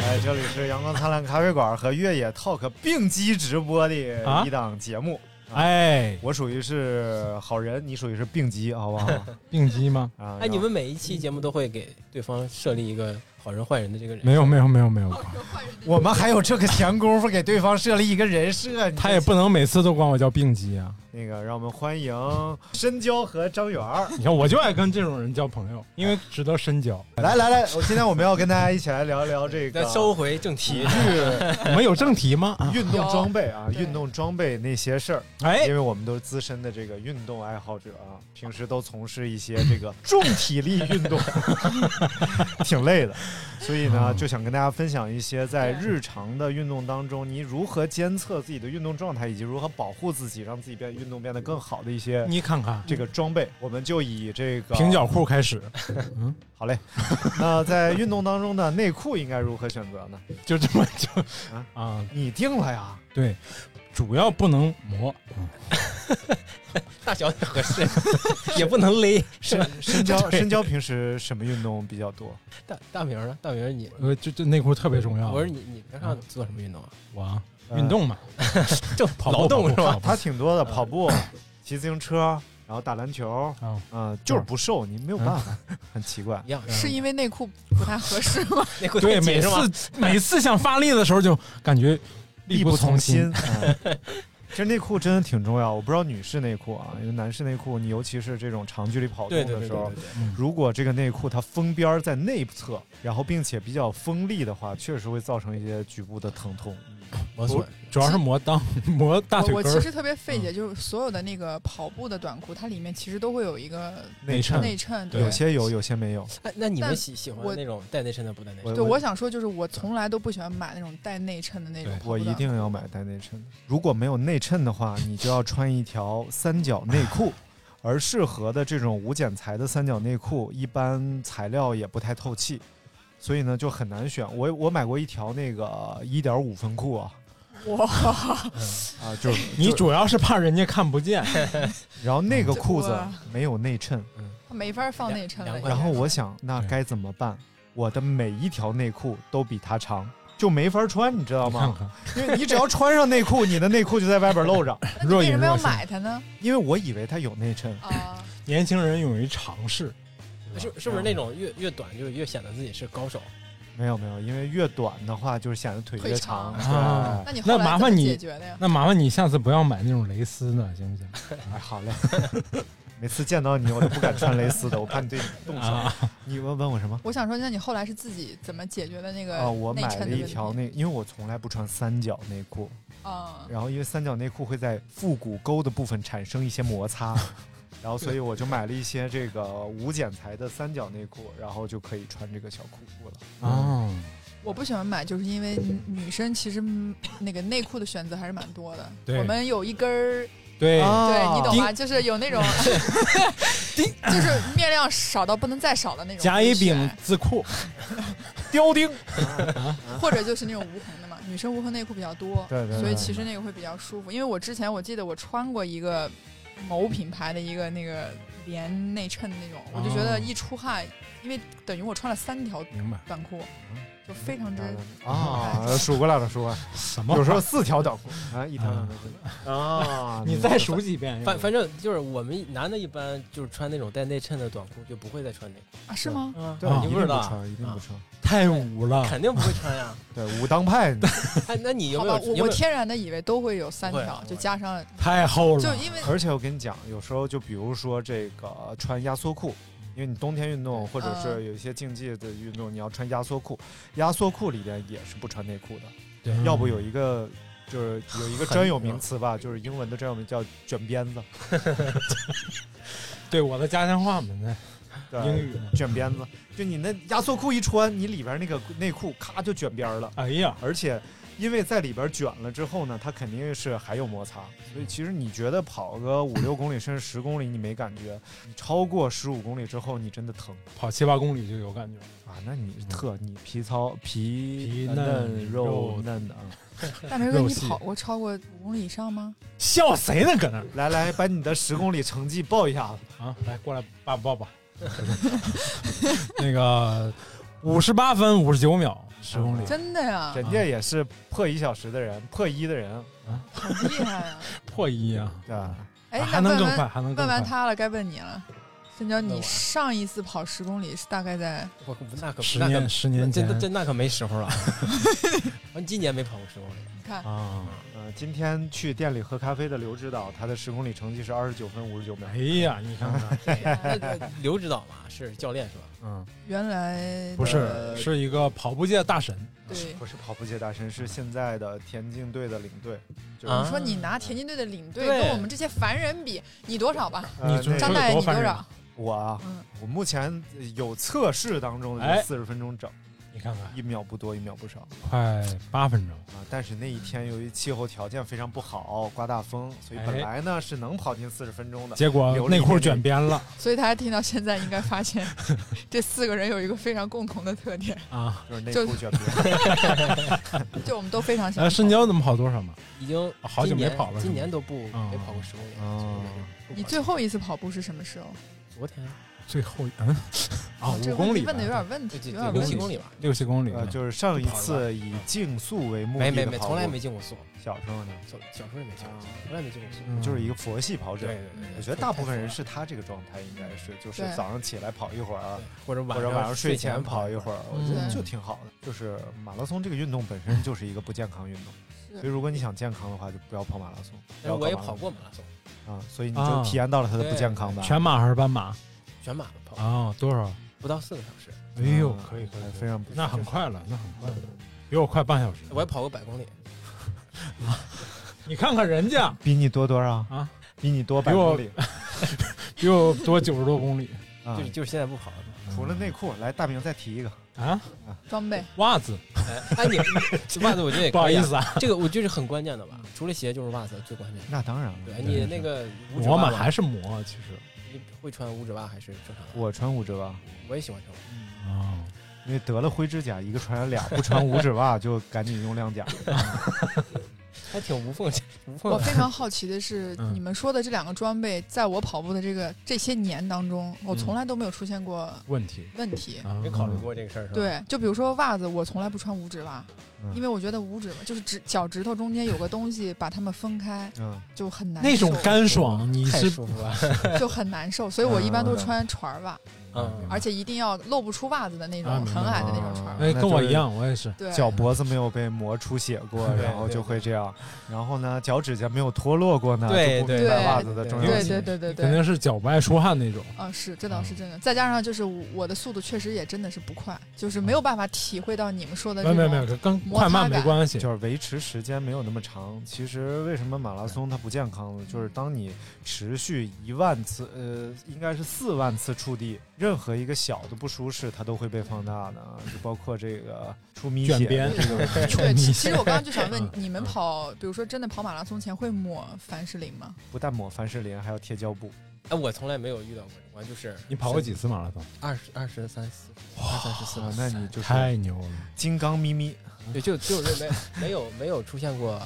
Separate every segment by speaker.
Speaker 1: 哎这里是阳光灿烂咖啡馆和越野 Talk 并机直播的一档节目。
Speaker 2: 哎，
Speaker 1: 我属于是好人，你属于是并机，好不好？
Speaker 2: 病机吗？
Speaker 1: 啊，
Speaker 3: 哎，你们每一期节目都会给对方设立一个好人坏人的这个人，
Speaker 2: 没有，没有，没有，没有，
Speaker 1: 我们还有这个闲工夫给对方设立一个人设，你
Speaker 2: 他也不能每次都管我叫病机啊！
Speaker 1: 那个，让我们欢迎深交和张元儿。
Speaker 2: 你看，我就爱跟这种人交朋友，因为值得深交。
Speaker 1: 来来来，我今天我们要跟大家一起来聊一聊这个
Speaker 3: 再收回正题。
Speaker 2: 我们有正题吗？啊
Speaker 1: 运动装备啊，运动装备那些事儿，
Speaker 2: 哎
Speaker 1: 因，为我们都是资深的这个运动爱好者啊，平时都从事一些这个重体力运动， 挺累的，所以
Speaker 2: 嗯
Speaker 1: 呢，就想跟大家分享一些在日常的运动当中，你如何监测自己的运动状态，以及如何保护自己，让自己变运动变得更好的一些
Speaker 2: 你看看，
Speaker 1: 这个装备。我们就以这个
Speaker 2: 平角裤开始，
Speaker 1: 好 嘞。那在运动当中的内裤应该如何选择呢？
Speaker 2: 就这么就
Speaker 1: 啊
Speaker 2: 啊，
Speaker 1: 你定了呀，
Speaker 2: 对，主要不能磨，
Speaker 3: 大小也合适， 也不能勒。
Speaker 1: 深 深交
Speaker 3: 对
Speaker 1: 深交平时什么运动比较多？
Speaker 3: 大大明儿呢？大明儿你，
Speaker 2: 呃，就这内裤特别重要。
Speaker 3: 我说你，你平常做什么运动啊？
Speaker 2: 我啊
Speaker 1: 呃
Speaker 2: 运动嘛，
Speaker 3: 就
Speaker 2: 跑步
Speaker 3: 劳动是？吧
Speaker 2: 跑？步
Speaker 1: 他挺多的，跑步、 骑自行车，然后打篮球，
Speaker 2: 跑步啊，
Speaker 1: 嗯、就是不瘦，你没有办法， 很奇 怪。
Speaker 3: 一样，嗯
Speaker 4: 是因为内裤不太合适吗？
Speaker 3: 内裤
Speaker 2: 对，
Speaker 3: 太紧
Speaker 2: 每
Speaker 3: 是吧？
Speaker 2: 次 每次想发力的时候，就感觉力
Speaker 1: 不
Speaker 2: 不
Speaker 1: 从
Speaker 2: 从心。。
Speaker 1: 嗯其实内裤真的挺重要，我不知道女士内裤啊，因为男士内裤，你尤其是这种长距离跑动
Speaker 3: 对对
Speaker 1: 的
Speaker 3: 对
Speaker 1: 时
Speaker 3: 对
Speaker 1: 候，
Speaker 3: 对对，
Speaker 1: 如果这个内裤它封边儿在内侧，然后并且比较锋利的话，确实会造成一些局部的疼痛。
Speaker 3: 磨损。
Speaker 2: 主要是磨裆、 磨大
Speaker 4: 我
Speaker 2: 腿
Speaker 4: 我
Speaker 2: 根
Speaker 4: 其
Speaker 2: 儿、
Speaker 4: 实特别费解，就是所有的那个跑步的短裤，它里面其实都会有一个
Speaker 2: 内衬
Speaker 4: 内衬。
Speaker 2: 对
Speaker 1: 有些有，有些没有。
Speaker 3: 哎，那你们
Speaker 4: 但
Speaker 3: 喜喜欢
Speaker 4: 我
Speaker 3: 那种带内衬的不带内衬？
Speaker 1: 我
Speaker 4: 对，我想说就是我从来都不喜欢买那种带内衬的那种
Speaker 2: 对
Speaker 4: 跑
Speaker 1: 我
Speaker 4: 步
Speaker 1: 一
Speaker 4: 短
Speaker 1: 定要买带内衬的。如果没有内衬的话，你就要穿一条三角内裤。而适合的这种无剪裁的三角内裤，一般材料也不太透气，所以呢就很难选。我我买过一条那个一点五分裤啊
Speaker 4: 裤。哇，
Speaker 1: 啊， 就是
Speaker 2: 你主要是怕人家看不见，
Speaker 1: 然后那个裤子
Speaker 4: 这哇
Speaker 1: 没有内衬，
Speaker 4: 它 没法放内衬了。
Speaker 3: 凉快
Speaker 1: 然后我想那该怎么办？我的每一条内裤都比它长，就没法穿，你知道
Speaker 2: 你看
Speaker 1: 吗？
Speaker 2: 看，
Speaker 1: 因为你只要穿上内裤，你的内裤就在外边露着。
Speaker 4: 那你
Speaker 2: 若
Speaker 4: 为
Speaker 2: 隐
Speaker 4: 什么要
Speaker 2: 若现
Speaker 4: 买它呢？
Speaker 1: 因为我以为它有内衬，
Speaker 4: 啊，
Speaker 2: 年轻人勇于尝试，
Speaker 3: 是是不是那种越越短就越显得自己是高手？
Speaker 1: 没有没有，因为越短的话就是显得腿越长。
Speaker 4: 腿
Speaker 2: 长啊
Speaker 1: 对
Speaker 4: 那你
Speaker 2: 那
Speaker 4: 后来
Speaker 2: 麻
Speaker 4: 怎么
Speaker 2: 烦你
Speaker 4: 解决的呀？
Speaker 2: 那麻烦你下次不要买那种蕾丝的，行不 行？
Speaker 1: 哎，好嘞。每次见到你，我都不敢穿蕾丝的，我怕你对你动手。
Speaker 2: 啊，
Speaker 1: 你问问我什么？
Speaker 4: 我想说，那你后来是自己怎么解决的那个
Speaker 1: 啊，我
Speaker 4: 内
Speaker 1: 买
Speaker 4: 衬
Speaker 1: 了
Speaker 4: 的
Speaker 1: 一
Speaker 4: 问
Speaker 1: 条
Speaker 4: 题
Speaker 1: 那，因为我从来不穿三角内裤，
Speaker 4: 啊，
Speaker 1: 然后因为三角内裤会在腹股沟的部分产生一些摩擦， 然后所以我就买了一些这个无剪裁的三角内裤，然后就可以穿这个小裤裤了。
Speaker 2: 哦，
Speaker 1: 嗯
Speaker 4: 我不喜欢买，就是因为女生其实嗯那个内裤的选择还是蛮多的。
Speaker 2: 对
Speaker 4: 我们有一根儿，
Speaker 2: 对，
Speaker 1: 啊哦
Speaker 4: 对你懂吗？就是有那 种，就是面料少到不能再少的那种，
Speaker 2: 甲乙丙 字裤，
Speaker 1: 雕钉，
Speaker 4: 或者就是那种无痕的嘛。女生无痕内裤比较多，
Speaker 1: 对对对
Speaker 4: 所以其实那个会比较舒服。因为我之前我记得我穿过一个某品牌的一个那个连内衬的那种，我就觉
Speaker 1: 哦
Speaker 4: 得一出汗，因为等于我穿了三条
Speaker 2: 明白？
Speaker 4: 短裤，就非常之
Speaker 1: 啊，数过来了，数过来了。
Speaker 2: 什么？
Speaker 1: 有时候四条 短裤啊，一条短裤啊
Speaker 2: 你再数几遍，
Speaker 3: 反反正就是我们男的，一般就是穿那种带内衬的短裤，就不会再穿内裤。
Speaker 4: 啊，是吗？
Speaker 3: 啊
Speaker 1: 对，
Speaker 2: 啊
Speaker 1: 一
Speaker 3: 你
Speaker 1: 定
Speaker 3: 不知道啊
Speaker 1: 穿，一定不穿。
Speaker 2: 太污了，
Speaker 3: 肯定不会穿呀。
Speaker 1: 对，武当派，
Speaker 3: 哎，那你有
Speaker 4: 好
Speaker 3: 没有
Speaker 4: 吧，？我
Speaker 3: 有
Speaker 4: 我
Speaker 3: 没有
Speaker 4: 天然的以为都会有三
Speaker 3: 不会啊
Speaker 4: 条，
Speaker 3: 不
Speaker 4: 就
Speaker 3: 会
Speaker 4: 加上
Speaker 2: 太厚
Speaker 4: 就
Speaker 2: 了，
Speaker 4: 因为
Speaker 1: 而且我跟你讲，有时候就比如说这个穿压缩裤，因为你冬天运动或者是有一些竞技的运动，你要穿压缩裤，压缩裤里边也是不穿内裤的，
Speaker 2: 对
Speaker 1: 要不有一个。就是有一个
Speaker 3: 很
Speaker 1: 专有名词吧，就是英文的专有名叫卷边子，
Speaker 2: 对我的家乡话嘛，
Speaker 1: 对
Speaker 2: 英语呢
Speaker 1: 卷边子，就你那压缩裤一穿，你里边那个内裤咔就卷边儿了。
Speaker 2: 那哎呀，
Speaker 1: 而且因为在里边卷了之后呢，它肯定是还有摩擦，所以其实你觉得跑个五六公里甚至十公里你没感觉，你超过十五公里之后你真的疼
Speaker 2: 跑七八公里就有感觉了，
Speaker 1: 啊！那你是特你皮糙皮
Speaker 2: 皮嫩
Speaker 1: 肉
Speaker 2: 肉
Speaker 1: 嫩的啊！
Speaker 4: 大明哥，
Speaker 2: 肉
Speaker 4: 你
Speaker 2: 系
Speaker 4: 跑过超过五公里以上吗？
Speaker 2: 笑谁呢？搁那儿
Speaker 1: 来来，把你的十公里成绩报一下子。
Speaker 2: 啊，来过来 抱抱吧，那个五十八分五十九秒，十公 里
Speaker 4: 真的呀，
Speaker 1: 人家也是破一小时的人，破一的人，
Speaker 4: 好厉害 啊！
Speaker 2: 破一啊，
Speaker 1: 对吧？
Speaker 4: 哎，
Speaker 2: 还
Speaker 4: 那
Speaker 2: 能
Speaker 4: 问
Speaker 2: 更
Speaker 4: 完
Speaker 2: 快，还能更
Speaker 4: 问完
Speaker 2: 快。
Speaker 4: 他了，该问你了。深交，
Speaker 3: 问
Speaker 4: 你
Speaker 3: 我
Speaker 4: 上一次跑十公里是大概在
Speaker 3: 我那可
Speaker 2: 十
Speaker 3: 那
Speaker 2: 年
Speaker 3: 可
Speaker 2: 十年前
Speaker 3: 真的真那可没时候了。我今年没跑过十公里，
Speaker 4: 你看
Speaker 2: 啊，
Speaker 1: 嗯、今天去店里喝咖啡的刘指导，他的十公里成绩是二十九分五十九秒
Speaker 2: 哎。呀，你看看，
Speaker 3: 那那刘指导嘛是教练是吧？
Speaker 2: 嗯，
Speaker 4: 原来
Speaker 2: 不是，
Speaker 1: 呃
Speaker 2: 是一个跑步界大神，
Speaker 4: 对。
Speaker 1: 不是跑步界大神，是现在的田径队的领队。就是
Speaker 3: 啊
Speaker 4: 你说你拿田径队的领队
Speaker 3: 对
Speaker 4: 跟我们这些凡人比，你多少 吧？
Speaker 1: 呃
Speaker 2: 你准
Speaker 1: 那
Speaker 4: 张
Speaker 2: 说
Speaker 4: 大爷，
Speaker 2: 有多
Speaker 4: 你多
Speaker 2: 烦人
Speaker 4: 少？
Speaker 1: 我啊，
Speaker 4: 嗯，
Speaker 1: 我目前有测试当中
Speaker 2: 哎
Speaker 1: 的四十分钟整，
Speaker 2: 你看看，
Speaker 1: 一秒不多，一秒不少
Speaker 2: 快八分钟，
Speaker 1: 啊。但是那一天由于气候条件非常不好，刮大风，所以
Speaker 2: 哎
Speaker 1: 本来呢是能跑进四十分钟的。
Speaker 2: 结果
Speaker 1: 流利
Speaker 2: 内裤
Speaker 1: 流利
Speaker 2: 卷边了
Speaker 4: 所以大家听到现在应该发 现，这四个人有一个非常共同的特点，
Speaker 2: 啊！
Speaker 1: 就是内
Speaker 4: 就
Speaker 1: 裤卷边，
Speaker 4: 就我们都非常喜
Speaker 2: 哎，
Speaker 4: 欢
Speaker 2: 深交怎么跑多少嘛？
Speaker 3: 已经
Speaker 2: 啊好久
Speaker 3: 今年
Speaker 2: 没跑了是吗
Speaker 3: 今年都不
Speaker 2: 嗯
Speaker 3: 没跑过十公里。
Speaker 1: 嗯
Speaker 3: 所以
Speaker 4: 你最后一次跑步是什么时候？
Speaker 3: 昨天
Speaker 2: 最后一嗯 啊，
Speaker 4: 这个
Speaker 2: 五公
Speaker 4: 问
Speaker 2: 里
Speaker 4: 题问的有
Speaker 2: 吧
Speaker 4: 点问
Speaker 3: 这
Speaker 4: 题，
Speaker 3: 这
Speaker 4: 有点
Speaker 3: 这六
Speaker 4: 问
Speaker 3: 七
Speaker 4: 题。
Speaker 3: 公里吧？
Speaker 2: 六七公里
Speaker 1: 呃，
Speaker 2: 呢，
Speaker 1: 就是上一
Speaker 2: 就跑了
Speaker 1: 次以竞速为目的
Speaker 3: 没
Speaker 1: 的
Speaker 3: 没没，
Speaker 1: 跑
Speaker 3: 从来
Speaker 1: 步
Speaker 3: 没进过速，
Speaker 1: 小时候呢，
Speaker 3: 小小时候也没进过速
Speaker 1: 啊，
Speaker 3: 从来没进过速。
Speaker 2: 嗯
Speaker 1: 就是一个佛系跑
Speaker 3: 对
Speaker 1: 者
Speaker 3: 对。对，对
Speaker 1: 我觉得大部分人，
Speaker 3: 太
Speaker 1: 是他这个状态，应该是就是
Speaker 4: 对
Speaker 1: 早上起来跑一会儿啊
Speaker 3: 疯了，或者
Speaker 1: 或者晚上睡前跑一
Speaker 3: 儿。
Speaker 1: 会儿，我
Speaker 2: 嗯
Speaker 1: 觉得就挺好的。就是马拉松这个运动本身就是一个不健康运动，
Speaker 4: 是
Speaker 1: 所以如果你想健康的话，就不要跑马拉松。不
Speaker 2: 哎
Speaker 3: 但
Speaker 1: 要搞
Speaker 3: 是哎我也
Speaker 1: 马拉
Speaker 3: 跑过马拉松，
Speaker 1: 松啊，所以你
Speaker 2: 啊
Speaker 1: 就体验到了它的不健康吧？
Speaker 2: 全马还是半马
Speaker 3: 全马跑
Speaker 2: 啊？多少？
Speaker 3: 不到四个小时，
Speaker 2: 哎呦，
Speaker 1: 嗯
Speaker 2: 可以可以，
Speaker 1: 非常不
Speaker 2: 那很快了，那很快了，比我快半小时。
Speaker 3: 我也跑过百公里，
Speaker 2: 你看看人家
Speaker 1: 比你多多少
Speaker 2: 啊？
Speaker 1: 比你多百
Speaker 2: 比我
Speaker 1: 公里
Speaker 2: 比我多九十多公里
Speaker 1: 啊
Speaker 3: 就！是就是现在不跑了。
Speaker 1: 除了内裤，来大明再提一个，
Speaker 2: 啊，
Speaker 4: 装备，
Speaker 2: 袜子，
Speaker 3: 哎，你你袜子我觉得也
Speaker 2: 不好
Speaker 3: 可以
Speaker 2: 意
Speaker 3: 啊，
Speaker 2: 思啊，
Speaker 3: 这个我觉得是很关键的吧，除了鞋就是袜子最关键。
Speaker 1: 那当然
Speaker 3: 对
Speaker 1: 了。
Speaker 3: 你那个五指
Speaker 2: 磨
Speaker 3: 袜
Speaker 2: 嘛
Speaker 3: 吧
Speaker 2: 还是磨，其实
Speaker 3: 你会穿五指袜还是正常的？
Speaker 1: 我穿五指袜，
Speaker 3: 我也喜欢穿。
Speaker 2: 啊，
Speaker 1: 因为得了灰指甲，一个传染俩，不穿五指袜就赶紧用亮甲。
Speaker 3: 还挺无缝无缝
Speaker 4: 我
Speaker 3: 的。
Speaker 4: 非常好奇的是，
Speaker 2: 嗯
Speaker 4: 你们说的这两个装备，在我跑步的这个这些年当中，
Speaker 2: 嗯
Speaker 4: 我从来都没有出现过
Speaker 2: 问题
Speaker 4: 问题。
Speaker 2: 啊
Speaker 3: 没考虑过这个事儿是吧？，
Speaker 4: 对，就比如说袜子，我从来不穿五指袜，
Speaker 1: 嗯
Speaker 4: 因为我觉得五指就是指脚趾头中间有个东西把它们分开，
Speaker 1: 嗯，
Speaker 4: 就很难
Speaker 2: 那种
Speaker 4: 受
Speaker 2: 干爽，你
Speaker 3: 太
Speaker 2: 是
Speaker 3: 舒服了。
Speaker 4: 就很难受，所以我一般都穿船袜，
Speaker 3: 嗯
Speaker 4: 而且一定要露不出袜子的那
Speaker 2: 啊
Speaker 4: 种
Speaker 2: 明白
Speaker 4: 很矮的那种船
Speaker 1: 啊
Speaker 4: 袜。
Speaker 2: 哎，
Speaker 1: 那
Speaker 2: 跟我
Speaker 1: 就是
Speaker 2: 一样，我也是，
Speaker 4: 对，
Speaker 1: 脚脖子没有被磨出血过，
Speaker 2: 对
Speaker 1: 然后
Speaker 3: 对
Speaker 1: 就会这样。然后呢，脚指甲没有脱落过呢，
Speaker 3: 对
Speaker 1: 就不明
Speaker 4: 对
Speaker 1: 白袜子的重要
Speaker 4: 对
Speaker 1: 性。
Speaker 4: 对对对
Speaker 2: 肯
Speaker 4: 对，
Speaker 2: 定是脚不爱出汗那种。
Speaker 4: 啊是，这
Speaker 2: 嗯
Speaker 4: 倒是真的。再加上就是我的速度确实也真的是不快，就是
Speaker 2: 嗯
Speaker 4: 没有办法体会到你们说的
Speaker 2: 没有
Speaker 4: 这
Speaker 2: 没有没
Speaker 4: 种
Speaker 2: 有，跟
Speaker 4: 摩
Speaker 2: 快慢
Speaker 4: 擦
Speaker 2: 没
Speaker 4: 感
Speaker 2: 关系，
Speaker 1: 就是维持时间没有那么长。其实为什么马拉松它不健康呢？就是当你持续一万次，呃，应该是四万次触地，任何一个小的不舒适，它都会被放大的，啊 就包括这个出米
Speaker 2: 卷
Speaker 1: 血
Speaker 2: 边
Speaker 1: 的这 个问题。
Speaker 4: 对，其其实我刚刚就想问
Speaker 2: 嗯，
Speaker 4: 你们跑，比如说真的跑马拉松前会抹凡士林吗？
Speaker 1: 不但抹凡士林，还要贴胶布。
Speaker 3: 哎，我从来没有遇到过，我就是
Speaker 2: 你跑过几次马拉松？
Speaker 3: 二十二十三四二三十四
Speaker 1: 啊，那你就是
Speaker 2: 太牛了！
Speaker 1: 金刚咪咪，
Speaker 3: 对，就就是没没有没有出现过，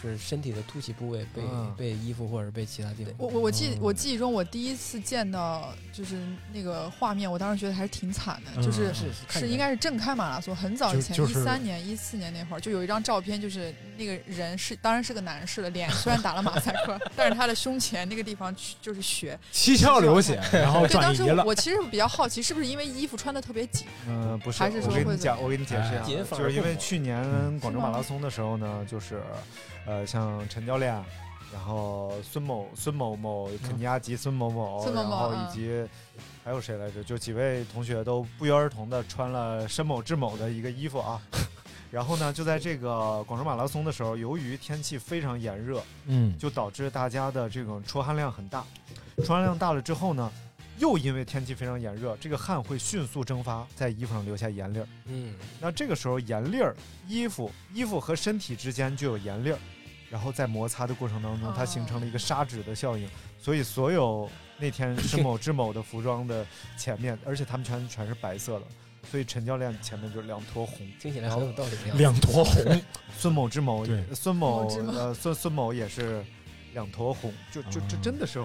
Speaker 3: 就是身体的凸起部位被
Speaker 1: 嗯
Speaker 3: 被衣服或者被其他地方。
Speaker 4: 我我我记
Speaker 2: 嗯
Speaker 4: 我记忆中，我第一次见到就是那个画面，我当时觉得还是挺惨的，就是
Speaker 2: 嗯
Speaker 3: 是看
Speaker 4: 是
Speaker 3: 起
Speaker 4: 应
Speaker 3: 来
Speaker 4: 该是正开马拉松，很早以前，
Speaker 2: 就
Speaker 4: 一
Speaker 2: 就是
Speaker 4: 三年、一四年那会儿，就有一张照片，就是那个人是当然是个男士了，脸虽然打了马赛克， 但是他的胸前那个地方就是血。
Speaker 2: 七窍流血，然后
Speaker 4: 对，
Speaker 2: 转
Speaker 4: 当时
Speaker 2: 移了
Speaker 4: 我，我其实比较好奇，是不是因为衣服穿的特别紧？
Speaker 1: 嗯，不是，
Speaker 4: 还是说
Speaker 1: 我给
Speaker 4: 会嗯
Speaker 1: 你
Speaker 4: 怎
Speaker 1: 讲，
Speaker 4: 么
Speaker 1: 我给你解释一下，
Speaker 3: 哎解释
Speaker 1: 就是因为去年广州
Speaker 4: 是吗
Speaker 1: 马拉松的时候呢，就是，呃，像陈教练，然后孙某、孙某某、肯尼亚籍孙某某，
Speaker 4: 嗯孙某某
Speaker 1: 然
Speaker 4: 嗯
Speaker 1: 后以及还有谁来着？就几位同学都不约而同的穿了申某、志某的一个衣服啊。 然后呢，就在这个广州马拉松的时候，由于天气非常炎热，
Speaker 2: 嗯，
Speaker 1: 就导致大家的这种出汗量很大。出汗量大了之后呢，又因为天气非常炎热，这个汗会迅速蒸发，在衣服上留下盐粒儿。
Speaker 3: 嗯，
Speaker 1: 那这个时候盐粒儿，衣服衣服和身体之间就有盐粒儿，然后在摩擦的过程当中
Speaker 4: 哦，
Speaker 1: 它形成了一个砂纸的效应，所以所有那天是某之某的服装的前面，而且他们全全是白色的。所以陈教练前面就是两坨红，
Speaker 3: 听起来很有道理的样子。
Speaker 2: 两坨红，
Speaker 1: 孙某之某
Speaker 2: 对，
Speaker 1: 孙某
Speaker 4: 某之某
Speaker 1: 呃孙孙某也是两坨红，就就这
Speaker 2: 嗯
Speaker 1: 真的是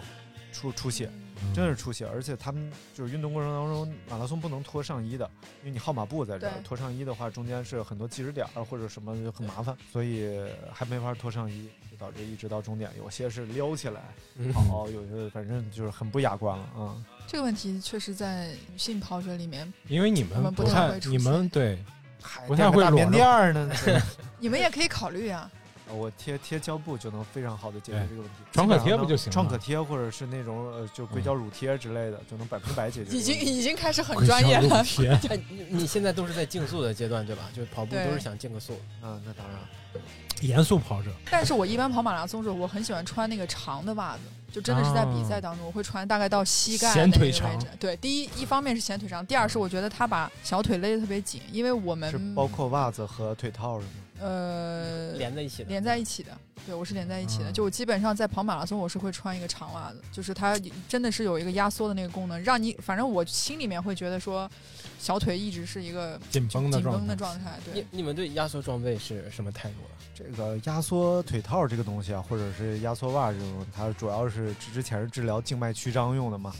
Speaker 1: 出出血。
Speaker 4: 嗯
Speaker 1: 真的是出血，而且他们就是运动过程当中，马拉松不能脱上衣的，因为你号码布在这儿
Speaker 4: 对，
Speaker 1: 脱上衣的话中间是很多计时点儿或者什么就很麻 烦，所以还没法脱上衣，就导致一直到终点，有些是撩起来
Speaker 3: 嗯
Speaker 1: 跑，有些反正就是很不雅观了啊、
Speaker 4: 这个问题确实在女性跑者里面，
Speaker 2: 因为你
Speaker 4: 我
Speaker 2: 们
Speaker 4: 们不
Speaker 2: 不
Speaker 4: 太
Speaker 2: 太
Speaker 4: 会，出
Speaker 2: 你们对
Speaker 1: 还
Speaker 2: 不太会
Speaker 1: 大
Speaker 2: 裸
Speaker 1: 棉
Speaker 2: 着
Speaker 1: 垫儿 呢，
Speaker 4: 你们也可以考虑啊。
Speaker 1: 我贴贴胶布就能非常好的解决
Speaker 2: 对
Speaker 1: 这个问题。
Speaker 2: 创可
Speaker 1: 基本
Speaker 2: 贴
Speaker 1: 上
Speaker 2: 不就行了嗯
Speaker 1: 创可贴或者是那种呃，就硅胶乳贴之类的，就能百分之百解决这个
Speaker 4: 已
Speaker 1: 问题。
Speaker 4: 经已经开始很专业啊
Speaker 2: 我
Speaker 4: 了，
Speaker 2: 天，
Speaker 3: 哎你你现在都是在竞速的阶段对吧？就是跑步
Speaker 4: 对
Speaker 3: 都是想竞个速，
Speaker 1: 啊，那当然。
Speaker 2: 严肃跑者，
Speaker 4: 但是我一般跑马拉松的时候，我很喜欢穿那个长的袜子，就真的是在比赛当中，我会穿大概到膝盖的
Speaker 2: 啊显
Speaker 4: 那个
Speaker 2: 腿
Speaker 4: 位
Speaker 2: 长
Speaker 4: 置。对，第一一方面是显腿长，第二是我觉得他把小腿勒得特别紧，因为我
Speaker 1: 是
Speaker 4: 们
Speaker 1: 包括袜子和腿套是吗？
Speaker 4: 呃
Speaker 3: 连在一起的，
Speaker 4: 连在一起的，对我是连在一起的。
Speaker 2: 嗯
Speaker 4: 就我基本上在跑马拉松，我是会穿一个长袜子，就是它真的是有一个压缩的那个功能，让你反正我心里面会觉得说，小腿一直是一个
Speaker 2: 紧绷的
Speaker 4: 紧
Speaker 2: 状
Speaker 4: 绷的
Speaker 2: 态，
Speaker 4: 状态。对
Speaker 3: 你，你们对压缩装备是什么态度啊了？
Speaker 1: 这个压缩腿套这个东西啊，或者是压缩袜这种，它主要是之之前是治疗静脉曲张用的嘛，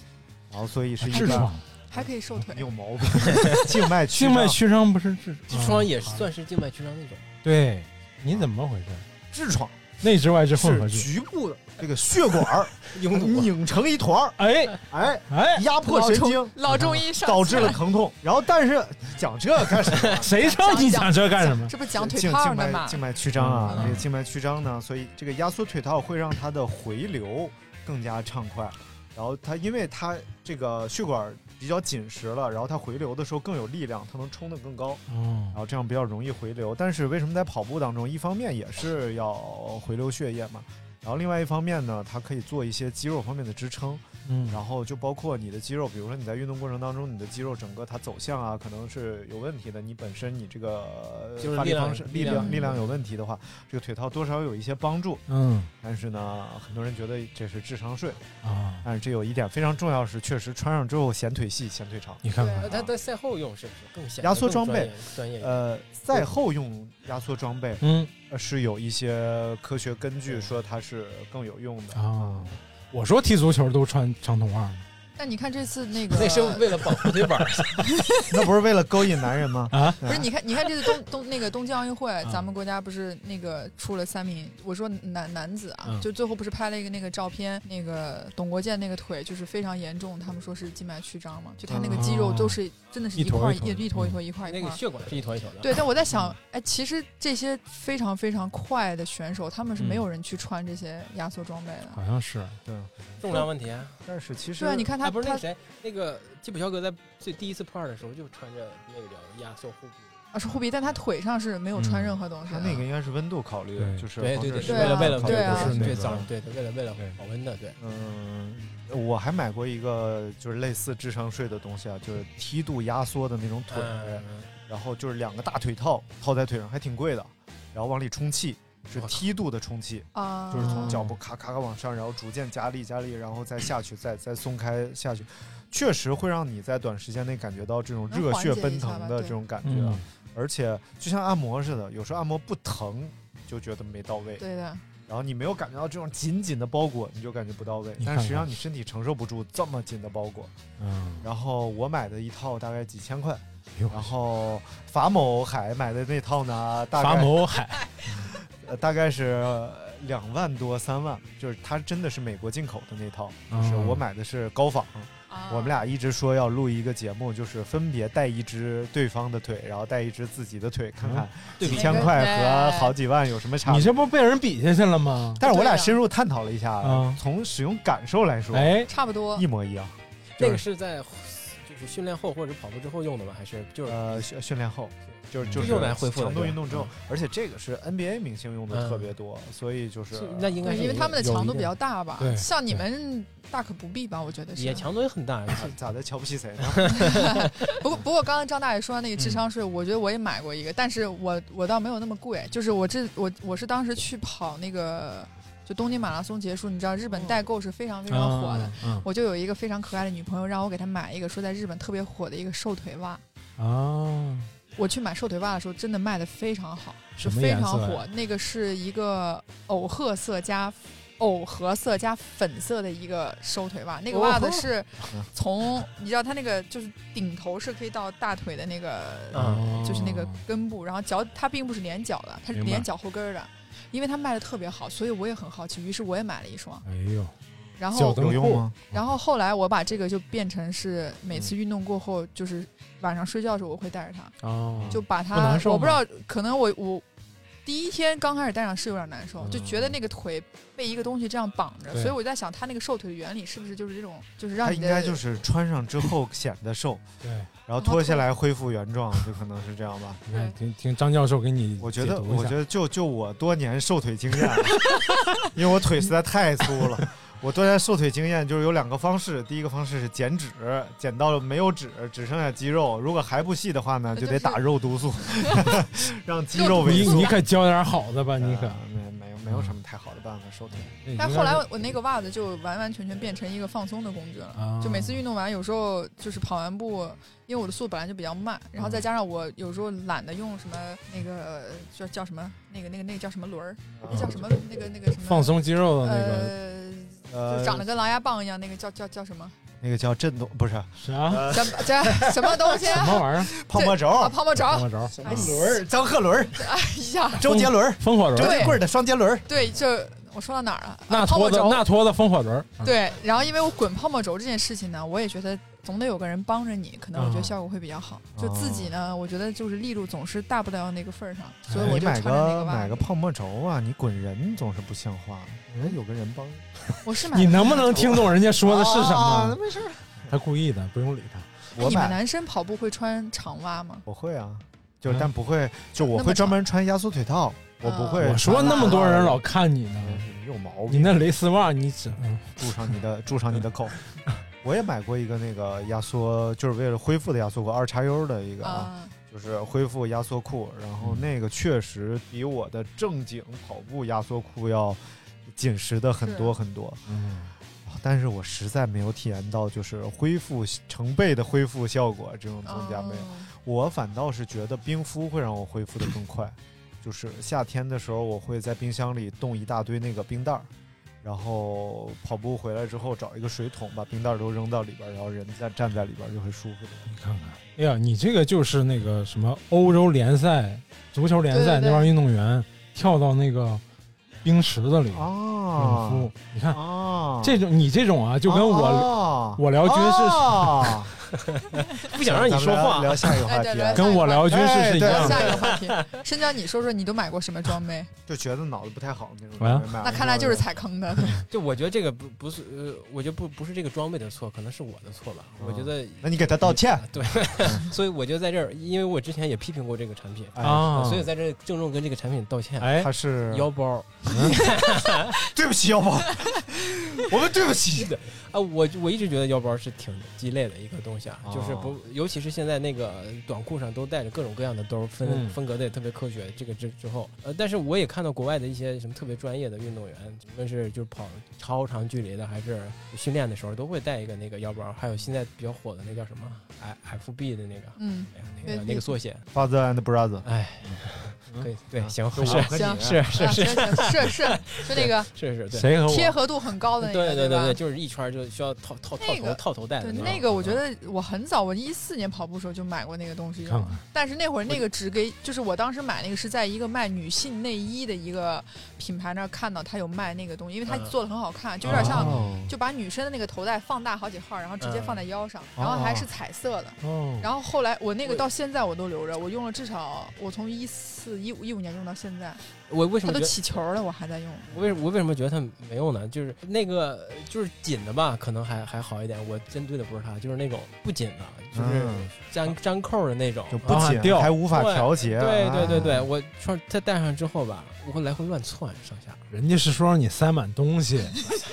Speaker 1: 然后所以是一
Speaker 2: 痔
Speaker 1: 般
Speaker 2: 疮，
Speaker 4: 还可以瘦腿
Speaker 1: 你。有毛病， 静脉曲
Speaker 2: 静脉
Speaker 1: 张
Speaker 2: 曲张不是痔
Speaker 3: 痔疮也
Speaker 2: 是
Speaker 3: 是算是静脉曲张那种，
Speaker 2: 对，你怎么回事？
Speaker 1: 痔疮
Speaker 2: 内痔外痔混合
Speaker 1: 是
Speaker 2: 痔，
Speaker 1: 局部的这个血管 儿
Speaker 3: 拥堵啊
Speaker 1: 拧成一团儿，
Speaker 2: 哎
Speaker 1: 哎，
Speaker 2: 哎，
Speaker 1: 压迫神经。
Speaker 4: 老中医上
Speaker 1: 导致了
Speaker 4: 起来
Speaker 1: 疼痛，然后但是干什么？
Speaker 2: 谁让你讲这干什么？
Speaker 4: 这不是讲腿
Speaker 1: 静
Speaker 4: 套
Speaker 1: 静
Speaker 4: 呢吗
Speaker 1: 脉？静脉曲张啊，
Speaker 4: 嗯
Speaker 1: 这个静脉曲张呢，所以这个压缩腿套会让它的回流更加畅快，然后它因为它这个血管比较紧实了，然后它回流的时候更有力量，它能冲得更高，
Speaker 2: 哦
Speaker 1: 然，后这样比较容易回流。但是为什么在跑步当中，一方面也是要回流血液嘛，然后另外一方面呢，它可以做一些肌肉方面的支撑。
Speaker 2: 嗯，
Speaker 1: 然后就包括你的肌肉，比如说你在运动过程当中，你的肌肉整个它走向啊，可能是有问题的。你本身你这个呃
Speaker 3: 就是
Speaker 1: 发力
Speaker 3: 力量
Speaker 1: 方式、
Speaker 3: 力
Speaker 1: 力
Speaker 3: 量
Speaker 1: 量、力量有问题的话，这个腿套多少有一些帮助。
Speaker 2: 嗯
Speaker 1: 但是呢，很多人觉得这是智商税，
Speaker 2: 啊，
Speaker 1: 但是这有一点非常重要是，确实穿上之后显腿细、显腿长。
Speaker 4: 嗯
Speaker 2: 你看看
Speaker 3: 呃，它在赛后用是不是更显得
Speaker 1: 压缩
Speaker 3: 更
Speaker 1: 装备
Speaker 3: 专业专业一点？
Speaker 1: 呃，赛后用压缩装备
Speaker 2: 嗯
Speaker 1: 呃是有一些科学根据说它是更有用 的。
Speaker 2: 啊，我说踢足球都穿长筒袜呢
Speaker 4: 但你看这次那
Speaker 1: 呃
Speaker 4: 个，
Speaker 3: 那是为了保护腿 板儿，
Speaker 1: 那不是为了勾引男人吗？
Speaker 2: 啊，
Speaker 4: 不是？你看，你看这次东东那个东京奥运会
Speaker 2: 嗯，
Speaker 4: 咱们国家不是那个出了三名？我说男男子啊
Speaker 2: 嗯，
Speaker 4: 就最后不是拍了一个那个照片，那个董国建那个腿就是非常严重，他们说是静脉曲张嘛，就他那
Speaker 1: 哦
Speaker 4: 个肌肉都是真的是
Speaker 2: 一
Speaker 4: 一块
Speaker 2: 坨一坨
Speaker 4: 一坨
Speaker 2: 的
Speaker 4: 一坨
Speaker 1: 嗯
Speaker 4: 一块一
Speaker 3: 那个
Speaker 4: 块。
Speaker 3: 血管是一坨一坨的。
Speaker 4: 对，但我在想，哎，其实这些非常非常快的选手，他们是
Speaker 1: 嗯
Speaker 4: 没有人去穿这些压缩装备的。
Speaker 1: 啊
Speaker 2: 好像是
Speaker 3: 重量问题啊，
Speaker 1: 但是其实
Speaker 4: 对啊，你看
Speaker 3: 哎
Speaker 4: 他
Speaker 3: 不是那
Speaker 4: 他
Speaker 3: 个谁，那个基普乔格在最第一次破二的时候就穿着那个叫压缩护具，
Speaker 4: 啊是护臂，但他腿上是没有穿任何东西
Speaker 1: 它
Speaker 4: 的。
Speaker 1: 嗯那个应该是温度考虑的，
Speaker 2: 对
Speaker 1: 就是
Speaker 3: 对
Speaker 1: 防
Speaker 3: 哎对
Speaker 1: 止湿
Speaker 3: 对，是
Speaker 4: 啊对
Speaker 3: 为了
Speaker 4: 啊
Speaker 3: 为了
Speaker 1: 考
Speaker 4: 对
Speaker 1: 虑
Speaker 4: 啊
Speaker 1: 不
Speaker 3: 对
Speaker 1: 是那
Speaker 3: 对
Speaker 1: 个
Speaker 3: 早对对为了为了保温的对。
Speaker 1: 嗯，我还买过一个就是类似智商税的东西啊，就是梯度压缩的那种腿，
Speaker 3: 嗯
Speaker 1: 然后就是两个大腿套套在腿上，还挺贵的，然后往里充气，是
Speaker 3: 我靠
Speaker 1: 梯度的充气，
Speaker 4: 啊，
Speaker 1: 就是从脚部咔咔咔往上，然后逐渐加力加力，然后再下去，再再松开下去，确实会让你在短时间内感觉到这种
Speaker 4: 能
Speaker 1: 热
Speaker 4: 缓
Speaker 1: 血
Speaker 4: 解
Speaker 1: 奔
Speaker 4: 一下
Speaker 1: 腾
Speaker 4: 吧
Speaker 1: 的
Speaker 4: 对
Speaker 1: 这种感觉啊
Speaker 2: 嗯，，
Speaker 1: 而且就像按摩似的，有时候按摩不疼就觉得没到位。
Speaker 4: 对的，
Speaker 1: 然后你没有感觉到这种紧紧的包裹，你就感觉不到位
Speaker 2: 你。看看
Speaker 1: 但实际上你身体承受不住这么紧的包裹。
Speaker 2: 嗯，啊
Speaker 1: 然后我买的一套大概几千块，
Speaker 2: 哟
Speaker 1: 然后法某海买的那套呢，大
Speaker 2: 法
Speaker 1: 概、
Speaker 2: 某海
Speaker 1: 呃、大概是两万多三万，就是它真的是美国进口的那套，就是
Speaker 2: 嗯
Speaker 1: 我买的是高仿。
Speaker 4: 啊
Speaker 1: 我们俩一直说要录一个节目，就是分别带一只对方的腿，然后带一只自己的腿，看
Speaker 4: 嗯
Speaker 1: 看
Speaker 3: 对
Speaker 1: 几
Speaker 3: 比
Speaker 1: 千块和好几万有什么差别。
Speaker 2: 你这不被人比下去了吗？
Speaker 1: 但是我俩
Speaker 4: 对啊
Speaker 1: 深入探讨了一下，
Speaker 2: 嗯
Speaker 1: 从使用感受来说，
Speaker 2: 哎，
Speaker 4: 差不多
Speaker 1: 一模一样。
Speaker 3: 那个是在就是训练后或者跑步之后用的吗？还是就是
Speaker 1: 呃，训训练后就是就是
Speaker 3: 用来恢复的
Speaker 1: 强度
Speaker 3: 对吧
Speaker 1: 运动之后，而且这个是 NBA 明星用的
Speaker 3: 嗯
Speaker 1: 特别多，所以就是啊
Speaker 3: 是嗯那应该
Speaker 4: 对，
Speaker 3: 是
Speaker 4: 因为他们的
Speaker 3: 有
Speaker 4: 强度
Speaker 3: 一定
Speaker 4: 比较大吧
Speaker 2: 对，
Speaker 4: 像你们大可不必吧，我觉得
Speaker 3: 也
Speaker 4: 是。
Speaker 3: 强度 也很大，
Speaker 1: 咋咋的瞧不起谁呢？
Speaker 4: 不过不过，刚刚张大爷说的那
Speaker 3: 嗯
Speaker 4: 个智商税，我觉得我也买过一个，但是我我倒没有那么贵，就是我这我我是当时去跑那个就东京马拉松结束，你知道日
Speaker 3: 嗯
Speaker 4: 本代购是非常非常火
Speaker 3: 啊
Speaker 4: 的。
Speaker 2: 嗯
Speaker 4: 我就有一个非常可爱的女朋友，让我给她买一个说在日本特别火的一个瘦腿袜。
Speaker 2: 啊，
Speaker 4: 我去买瘦腿袜的时候，真的卖的非常好，是
Speaker 2: 什么
Speaker 4: 非
Speaker 2: 颜
Speaker 4: 常
Speaker 2: 色呀
Speaker 4: 火。那个是一个藕褐色加藕荷色加粉色的一个收腿袜，那
Speaker 2: 哦
Speaker 4: 个袜子是从你知道它那个就是顶头是可以到大腿的那个，
Speaker 2: 哦
Speaker 4: 就是那个根部，然后脚它并不是连脚的，它是
Speaker 2: 明白
Speaker 4: 连脚后跟儿的。因为它卖的特别好，所以我也很好奇，于是我也买了一双。
Speaker 2: 哎呦，
Speaker 4: 然
Speaker 2: 脚
Speaker 4: 后
Speaker 2: 蹬
Speaker 1: 有用吗？
Speaker 4: 然后后来我把这个就变成是每
Speaker 2: 嗯
Speaker 4: 次运动过后，就是晚上睡觉的时候我会带着它，
Speaker 2: 哦，
Speaker 4: 就把它
Speaker 2: 不难受吗
Speaker 4: 我不知道，可能我我第一天刚开始戴上是有点难受，
Speaker 2: 嗯
Speaker 4: 就觉得那个腿被一个东西这样绑着，
Speaker 2: 对
Speaker 4: 所以我在想它那个瘦腿的原理是不是就是这种，就是让
Speaker 1: 它
Speaker 4: 你
Speaker 1: 应
Speaker 4: 的
Speaker 1: 该就是穿上之后显得瘦，
Speaker 2: 对，
Speaker 1: 然后脱下来恢复原状，就可能是这样吧。
Speaker 2: 你看，听听张教授给你
Speaker 1: 我觉得，
Speaker 2: 解读一
Speaker 1: 我
Speaker 2: 下
Speaker 1: 觉得就就我多年瘦腿经验啊， 因为我腿实在太粗了。我多年瘦腿经验就是有两个方式，第一个方式是减脂，减到没有脂，只剩下肌肉。如果还不细的话呢，
Speaker 4: 那
Speaker 1: 就
Speaker 4: 呃就
Speaker 1: 得打
Speaker 4: 是
Speaker 1: 肉 毒素，让肌肉萎
Speaker 2: 你
Speaker 1: 缩
Speaker 2: 你。可教点好的吧，你可哎
Speaker 1: 啊没没有没有什么太好的办法瘦腿。
Speaker 4: 但后来我我那个袜子就完完全全变成一个放松的工具了。
Speaker 2: 啊
Speaker 4: 就每次运动完，有时候就是跑完步，因为我的速度本来就比较慢，然
Speaker 2: 嗯
Speaker 4: 后再加上我有时候懒得用什么那个叫叫什么那个那个那个叫什么轮儿，那叫什么那个那个什么
Speaker 2: 放松肌肉的那个
Speaker 4: 呃，
Speaker 1: 呃
Speaker 4: 就，长得跟狼牙棒一样，那个叫叫叫什么？
Speaker 1: 那个叫震动，不是
Speaker 2: 啥
Speaker 1: 呃
Speaker 4: 什么这什么东西？
Speaker 2: 啊什么
Speaker 4: 啊，
Speaker 2: 玩意儿？
Speaker 1: 泡沫轴，
Speaker 4: 泡沫轴！
Speaker 2: 怎么着？
Speaker 4: 哎
Speaker 1: 轮儿，张鹤伦 儿，
Speaker 4: 哎呀，
Speaker 1: 周杰伦儿，
Speaker 2: 风火轮
Speaker 1: 周
Speaker 2: 儿，
Speaker 1: 杰棍儿的双节轮儿。
Speaker 4: 对，这我说到哪儿了？啊
Speaker 2: 那
Speaker 4: 泡
Speaker 2: 托
Speaker 4: 沫
Speaker 2: 的
Speaker 4: 轴。
Speaker 2: 那托的风火轮儿，啊
Speaker 4: 对，然后因为我滚泡沫轴这件事情呢，我也觉得总得有个人帮着你，可能
Speaker 2: 啊
Speaker 4: 我觉得效果会比较好。就
Speaker 2: 哦
Speaker 4: 自己呢，我觉得就是力度总是大不了那个份儿上，所以
Speaker 2: 哎
Speaker 1: 你
Speaker 4: 我就
Speaker 1: 哎买
Speaker 4: 穿着那
Speaker 1: 个
Speaker 4: 袜
Speaker 1: 买个
Speaker 4: 子。
Speaker 1: 泡沫轴啊，你滚人总是不像话，人有个人帮。
Speaker 4: 我是买
Speaker 2: 你
Speaker 4: 了
Speaker 2: 能不能听懂人家说的是什
Speaker 1: 啊
Speaker 2: 么？
Speaker 1: 没事儿，
Speaker 2: 他故意的，不用理他。
Speaker 1: 我
Speaker 4: 你们
Speaker 1: 买
Speaker 4: 男生跑步会穿长袜吗？
Speaker 1: 我会啊，就是
Speaker 2: 嗯
Speaker 1: 但不会，就我
Speaker 4: 那
Speaker 1: 会
Speaker 4: 么啊
Speaker 1: 专门穿压缩腿套，我不会。
Speaker 2: 我说那么多人老看你呢，
Speaker 1: 你有毛
Speaker 2: 你
Speaker 1: 病，
Speaker 2: 那蕾丝袜你只嗯
Speaker 1: 住上你的住上你的口。我也买过一个那个压缩，就是为了恢复的压缩裤，二叉 U 的一个啊，
Speaker 4: 啊，
Speaker 1: 就是恢复压缩裤。然后那个确实比我的正经跑步压缩裤要紧实的很多很多。
Speaker 2: 嗯，
Speaker 1: 啊但是我实在没有体验到就是恢复成倍的恢复效果，这种增加没有。
Speaker 4: 哦
Speaker 1: 我反倒是觉得冰敷会让我恢复的更快，就是夏天的时候，我会在冰箱里冻一大堆那个冰袋儿，然后跑步回来之后找一个水桶，把冰袋儿都扔到里边儿，然后人在站在里边儿就会舒服的。
Speaker 2: 你看看，哎呀，你这个就是那个什么欧洲联赛、足球联赛
Speaker 4: 对对对
Speaker 2: 那帮运动员跳到那个冰池子里冷
Speaker 1: 啊
Speaker 2: 敷，你看
Speaker 1: 啊，
Speaker 2: 这种你这种啊，就跟我
Speaker 1: 啊、
Speaker 2: 我聊军事
Speaker 1: 啊、
Speaker 3: 不想让你说
Speaker 1: 咱们聊
Speaker 3: 话，
Speaker 1: 聊下一个话
Speaker 4: 哎对
Speaker 1: 题
Speaker 4: 聊
Speaker 1: 啊
Speaker 4: 下，
Speaker 2: 跟我聊军事是一
Speaker 1: 哎
Speaker 2: 样的
Speaker 4: 下。一个话题，深交，你说说你都买过什么装 备？
Speaker 1: 就觉得脑子不太好那种。
Speaker 2: 完了
Speaker 1: 没买
Speaker 4: 那看来就是踩坑 的。
Speaker 3: 就我觉得这个不不是，呃，我觉得不不是这个装备的错，可能是我的错吧。我觉得，啊
Speaker 1: 那你给他道歉。
Speaker 3: 对， 所以我就在这儿，因为我之前也批评过这个产品，
Speaker 1: 哎，
Speaker 2: 啊，
Speaker 3: 所以在这儿郑重跟这个产品道歉。
Speaker 2: 哎，
Speaker 1: 他是
Speaker 3: 腰包
Speaker 1: 对不起，腰包，我们对不起。
Speaker 3: 啊，我我一直觉得腰包是挺鸡肋的一个东西啊，
Speaker 1: 哦
Speaker 3: 就是不，尤其是现在那个短裤上都带着各种各样的兜，分、
Speaker 2: 嗯
Speaker 3: 分隔的也特别科学。这个之之后，呃，但是我也看到国外的一些什么特别专业的运动员，无论是就是跑超长距离的，还是训练的时候，都会带一个那个腰包。还有现在比较火的那叫什么 F FB 的那个，
Speaker 4: 嗯，
Speaker 3: 哎呀，那个
Speaker 4: 对
Speaker 3: 那个缩写，
Speaker 1: Father and brother，
Speaker 3: 哎，可以，对，行，
Speaker 1: 就我
Speaker 3: 是
Speaker 1: 和你
Speaker 4: 行
Speaker 3: 是是
Speaker 4: 啊行行是是就那个
Speaker 3: 是是，对。
Speaker 2: 谁和
Speaker 4: 贴
Speaker 2: 我？
Speaker 4: 合度很高的那个，
Speaker 3: 对对
Speaker 4: 吧
Speaker 3: 对，？就是一圈儿就需要套套套
Speaker 4: 那个
Speaker 3: 头套头带的
Speaker 4: 对
Speaker 3: 种嗯
Speaker 4: 那个，我觉得我很早，我一四年跑步的时候就买过那个东西，
Speaker 2: 看看，
Speaker 4: 但是那会儿那个只给，就是我当时买那个是在一个卖女性内衣的一个品牌那儿看到它有卖那个东西，因为它
Speaker 3: 嗯
Speaker 4: 做的很好看，就有点像
Speaker 1: 哦
Speaker 4: 就把女生的那个头带放大好几号，然后直接放在腰上，然后还是彩色的，
Speaker 2: 哦，
Speaker 4: 然后后来我那个
Speaker 3: 我
Speaker 4: 到现在我都留着，我用了至少我从一四一五一五年用到现在，
Speaker 3: 我为什
Speaker 4: 它
Speaker 3: 么
Speaker 4: 都
Speaker 3: 觉得
Speaker 4: 起球了，我还在用。
Speaker 3: 我为什么我为什么觉得它没用呢？就是那个就是紧的吧，可能还还好一点。我针对的不是它，就是那种不紧的，就是
Speaker 1: 嗯
Speaker 3: 粘粘扣的那种。
Speaker 1: 就不
Speaker 2: 啊
Speaker 1: 仅
Speaker 2: 掉
Speaker 1: 还无法调节，
Speaker 3: 对
Speaker 1: 啊
Speaker 3: 对对对，，我穿它戴上之后吧，我会来回乱窜上下。
Speaker 2: 人家是说让你塞满东 西，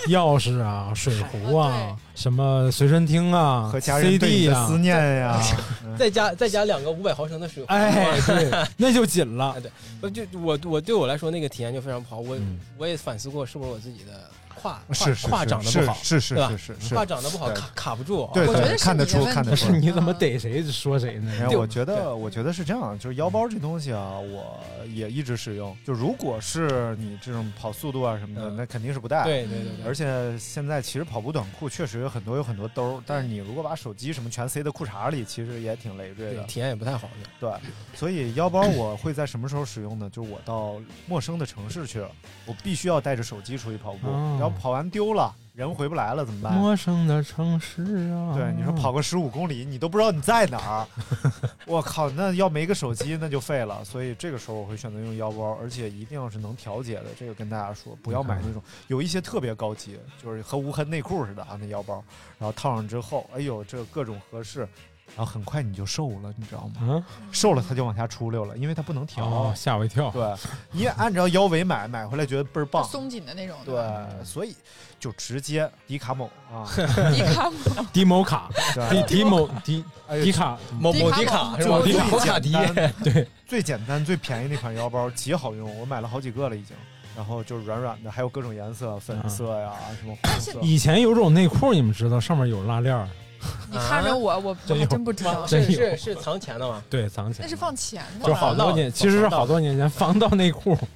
Speaker 2: 钥匙啊、水壶啊
Speaker 4: 啊、
Speaker 2: 什么随身听啊、
Speaker 1: 嗯和家人对你
Speaker 2: CD
Speaker 1: 的
Speaker 2: 啊
Speaker 1: 思，念呀， 嗯
Speaker 3: 再加再加两个五百毫升的水壶，呃
Speaker 2: 哎，对，那就紧了
Speaker 3: 哎。就我我对我来说那个体验就非常不好。我
Speaker 2: 嗯
Speaker 3: 我也反思过，是不是我自己的胯
Speaker 1: 是
Speaker 3: 胯
Speaker 1: 是
Speaker 3: 胯长得不好，
Speaker 1: 是是
Speaker 3: 对吧
Speaker 1: 是是是
Speaker 3: 胯
Speaker 1: 是，
Speaker 3: 长得不好
Speaker 1: 对
Speaker 3: 卡卡不住啊。
Speaker 1: 对，
Speaker 4: 我觉
Speaker 1: 对
Speaker 4: 得是
Speaker 1: 看得
Speaker 4: 你的
Speaker 1: 出
Speaker 4: 问
Speaker 1: 看得
Speaker 4: 题嗯
Speaker 1: 出
Speaker 2: 是。你怎么逮谁说谁呢？
Speaker 1: 没有，
Speaker 3: 对
Speaker 1: 哎我觉得，我觉得是这样，就是腰包这东西啊，我也一直使用。就如果是你这种跑速度啊什么的，
Speaker 3: 嗯
Speaker 1: 那肯定是不带。，
Speaker 3: 对对对对，
Speaker 1: 而且现在其实跑步短裤确实有很多有很多兜儿，但是你如果把手机什么全塞在裤衩里，其实也挺累赘
Speaker 3: 对
Speaker 1: 的。
Speaker 3: 体验也不太好的。
Speaker 1: 对，所以腰包我会在什么时候使用呢？就是我到陌生的城市去了，我必须要带着手机出去跑步，
Speaker 2: 哦
Speaker 1: 然后跑完丢了，人回不来了怎么办？
Speaker 2: 陌生的城市啊，
Speaker 1: 对，你说跑个十五公里，你都不知道你在哪儿，我靠，那要没个手机那就废了。所以这个时候我会选择用腰包，而且一定要是能调节的。这个跟大家说，不要买那种有一些特别高级，就是和无痕内裤似的啊，那腰包，然后套上之后，哎呦，这各种合适，然后很快你就瘦了，你知道吗？
Speaker 2: 啊，
Speaker 4: 嗯
Speaker 1: 瘦了它就往下出溜了，因为它不能调。
Speaker 2: 哦，吓我一 跳。
Speaker 1: 对，你按照腰围买，买回来觉得倍儿棒。
Speaker 4: 松紧的那种，
Speaker 1: 对，所以就直接迪卡某 啊，
Speaker 4: 吧，迪 卡姆
Speaker 2: 迪某卡，迪
Speaker 1: 对，
Speaker 2: 迪某迪
Speaker 1: 哎呦
Speaker 2: 迪卡，
Speaker 3: 某
Speaker 4: 迪
Speaker 3: 某
Speaker 4: 卡
Speaker 3: 迪
Speaker 4: 侬
Speaker 3: 卡
Speaker 4: 就是
Speaker 3: 吧？
Speaker 1: 最
Speaker 3: 某卡迪，
Speaker 1: 简单
Speaker 2: 对，
Speaker 1: 最简单最便宜那款腰包极好用，我买了好几个了已经。然后就是软软的，还有各种颜色，粉色呀，什么红色。
Speaker 2: 以前有种内裤，你们知道，上面有拉链儿，
Speaker 4: 你看着我，我我
Speaker 2: 啊真有
Speaker 4: 还真不知道，
Speaker 2: 真
Speaker 3: 是
Speaker 2: 有
Speaker 3: 是是藏钱的嘛？
Speaker 2: 对，藏起来
Speaker 4: 那是放钱的吧，
Speaker 2: 就好多
Speaker 3: 防盗
Speaker 2: 年，其实是好多年前防盗内裤。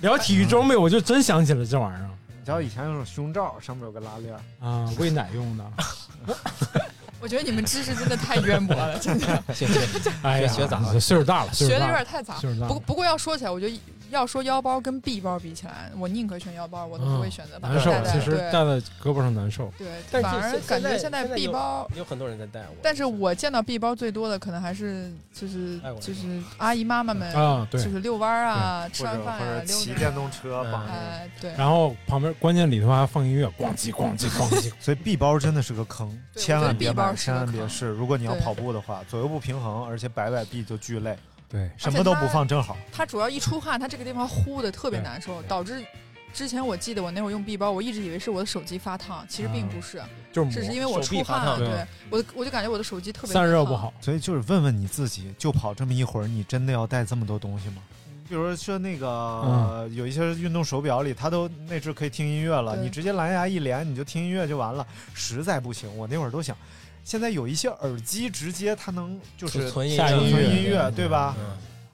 Speaker 2: 聊体育装备，我就真想起了这玩意儿
Speaker 1: 你知道以前有种胸罩，上面有个拉链，
Speaker 2: 啊，喂奶用的。
Speaker 4: 我觉得你们知识真的太渊博了， 真的
Speaker 3: 谢谢。
Speaker 2: 哎呀，
Speaker 3: 学学杂了
Speaker 2: 岁数大了，岁
Speaker 4: 学
Speaker 2: 数
Speaker 4: 的有
Speaker 2: 大
Speaker 4: 点
Speaker 2: 了，
Speaker 4: 太杂。
Speaker 2: 岁数大
Speaker 4: 不过
Speaker 2: 了。
Speaker 4: 不过要说起来，我觉得要说腰包跟臂包比起来，我宁可选腰包，我都不会选择把它
Speaker 2: 嗯难受啊
Speaker 4: 戴，在
Speaker 2: 其实
Speaker 4: 对
Speaker 2: 戴在胳膊上难受。
Speaker 4: 对，
Speaker 3: 但是
Speaker 4: 反而
Speaker 3: 现
Speaker 4: 感觉
Speaker 3: 现
Speaker 4: 现
Speaker 3: 在现在
Speaker 4: 臂
Speaker 3: 有
Speaker 4: 包。
Speaker 3: 有很多人在带我，
Speaker 4: 但是我见到臂包最多的，可能还是就是
Speaker 3: 外国人
Speaker 4: 就是阿姨妈妈们，
Speaker 2: 啊，
Speaker 4: 就
Speaker 2: 对。
Speaker 4: 是遛弯儿啊，吃
Speaker 1: 或
Speaker 4: 完
Speaker 1: 者
Speaker 4: 饭
Speaker 1: 或
Speaker 4: 啊
Speaker 1: 者，
Speaker 4: 溜
Speaker 1: 骑
Speaker 4: 达
Speaker 1: 电啊动车
Speaker 3: 嗯
Speaker 1: 绑着。
Speaker 4: 哎，对，
Speaker 2: 然后旁边关键里头还放音乐，咣叽咣叽咣叽。
Speaker 1: 所以 B 包真的是个坑，
Speaker 4: 对
Speaker 1: 千
Speaker 4: 我觉
Speaker 1: 万
Speaker 4: 得
Speaker 1: 别
Speaker 4: B 包
Speaker 1: 买，
Speaker 4: 是
Speaker 1: 千
Speaker 4: 个
Speaker 1: 万别
Speaker 4: 坑嗯
Speaker 1: 试。如果你要
Speaker 4: 对
Speaker 1: 跑步的话，左右不平衡，而且摆摆臂就巨累，
Speaker 2: 对，
Speaker 1: 什么都
Speaker 4: 它
Speaker 1: 不放正好。
Speaker 4: 它主要一出汗，它这个地方呼的特别难受，
Speaker 2: 对
Speaker 4: 导致之前我记得我那会儿用臂包，我一直以为是我的手机发烫，其实并不是，
Speaker 2: 就是
Speaker 4: 只是因为
Speaker 2: 为
Speaker 4: 我
Speaker 3: 手臂
Speaker 4: 出
Speaker 3: 发
Speaker 4: 汗，
Speaker 3: 烫
Speaker 2: 对
Speaker 4: 对我的我就感觉我的手机特别
Speaker 2: 散热
Speaker 4: 烫
Speaker 2: 不。好。
Speaker 1: 所以就是问问你自己，就跑这么一会儿，你真的要带这么多东西吗？
Speaker 4: 嗯
Speaker 1: 比如说那个、呃
Speaker 2: 嗯
Speaker 1: 有一些运动手表里，它都内置可以听音乐了，
Speaker 4: 对
Speaker 1: 你直接蓝牙一连，你就听音乐就完了。实在不行，我那会儿都想，现在有一些耳机直接它能就是
Speaker 3: 存
Speaker 2: 下
Speaker 1: 存
Speaker 2: 音
Speaker 1: 音
Speaker 2: 乐
Speaker 1: 乐，对吧？
Speaker 3: 嗯，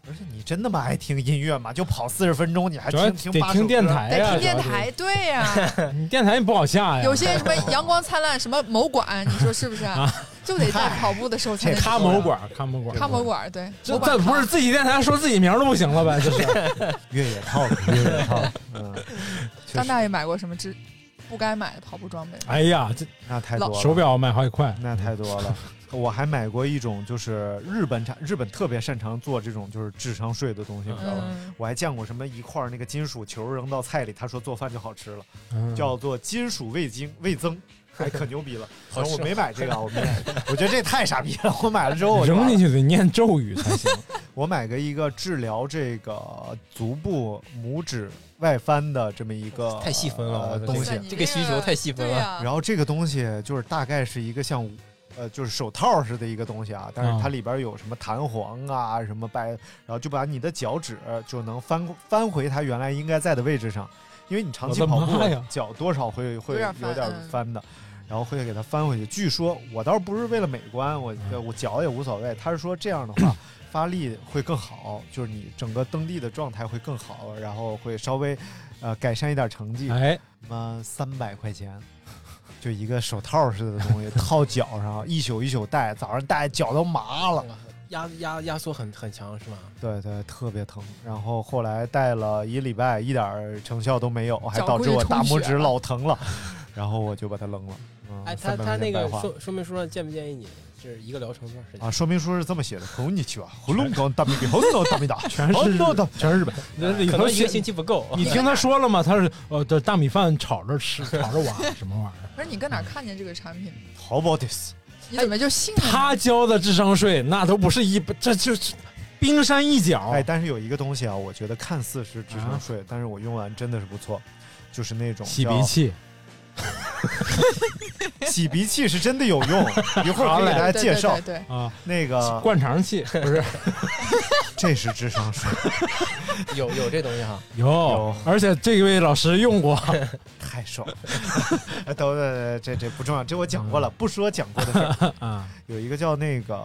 Speaker 1: 而且你真的嘛爱听音乐嘛，就跑四十分钟，你还
Speaker 2: 主要
Speaker 1: 听
Speaker 2: 得
Speaker 1: 听八首
Speaker 2: 听电
Speaker 1: 歌，
Speaker 2: 台
Speaker 4: 得
Speaker 2: 哎呀，
Speaker 4: 听电
Speaker 2: 主要是
Speaker 4: 台，对呀、
Speaker 2: 你电台也不好下呀。
Speaker 4: 有些什么阳光灿烂什么某馆，你说是不是啊？就得在跑步的时候才能
Speaker 2: 咖某馆，咖某 馆，
Speaker 4: 看某馆，对，
Speaker 2: 哎这
Speaker 4: 某馆
Speaker 2: 这不是
Speaker 4: 咖
Speaker 2: 自己电台说自己名儿都不行了呗？这是
Speaker 1: 越野套，越野套，嗯，确
Speaker 4: 张
Speaker 1: 实
Speaker 4: 大爷买过什么之不该买的跑步装备？
Speaker 2: 哎呀，这
Speaker 1: 那太多了。
Speaker 2: 手表买好几块，
Speaker 1: 那太多了。我还买过一种，就是日本产，日本特别擅长做这种就是智商税的东西，你知道吧？
Speaker 4: 嗯，
Speaker 1: 我还见过什么一块儿那个金属球扔到菜里，他说做饭就好吃了，
Speaker 2: 嗯
Speaker 1: 叫做金属味精味增，还可牛逼了。
Speaker 3: 好
Speaker 1: 然后我
Speaker 3: 吃
Speaker 1: 没买这个啊，我没买，我觉得这太傻逼了。 我买了之后我就
Speaker 2: 扔
Speaker 1: 完
Speaker 2: 进
Speaker 1: 了
Speaker 2: 去得念咒语才行。
Speaker 1: 我买个一个治疗这个足部拇指外翻的这么一个
Speaker 3: 太细分
Speaker 1: 呃
Speaker 3: 了，我的
Speaker 1: 东
Speaker 3: 这
Speaker 1: 西
Speaker 4: 塞
Speaker 3: 个
Speaker 4: 你
Speaker 3: 这个需求太细分
Speaker 4: 对
Speaker 3: 了。
Speaker 4: 呀、
Speaker 1: 然后这个东西就是大概是一个像，呃，就是手套似的一个东西啊，但是它里边有什么弹簧啊，什么掰，然后就把你的脚趾就能翻翻回它原来应该在的位置上，因为你长期
Speaker 2: 我的
Speaker 1: 跑
Speaker 2: 妈
Speaker 1: 步
Speaker 2: 呀，
Speaker 1: 脚多少会会
Speaker 4: 有点翻
Speaker 1: 有点
Speaker 4: 嗯
Speaker 1: 翻的。然后会给它翻回去。据说我倒是不是为了美观，我
Speaker 2: 嗯
Speaker 1: 我脚也无所谓。他是说这样的话发力会更好，就是你整个蹬地的状态会更好，然后会稍微呃改善一点成绩。
Speaker 2: 哎，
Speaker 1: 什么三百块钱， 就一个手套似的东西套脚上，一宿一宿戴，早上戴脚都麻了。
Speaker 3: 压压压缩很很强是吧？
Speaker 1: 对对，特别疼。然后后来戴了一礼拜，一点儿成效都没有，还
Speaker 4: 脚
Speaker 1: 导
Speaker 4: 估
Speaker 1: 致
Speaker 4: 计
Speaker 1: 我大
Speaker 4: 充血
Speaker 1: 拇指
Speaker 4: 了
Speaker 1: 老疼了。 然后我就把它扔了。嗯，
Speaker 3: 哎，他
Speaker 1: 300
Speaker 3: 他
Speaker 1: 块
Speaker 3: 那
Speaker 1: 钱白
Speaker 3: 个
Speaker 1: 花
Speaker 3: 说说明书上建不建议你是一个疗程多长时间？
Speaker 1: 啊，说明书是这么写的：红你去吧，红龙岗大米的，红龙大米的，
Speaker 2: 全
Speaker 1: 红
Speaker 2: 是
Speaker 1: 龙大。
Speaker 2: 全是日本，这里
Speaker 3: 可
Speaker 2: 头
Speaker 3: 能一
Speaker 2: 写
Speaker 3: 个星期 不够。
Speaker 2: 你听他说了吗？他是呃，这大米饭炒着吃，炒着挖，什么玩意儿？
Speaker 4: 不是你搁哪儿看见这个产品？
Speaker 1: 淘宝 this，
Speaker 4: 你怎么就信了呢？
Speaker 2: 他交的智商税那都不是一，这就是冰山一角
Speaker 1: 哎，。但是有一个东西啊，我觉得看似是智商
Speaker 2: 啊
Speaker 1: 税，但是我用完真的是不错，就是那种
Speaker 2: 洗
Speaker 1: 叫
Speaker 2: 鼻器，
Speaker 1: 洗鼻器是真的有 用，一会儿可以给大家
Speaker 4: 对
Speaker 1: 介绍
Speaker 4: 对对对
Speaker 2: 啊，
Speaker 1: 那个。
Speaker 2: 灌肠器不是？
Speaker 1: 这是智商税，
Speaker 3: 有有这东西 哈，
Speaker 2: 有，而且这位老师用 过，
Speaker 1: 太爽了！哎等等，这这不重要，这我讲过了，不说讲过的事儿。
Speaker 2: 啊，
Speaker 1: 有一个叫那个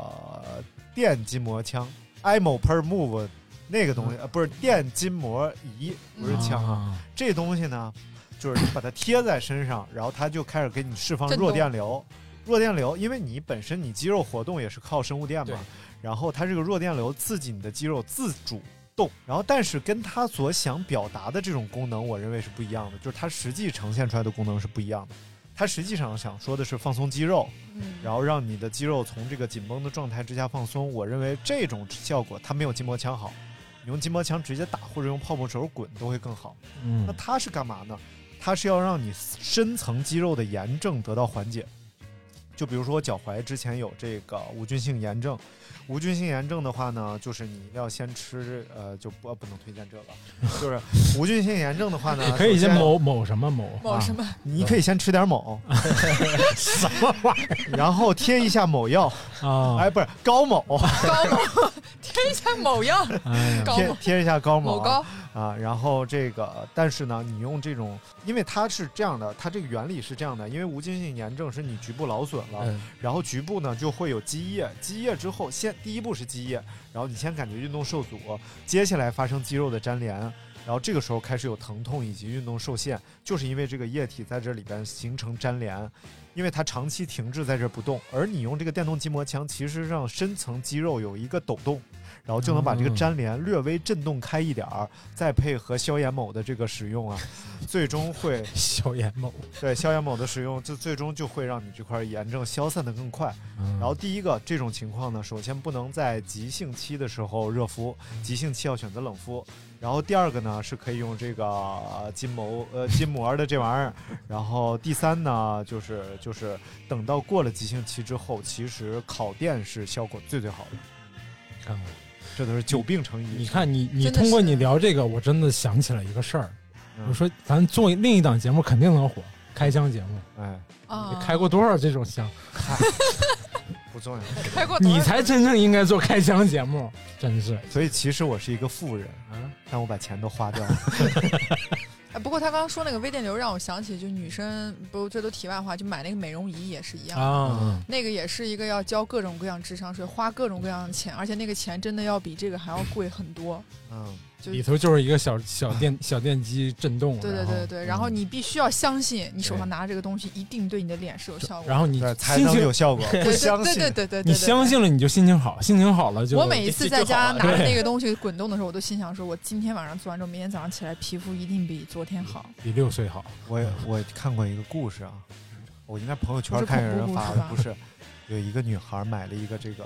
Speaker 1: 电筋膜枪 i m o per move 那个东西，呃，不是电筋膜仪，不是枪啊。
Speaker 2: 啊，
Speaker 1: 这东西呢，就是你把它贴在身上，然后它就开始给你释放
Speaker 4: 震动
Speaker 1: 弱电流。弱电流，因为你本身你肌肉活动也是靠生物电
Speaker 3: 对
Speaker 1: 嘛，然后它这个弱电流刺激你的肌肉自主动，然后但是跟它所想表达的这种功能，我认为是不一样的，就是它实际呈现出来的功能是不一样的。它实际上想说的是放松肌肉，
Speaker 4: 嗯，
Speaker 1: 然后让你的肌肉从这个紧绷的状态之下放松。我认为这种效果它没有筋膜枪好，你用筋膜枪直接打或者用泡沫轴滚都会更好。
Speaker 2: 嗯
Speaker 1: 那，它是干嘛呢？它是要让你深层肌肉的炎症得到缓解。就比如说我脚踝之前有这个无菌性炎症，无菌性炎症的话呢，就是你一定要先吃，呃，就不不能推荐这个，就是 无菌性炎症的话呢，
Speaker 2: 可以
Speaker 1: 首
Speaker 2: 先
Speaker 1: 先
Speaker 2: 某某什么某啊
Speaker 4: 某什么
Speaker 1: 你可以先吃点 某，
Speaker 2: 什么玩意
Speaker 1: 然后贴一下某药，
Speaker 2: 儿啊？
Speaker 1: 哎，不是高某，
Speaker 4: 高 某，贴一下某样
Speaker 2: 哎呀，
Speaker 4: 高
Speaker 1: 贴
Speaker 4: 某
Speaker 1: 贴一下高
Speaker 4: 某
Speaker 1: 铆啊
Speaker 4: 高，
Speaker 1: 啊，然后这个，但是呢，你用这种，因为它是这样的，它这个原理是这样的，因为无菌性炎症是你局部劳损了，
Speaker 3: 嗯，
Speaker 1: 然后局部呢就会有积液，积液之后先第一步是积液，然后你先感觉运动受阻，接下来发生肌肉的粘连，然后这个时候开始有疼痛以及运动受限，就是因为这个液体在这里边形成粘连，因为它长期停滞在这儿不动，而你用这个电动筋膜枪，其实让深层肌肉有一个抖动。然后就能把这个
Speaker 2: 嗯
Speaker 1: 粘连略微震动开一点儿，再配合消炎某的这个使用啊，最终会
Speaker 2: 小眼某，
Speaker 1: 对消炎某的使用，就最终就会让你这块炎症消散的更快。
Speaker 2: 嗯
Speaker 1: 然后第一个这种情况呢，首先不能在急性期的时候热敷，急性期要选择冷敷。然后第二个呢，是可以用这个呃筋膜呃筋膜的这玩意儿。然后第三呢，就是就是等到过了急性期之后，其实烤电是效果最最好的。
Speaker 2: 看看
Speaker 1: 这都是久病成
Speaker 2: 你
Speaker 1: 医。
Speaker 2: 看你你
Speaker 4: 真的
Speaker 2: 通过
Speaker 4: 是
Speaker 2: 你聊这个，我真的想起了一个事儿。
Speaker 1: 嗯
Speaker 2: 我说咱做另一档节目肯定能火，开箱节目，
Speaker 1: 哎，
Speaker 4: 啊
Speaker 2: 你，开过多少这种箱？
Speaker 1: 不重要。
Speaker 4: 开 过多少
Speaker 2: 你才真正应该做开箱节目，真是
Speaker 1: 所以其实我是一个富人，
Speaker 2: 啊！
Speaker 1: 但我把钱都花掉了。
Speaker 4: 哎，不过他刚刚说那个微电流让我想起，就女生不，这都题外话，就买那个美容仪也是一样，
Speaker 2: 啊，
Speaker 4: 那个也是一个要交各种各样智商税，花各种各样的钱，而且那个钱真的要比这个还要贵很多。
Speaker 2: 哦
Speaker 1: 嗯，
Speaker 4: 就
Speaker 2: 里头就是一个小小电小电机震动，
Speaker 4: 对对
Speaker 2: 然后
Speaker 4: 对对，然后
Speaker 2: 嗯
Speaker 4: 你必须要相信，你手
Speaker 2: 对
Speaker 4: 上拿着这个东西一定对你的脸是有效果的。
Speaker 2: 然后你
Speaker 1: 对，才
Speaker 2: 心
Speaker 1: 能有
Speaker 2: 情
Speaker 1: 效果。不
Speaker 4: 对
Speaker 1: 相
Speaker 4: 对
Speaker 1: 信
Speaker 4: 对对对对，
Speaker 2: 你
Speaker 4: 对
Speaker 2: 相。信了你就心情好，心情好了就
Speaker 4: 我每一次在家
Speaker 3: 就
Speaker 4: 拿
Speaker 3: 就好
Speaker 2: 了
Speaker 4: 着那个东西滚动的时候，我都心想说，我今天晚上做完之后，明天早上起来皮肤一定比昨天好。
Speaker 2: 比六岁好，
Speaker 1: 我我看过一个故事啊，我应该朋友圈看有人发的，不
Speaker 4: 不
Speaker 1: 是有一个女孩买了一个这个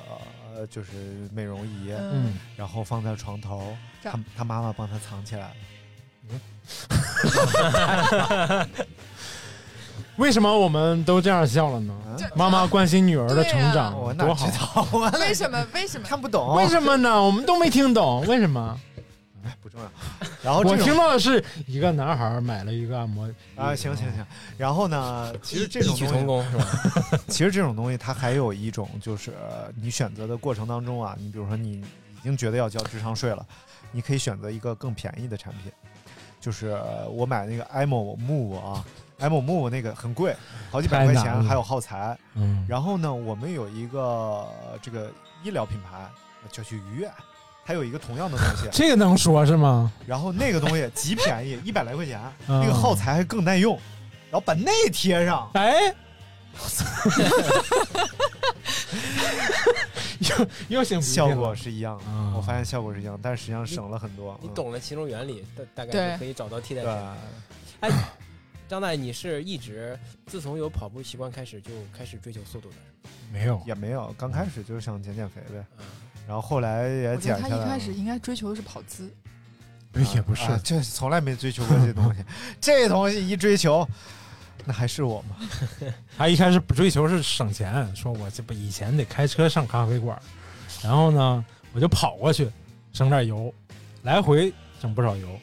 Speaker 1: 呃，就是美容仪，
Speaker 4: 嗯
Speaker 2: 嗯，，
Speaker 1: 然后放在床头，
Speaker 4: 这
Speaker 1: 她她妈妈帮她藏起来了。
Speaker 2: 为什么我们都这样笑了呢？
Speaker 1: 嗯
Speaker 4: 这
Speaker 2: 妈妈关心女儿的
Speaker 4: 对
Speaker 2: 成
Speaker 4: 呀
Speaker 2: 长
Speaker 1: 我哪
Speaker 2: 多好
Speaker 1: 哦知，道啊？
Speaker 4: 为什么？为什么？
Speaker 1: 看不懂，
Speaker 2: 为什么呢？我们都没听懂为什么。
Speaker 1: 哎 不重要。然后
Speaker 2: 我
Speaker 1: 哦这
Speaker 2: 听
Speaker 1: 种
Speaker 2: 到的是一个男孩儿买了一个按摩
Speaker 1: 啊，行行，行。然后呢，其实这
Speaker 3: 异
Speaker 1: 种
Speaker 3: 曲
Speaker 1: 东西，
Speaker 3: 同工是吧？
Speaker 1: 其实这种东西它还有一种就是呃你选择的过程当中啊，你比如说你已经觉得要交智商税了，你可以选择一个更便宜的产品，就是呃我买那个 iMo Move 啊，iMo Move 那个很贵，好几百块
Speaker 2: 太
Speaker 1: 钱
Speaker 2: 难了
Speaker 1: 还有耗材。
Speaker 2: 嗯，
Speaker 1: 然后呢，我们有一个呃这个医疗品牌叫去愉悦，它有一个同样的东 西，
Speaker 2: 这个能说是吗？
Speaker 1: 然后那个东西极便宜，一百来块钱，
Speaker 2: 嗯
Speaker 1: 那个耗材还更耐用，然后把那贴上，
Speaker 2: 哎，又又醒
Speaker 1: 效果是一样的。
Speaker 2: 啊，
Speaker 1: 我发现效果是一样，但是实际上省了很多。
Speaker 3: 你
Speaker 1: 嗯
Speaker 3: 懂了其中原理，大大概
Speaker 4: 对
Speaker 3: 就可以找到替代
Speaker 1: 对啊
Speaker 3: 品。张大爷，你是一直自从有跑步习惯开始就开始追求速度的，
Speaker 2: 没有
Speaker 1: 也没有，刚开始就是想减减肥呗，
Speaker 3: 嗯，
Speaker 1: 然后后来也
Speaker 4: 我觉
Speaker 1: 减
Speaker 4: 得
Speaker 1: 下
Speaker 4: 他
Speaker 1: 来了。
Speaker 4: 一开始应该追求的是跑姿，
Speaker 2: 也不是
Speaker 1: 啊，这从来没追求过这东西， 这东西一追求，那还是我吗？
Speaker 2: 他一开始不追求是省钱，说我这不以前得开车上咖啡馆，然后呢我就跑过去省点油，来回省不少油。啊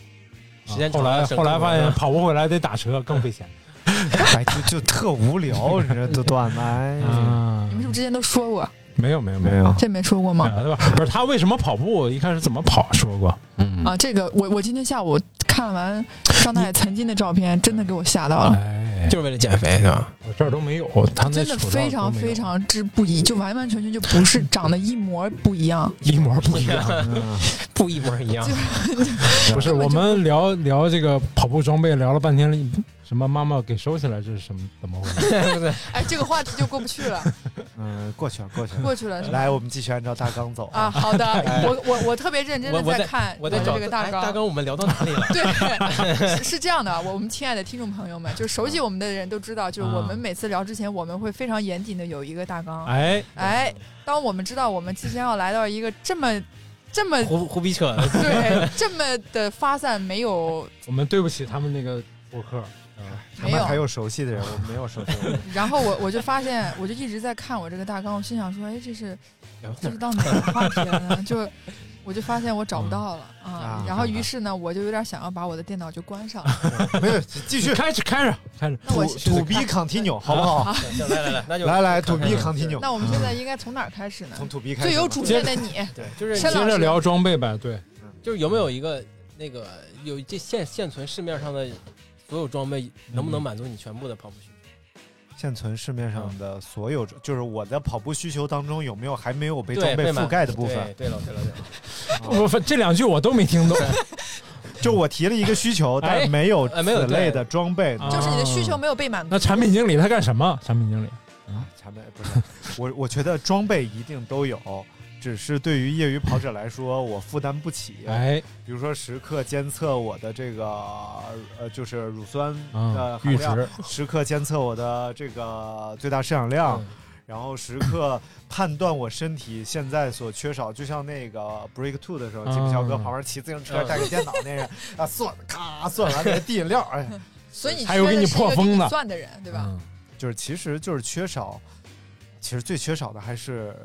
Speaker 3: 时间
Speaker 2: 后
Speaker 3: 长了
Speaker 2: 来
Speaker 3: 省
Speaker 2: 后来
Speaker 3: 更多
Speaker 2: 发现
Speaker 3: 了
Speaker 2: 跑不回来得打车更费钱
Speaker 1: 哎，就就特无聊，你这段子。哎
Speaker 2: 啊
Speaker 4: 你们是不是之前都说过？
Speaker 2: 没有没有没有。
Speaker 1: 有
Speaker 4: 这没说过吗？
Speaker 2: 对吧？不是他为什么跑步？一开始怎么跑？说过，
Speaker 5: 嗯
Speaker 4: 啊，这个我我今天下午看完张大爷曾经的照片，真的给我吓到了，
Speaker 2: 哎，
Speaker 3: 就是为了减肥，对吧？
Speaker 2: 我这儿都没有，他那
Speaker 4: 真的
Speaker 2: 手
Speaker 4: 非
Speaker 2: 照都
Speaker 4: 常
Speaker 2: 没有
Speaker 4: 非常之不一，就完完全全就不是长得一模不一样。
Speaker 2: 一模 不一样。
Speaker 1: 嗯
Speaker 3: 不一模一样
Speaker 4: 就，
Speaker 2: 不是，
Speaker 4: 根本
Speaker 2: 我
Speaker 4: 就
Speaker 2: 们聊聊这个跑步装备，聊了半天，什么妈妈给收起来，这是什么怎么回 事？
Speaker 3: 不是
Speaker 4: 哎，这个话题就过不去了，
Speaker 1: 嗯，过去了，过去了。
Speaker 4: 过去了是吧？
Speaker 1: 来，我们继续按照大纲走
Speaker 4: 啊，。好的，我我我特别认真的
Speaker 3: 我我在
Speaker 4: 看
Speaker 3: 我
Speaker 4: 我
Speaker 3: 在
Speaker 4: 的
Speaker 3: 找
Speaker 4: 这个大
Speaker 3: 哎
Speaker 4: 纲。
Speaker 3: 大纲我们聊到哪里 了？
Speaker 4: 对，是是这样的，啊我我们亲爱的听众朋友们，就是熟悉我们的人都知道，就是我
Speaker 2: 啊
Speaker 4: 们每次聊之前，我们会非常严谨的有一个大纲。
Speaker 2: 哎，
Speaker 4: 哎，当我们知道我们即将要来到一个这么、这么
Speaker 3: 胡胡逼扯 的，
Speaker 4: 对、这么的发散，没有，
Speaker 2: 我们对不起他们那个博客，
Speaker 1: 他
Speaker 4: 没
Speaker 1: 们还
Speaker 4: 有。
Speaker 1: 有熟悉的人，我们没有熟悉 的人。
Speaker 4: 然后我我就发现，我就一直在看我这个大纲，我心想说，哎，这是
Speaker 3: 聊
Speaker 4: 这是
Speaker 3: 哪儿
Speaker 4: 到哪个话题了呢？就我就发现我找不到了啊
Speaker 1: 啊。
Speaker 4: 然后于是呢，我就有点想要把我的电脑就关上了。
Speaker 1: 没有，继续。
Speaker 2: 开始开始开始，
Speaker 4: 那我
Speaker 1: 土逼 continue 好不好？
Speaker 3: 行来来来，那就
Speaker 1: 来来，土
Speaker 3: 看看
Speaker 1: 逼 continue，
Speaker 4: 那我们现在应该从哪儿开始呢？
Speaker 1: 从土逼开始吧。
Speaker 4: 最有主见的你。
Speaker 3: 对，就是
Speaker 4: 山
Speaker 2: 接
Speaker 4: 老
Speaker 2: 着
Speaker 4: 师
Speaker 2: 聊装备呗。对，
Speaker 3: 就是有没有一个那个有这现现存市面上的所有装备，能不能满足你全部的跑步需求？
Speaker 1: 现存市面
Speaker 3: 嗯
Speaker 1: 上的所有，就是我的跑步需求当中有没有还没有被装
Speaker 3: 对，
Speaker 1: 备
Speaker 3: 被满
Speaker 1: 覆盖的部分？
Speaker 3: 对对了对了对了，
Speaker 2: 我这两句我都没听懂。
Speaker 1: 就我提了一个需求，
Speaker 3: 哎
Speaker 1: 但是没有
Speaker 3: 哎没有
Speaker 1: 此类的装备。
Speaker 2: 啊
Speaker 4: 就是你的需求没有被满足。
Speaker 2: 那产品经理他干什么？产品经理
Speaker 1: 啊，产品不是我，我觉得装备一定都有，只是对于业余跑者来说，我负担不起。
Speaker 2: 哎，
Speaker 1: 比如说时刻监测我的这个呃，就是乳酸的
Speaker 2: 嗯，
Speaker 3: 呃
Speaker 1: 含
Speaker 2: 阈
Speaker 1: 量，
Speaker 2: 值，
Speaker 1: 时刻监测我的这个最大摄氧量，然后时刻判断我身体现在所缺少，就像那个 Break Two 的时候，
Speaker 2: 嗯
Speaker 1: 吉普乔哥旁边骑自行车
Speaker 3: 嗯
Speaker 1: 带个电脑那人啊，算咔算完给递饮料，哎，
Speaker 4: 所以你
Speaker 2: 还有
Speaker 4: 缺
Speaker 2: 给
Speaker 4: 的
Speaker 2: 你
Speaker 4: 是一
Speaker 2: 破
Speaker 4: 个
Speaker 2: 风
Speaker 4: 给
Speaker 2: 的
Speaker 4: 你算的人，对吧？
Speaker 2: 嗯？
Speaker 1: 就是其实就是缺少，其实最缺少的还是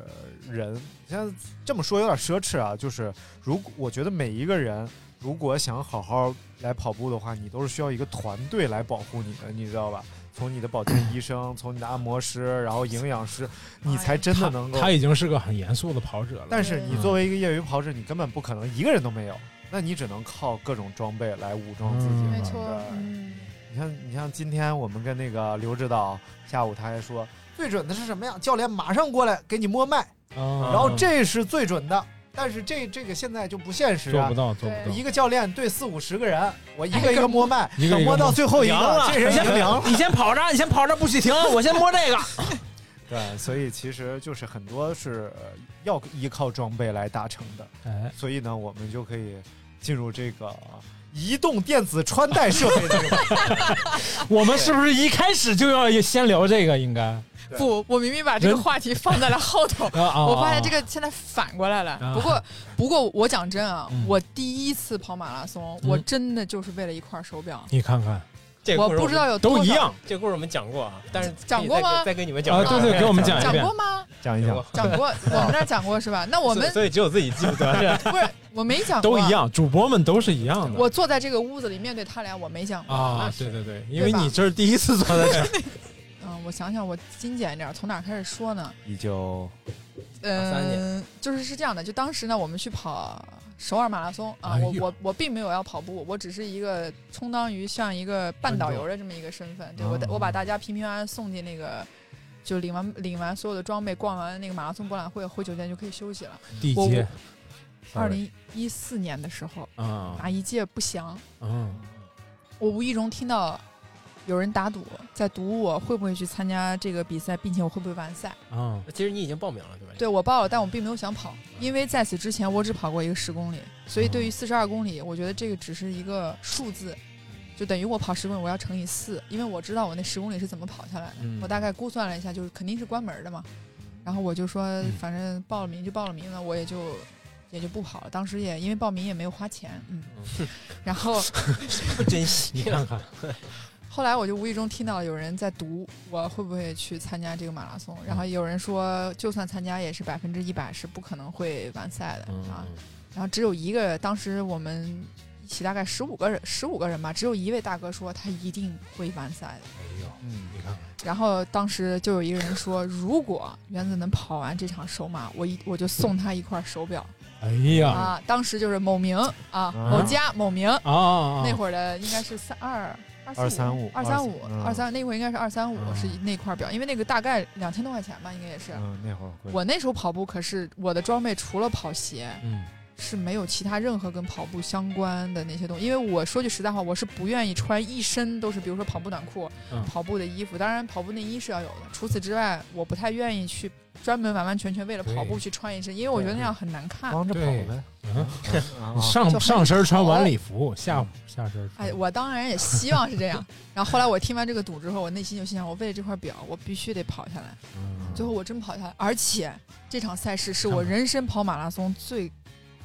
Speaker 1: 呃人。现在这么说有点奢侈啊，就是如果我觉得每一个人如果想好好来跑步的话，你都是需要一个团队来保护你的，你知道吧？从你的保健医生，从你的按摩师，然后营养师，你才真的能够。
Speaker 2: 他已经是个很严肃的跑者了。
Speaker 1: 但是你作为一个业余跑者，你根本不可能一个人都没有，那你只能靠各种装备来武装自己
Speaker 2: 嗯
Speaker 1: 了。
Speaker 4: 没错
Speaker 1: 对，
Speaker 4: 嗯，
Speaker 1: 你像你像今天我们跟那个刘指导下午他还说最准的是什么呀？教练马上过来给你摸脉，
Speaker 2: 然
Speaker 1: 然后这是最准的，但是这这个现在就不现实
Speaker 2: 做
Speaker 1: 啊
Speaker 2: 不。到，做不
Speaker 4: 对
Speaker 1: 一
Speaker 2: 到。
Speaker 1: 个教练对四五十个人，我一
Speaker 4: 哎
Speaker 1: 个一
Speaker 4: 这
Speaker 1: 个摸脉，
Speaker 2: 一个一个
Speaker 1: 等摸到
Speaker 2: 摸
Speaker 1: 最后一
Speaker 3: 凉了
Speaker 1: 个，这人已经 凉了。
Speaker 3: 你先跑着，你先跑着，不许停，我先摸这个。
Speaker 1: 对，所以其实就是很多是呃要依靠装备来达成的，
Speaker 2: 哎，
Speaker 1: 所以呢，我们就可以进入这个移动电子穿戴设备这 个。
Speaker 2: 我们是不是一开始就要先聊这个？应该啊
Speaker 1: 对
Speaker 4: 不，我明明把这个
Speaker 2: 人。
Speaker 4: 话题放在了后头
Speaker 2: 啊！
Speaker 4: 我发现
Speaker 2: 啊
Speaker 4: 这个现在反过来了
Speaker 2: 啊。
Speaker 4: 不过，不过我讲真啊
Speaker 2: 嗯，
Speaker 4: 我第一次跑马拉松，
Speaker 2: 嗯
Speaker 4: 我真的就是为了一块手表。
Speaker 2: 你看看，
Speaker 4: 啊
Speaker 3: 这个
Speaker 4: 我
Speaker 3: 故事
Speaker 4: 不知道有多
Speaker 2: 都
Speaker 4: 少
Speaker 2: 一，样
Speaker 3: 这故事我们讲过啊，但是
Speaker 4: 讲过吗
Speaker 3: 再给再给你们
Speaker 2: 啊！
Speaker 3: 讲过，
Speaker 2: 对对，给我们讲一
Speaker 4: 讲
Speaker 2: 遍
Speaker 4: 过。吗？
Speaker 1: 讲一
Speaker 2: 哎
Speaker 1: 讲，
Speaker 4: 讲 过，我们那儿讲过是吧？那我们
Speaker 3: 所以只有自己记不得。
Speaker 4: 不是我没讲过，啊
Speaker 2: 都一。样，主播们都是一样的。
Speaker 4: 我坐在这个屋子里面对他俩，我没讲过。
Speaker 2: 啊
Speaker 3: 那，是
Speaker 2: 对对对，因为
Speaker 4: 对吧
Speaker 2: 你这是第一次坐在 这儿，
Speaker 4: 嗯，我想想，我精简一点，从哪儿开始说呢？
Speaker 1: 你就
Speaker 2: 啊
Speaker 3: 三
Speaker 4: 嗯，就是是这样的，就当时呢，我们去跑首尔马拉松啊，
Speaker 2: 哎呦
Speaker 4: 我我我并没有要跑步，我只是一个充当于像一个半导游的这么一个身份，对我
Speaker 2: 哦
Speaker 4: 我把大家平平安安送进那个。就领完领完所有的装备，逛完那个马拉松博览会，回酒店就可以休息了。
Speaker 2: 地
Speaker 4: 我
Speaker 2: 接
Speaker 4: 二零一四年的时候，
Speaker 2: 啊
Speaker 4: 哪一届不详，
Speaker 2: 嗯，
Speaker 4: 我无意中听到有人打赌，在赌我会不会去参加这个比赛，并且我会不会完赛。
Speaker 2: 啊，
Speaker 3: 其实你已经报名了，对吧？
Speaker 4: 对我报了，但我并没有想跑，因为在此之前我只跑过一个十公里，所以对于四十二公里，我觉得这个只是一个数字，就等于我跑十公里我要乘以四，因为我知道我那十公里是怎么跑下来的，
Speaker 2: 嗯
Speaker 4: 我大概估算了一下，就是肯定是关门的嘛。然后我就说，反正报了名就报了名了，我也就也就不跑了。当时也因为报名也没有花钱，嗯， 然后
Speaker 3: 不珍惜。
Speaker 2: 你 看看，
Speaker 4: 后来我就无意中听到有人在读我会不会去参加这个马拉松，
Speaker 2: 嗯
Speaker 4: 然后有人说就算参加也是百分之一百是不可能会完赛的
Speaker 2: 嗯
Speaker 4: 啊。然后只有一个，当时我们起大概十五个人，十五个人吧，只有一位大哥说他一定会完赛的。
Speaker 2: 哎呦，
Speaker 1: 嗯，
Speaker 2: 你看看，
Speaker 4: 然后当时就有一个人说，如果原子能跑完这场首马，我一我就送他一块手表
Speaker 2: 哎呀，啊
Speaker 4: 啊。当时就是某明啊，某家某明
Speaker 2: 啊啊！
Speaker 4: 那会儿的应该是三二。
Speaker 1: 二三五
Speaker 4: 二三五
Speaker 1: 嗯，
Speaker 4: 二三那会儿应该是二三五
Speaker 2: 嗯
Speaker 4: 是那块表，因为那个大概两千多块钱吧，应该也是。
Speaker 1: 嗯，那会儿会
Speaker 4: 我那时候跑步可是我的装备除了跑鞋，
Speaker 2: 嗯，
Speaker 4: 是没有其他任何跟跑步相关的那些东西，因为我说句实在话，我是不愿意穿一身都是，比如说跑步短裤、
Speaker 2: 嗯
Speaker 4: 跑步的衣服，当然跑步内衣是要有的。除此之外，我不太愿意去专门完完全全为了跑步去穿一身，因为我觉得那样很难看。
Speaker 1: 光着跑
Speaker 2: 对
Speaker 1: 呗。
Speaker 2: 嗯
Speaker 1: 啊啊
Speaker 2: 你上
Speaker 4: 就很
Speaker 2: 上身穿晚礼服，下下身穿
Speaker 4: 哎，我当然也希望是这样。然后后来我听完这个赌之后，我内心就心想，我为了这块表，我必须得跑下来。
Speaker 2: 嗯
Speaker 4: 最后我真跑下来，而且这场赛事是
Speaker 2: 看
Speaker 4: 我
Speaker 2: 看
Speaker 4: 人生跑马拉松最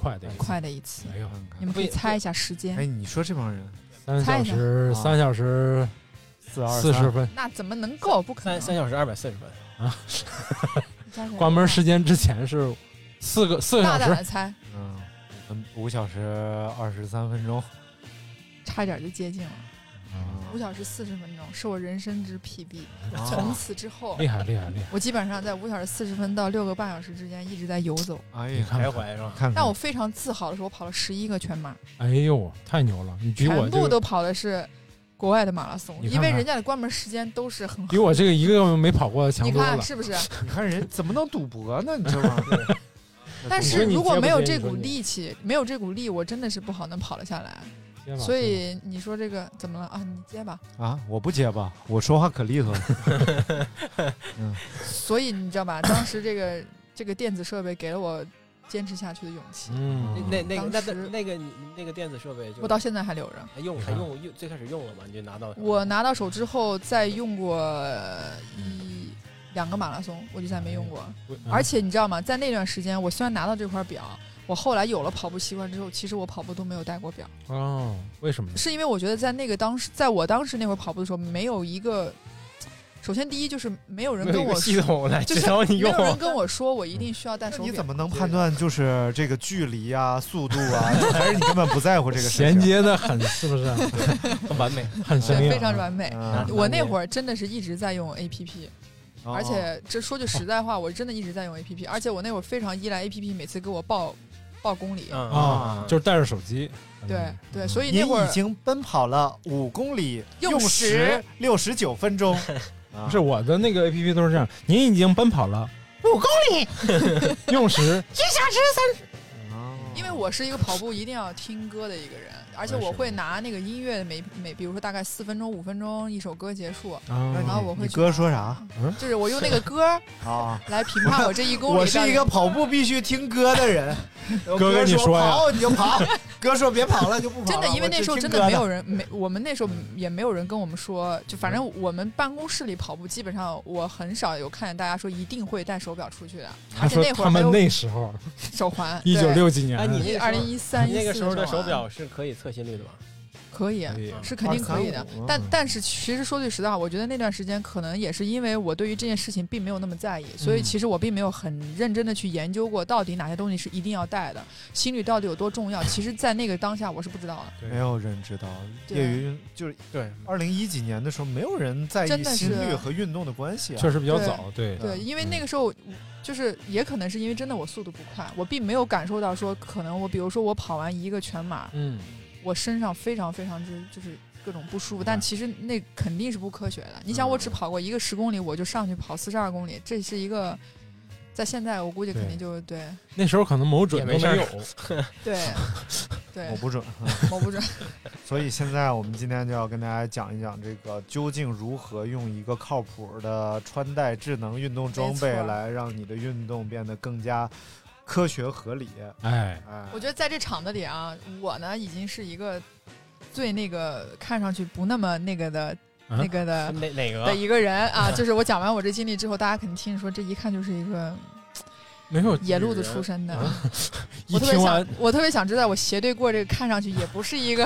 Speaker 2: 快点，
Speaker 4: 快的一次。
Speaker 2: 哎呦，
Speaker 1: 看看
Speaker 4: 你们可以
Speaker 3: 不也
Speaker 4: 猜一下时间。
Speaker 1: 哎，你说这帮人
Speaker 2: 三
Speaker 4: 猜一
Speaker 2: 小
Speaker 4: 下啊
Speaker 2: 时
Speaker 1: 啊
Speaker 2: 三小时
Speaker 1: 四二
Speaker 2: 四十
Speaker 1: 三
Speaker 2: 分，
Speaker 4: 那怎么能够？不可
Speaker 3: 三
Speaker 4: 能！
Speaker 3: 三小时二百四十分，
Speaker 4: 加起来
Speaker 2: 关门时间之前是四个四个
Speaker 4: 大
Speaker 2: 小
Speaker 4: 胆
Speaker 2: 时，
Speaker 4: 的猜，
Speaker 1: 嗯，五分五小时二十三分钟，
Speaker 4: 差一点就接近了，
Speaker 2: 嗯
Speaker 4: 五小时四十分钟是我人生之 PB。
Speaker 1: 啊
Speaker 4: 从此之后，
Speaker 2: 厉害厉害厉害！
Speaker 4: 我基本上在五小时四十分到六个半小时之间一直在游走。
Speaker 1: 哎
Speaker 2: 你
Speaker 1: 呀，
Speaker 2: 看看，
Speaker 3: 是吧？
Speaker 1: 看
Speaker 4: 但
Speaker 1: 看
Speaker 4: 我非常自豪的是，我跑了十一个全马，
Speaker 2: 哎呦，太牛了！你比我
Speaker 4: 全
Speaker 2: 这
Speaker 4: 部
Speaker 2: 个
Speaker 4: 都跑的是国外的马拉松，
Speaker 2: 你看
Speaker 4: 因
Speaker 2: 看
Speaker 4: 为人家的关门时间都是很
Speaker 2: 比
Speaker 4: 好。
Speaker 2: 我这个一个没跑过强
Speaker 4: 你
Speaker 2: 多了
Speaker 4: 看。是不是？
Speaker 1: 你看人怎么能赌博呢？你这玩 意儿，
Speaker 4: 但
Speaker 2: 你
Speaker 4: 是
Speaker 2: 说你
Speaker 4: 如果
Speaker 2: 接不
Speaker 4: 没有
Speaker 2: 接
Speaker 4: 这
Speaker 2: 你说
Speaker 4: 股
Speaker 2: 你
Speaker 4: 力气，没有这股力，我真的是不好能跑得下来。
Speaker 2: 接吧
Speaker 4: 所以你说这个怎么了啊？你接吧。
Speaker 1: 啊，我不结巴，我说话可利索了。
Speaker 4: 所以你知道吧？当时这个这个电子设备给了我坚持下去的勇气。
Speaker 2: 嗯，
Speaker 3: 那那个那
Speaker 4: 当
Speaker 3: 那
Speaker 4: 时
Speaker 3: 那个你那个电子设备就
Speaker 4: 我到现在还留着。
Speaker 3: 还用
Speaker 2: 你
Speaker 3: 还
Speaker 2: 看
Speaker 3: 用用最开始用了嘛，你就拿到
Speaker 4: 我拿到手之后，再用过呃一两个马拉松，我就再没用过。
Speaker 2: 嗯
Speaker 4: 而且你知道吗？在那段时间，我虽然拿到这块表，我后来有了跑步习惯之后，其实我跑步都没有戴过表，
Speaker 2: 哦，为什么呢？
Speaker 4: 是因为我觉得在那个当时，在我当时那会儿跑步的时候，没有一个。首先，第一就是没有人
Speaker 3: 没有
Speaker 4: 跟
Speaker 3: 一个
Speaker 4: 我
Speaker 3: 系
Speaker 4: 说，
Speaker 3: 统来
Speaker 4: 就是
Speaker 3: 指导你
Speaker 4: 没
Speaker 3: 用啊
Speaker 4: 有人跟我 说我一定需要戴手
Speaker 1: 你
Speaker 4: 表。
Speaker 1: 怎么能判断就是这个距离啊、速度啊？还是你根本不在乎这个事情
Speaker 2: 衔？接的很，是 不是
Speaker 3: 很 完美，
Speaker 2: 很
Speaker 4: 对
Speaker 2: 生
Speaker 3: 啊
Speaker 2: 硬？啊
Speaker 4: 非常完美？
Speaker 1: 嗯
Speaker 4: 我那会儿真的是一直在用 A P P，
Speaker 1: 哦
Speaker 4: 而且这说句实在话，我真的一直在用 A P P，而且我那会儿非常依赖 A P P，每次给我报报公里。
Speaker 3: 嗯
Speaker 2: 啊，就是带着手机。
Speaker 4: 对
Speaker 2: 嗯
Speaker 4: 对，所以
Speaker 1: 您
Speaker 4: 那会
Speaker 1: 已
Speaker 4: 儿
Speaker 1: 经奔跑了五公里，
Speaker 4: 用
Speaker 1: 用
Speaker 4: 时
Speaker 1: 六十九分 钟，啊
Speaker 2: 不
Speaker 1: 不
Speaker 2: 嗯是我的那个 A P P 都是这样，您已经奔跑 了五公里， 用 时
Speaker 4: 因为我是一个跑步一定要听歌的一个人，而且
Speaker 2: 我也
Speaker 4: 我
Speaker 2: 是
Speaker 4: 会拿那个音乐每每，比如说大概四分钟、五分钟一首歌结束，
Speaker 1: 那
Speaker 4: 然
Speaker 1: 你
Speaker 4: 后
Speaker 2: 啊，
Speaker 4: 我会
Speaker 1: 嗯你
Speaker 4: 去
Speaker 1: 哥
Speaker 4: 拿
Speaker 1: 说啥？
Speaker 4: 就是我用那个歌
Speaker 1: 啊。
Speaker 4: 来评判我这一公里。
Speaker 1: 我是一个跑步必须听歌的人， 哥
Speaker 2: 哥你
Speaker 1: 说
Speaker 2: 说呀
Speaker 1: 跑你就跑，哥说别跑了就不跑
Speaker 4: 真
Speaker 1: 了。
Speaker 4: 的，因为
Speaker 1: 我
Speaker 4: 那
Speaker 1: 是
Speaker 4: 时候
Speaker 1: 听
Speaker 4: 真
Speaker 1: 歌嗯
Speaker 4: 的没有人，没我们那时候也没有人跟我们说，就反正我们办公室里跑步，基本上我很少有看见大家说一定会戴手表出去的，
Speaker 2: 他
Speaker 4: 而且
Speaker 2: 说
Speaker 4: 那会
Speaker 2: 他
Speaker 4: 儿还
Speaker 2: 们
Speaker 4: 有
Speaker 2: 那时候
Speaker 4: 手环，
Speaker 2: 一九六几年，
Speaker 3: 哎你那个时候
Speaker 4: 二零一三
Speaker 3: 你那个时候的手表是可以测心率的吧？
Speaker 4: 可以。啊
Speaker 2: 可以
Speaker 4: 是肯定可以的
Speaker 1: 235，
Speaker 4: 但
Speaker 1: 嗯
Speaker 4: 但是其实说句实在话，我觉得那段时间可能也是因为我对于这件事情并没有那么在意，所以其实我并没有很认真的去研究过到底哪些东西是一定要戴的，心率到底有多重要。其实，在那个当下我是不知道的。
Speaker 1: 没有人知道，
Speaker 4: 对
Speaker 1: 业余运就是
Speaker 3: 对，
Speaker 1: 二零一几年的时候，没有人在
Speaker 4: 真
Speaker 1: 意
Speaker 4: 的是
Speaker 1: 心率和运动的关系啊。
Speaker 2: 确实比较早，对
Speaker 4: 对，因为那个时候就是也可能是因为真的我速度不快，我并没有感受到说可能我比如说我跑完一个全马，
Speaker 2: 嗯，
Speaker 4: 我身上非常非常之就是各种不舒服，
Speaker 2: 明白
Speaker 4: 但其实那肯定是不科学的。你想，我只跑过一个十公里，我就上去跑四十二公里，这是一个。在现在，我估计肯定就对
Speaker 2: 那时候可能某准
Speaker 3: 也
Speaker 2: 都
Speaker 3: 没事儿
Speaker 2: 有，
Speaker 4: 对
Speaker 1: 我
Speaker 4: 对，
Speaker 1: 不准，
Speaker 4: 我不准。
Speaker 1: 所以现在我们今天就要跟大家讲一讲这个究竟如何用一个靠谱的穿戴智能运动装备
Speaker 4: 没错
Speaker 1: 来让你的运动变得更加科学合理。
Speaker 2: 哎，
Speaker 1: 哎，
Speaker 4: 我觉得在这场子里啊，我呢已经是一个最那个看上去不那么那个的、
Speaker 2: 啊
Speaker 4: 那个的
Speaker 3: 哪哪
Speaker 4: 的
Speaker 3: 个？
Speaker 4: 哎一 个人啊，就是我讲完我这经历之后，大家肯定听说，这一看就是一 个
Speaker 2: 没有
Speaker 4: 野啊路子出身的。
Speaker 2: 一
Speaker 4: 我特别
Speaker 2: 听完
Speaker 4: 想，我特别想知道，我斜对过这个看上去也不是一 个。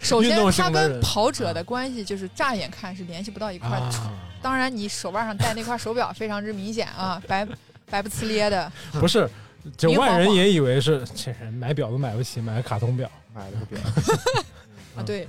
Speaker 4: 首
Speaker 2: 运
Speaker 4: 先
Speaker 2: 动，型
Speaker 4: 他
Speaker 2: 的人
Speaker 4: 跟跑者的关系就是乍眼看是联系不到一块儿的。
Speaker 2: 啊，
Speaker 4: 当然，你手腕上戴那块手表非常之明显啊，白白不呲咧的。
Speaker 2: 不是，这
Speaker 4: 明晃
Speaker 2: 外人
Speaker 4: 晃
Speaker 2: 也以为是这人买表都买不起，买个卡通表，
Speaker 1: 买了个表，
Speaker 4: 啊，对，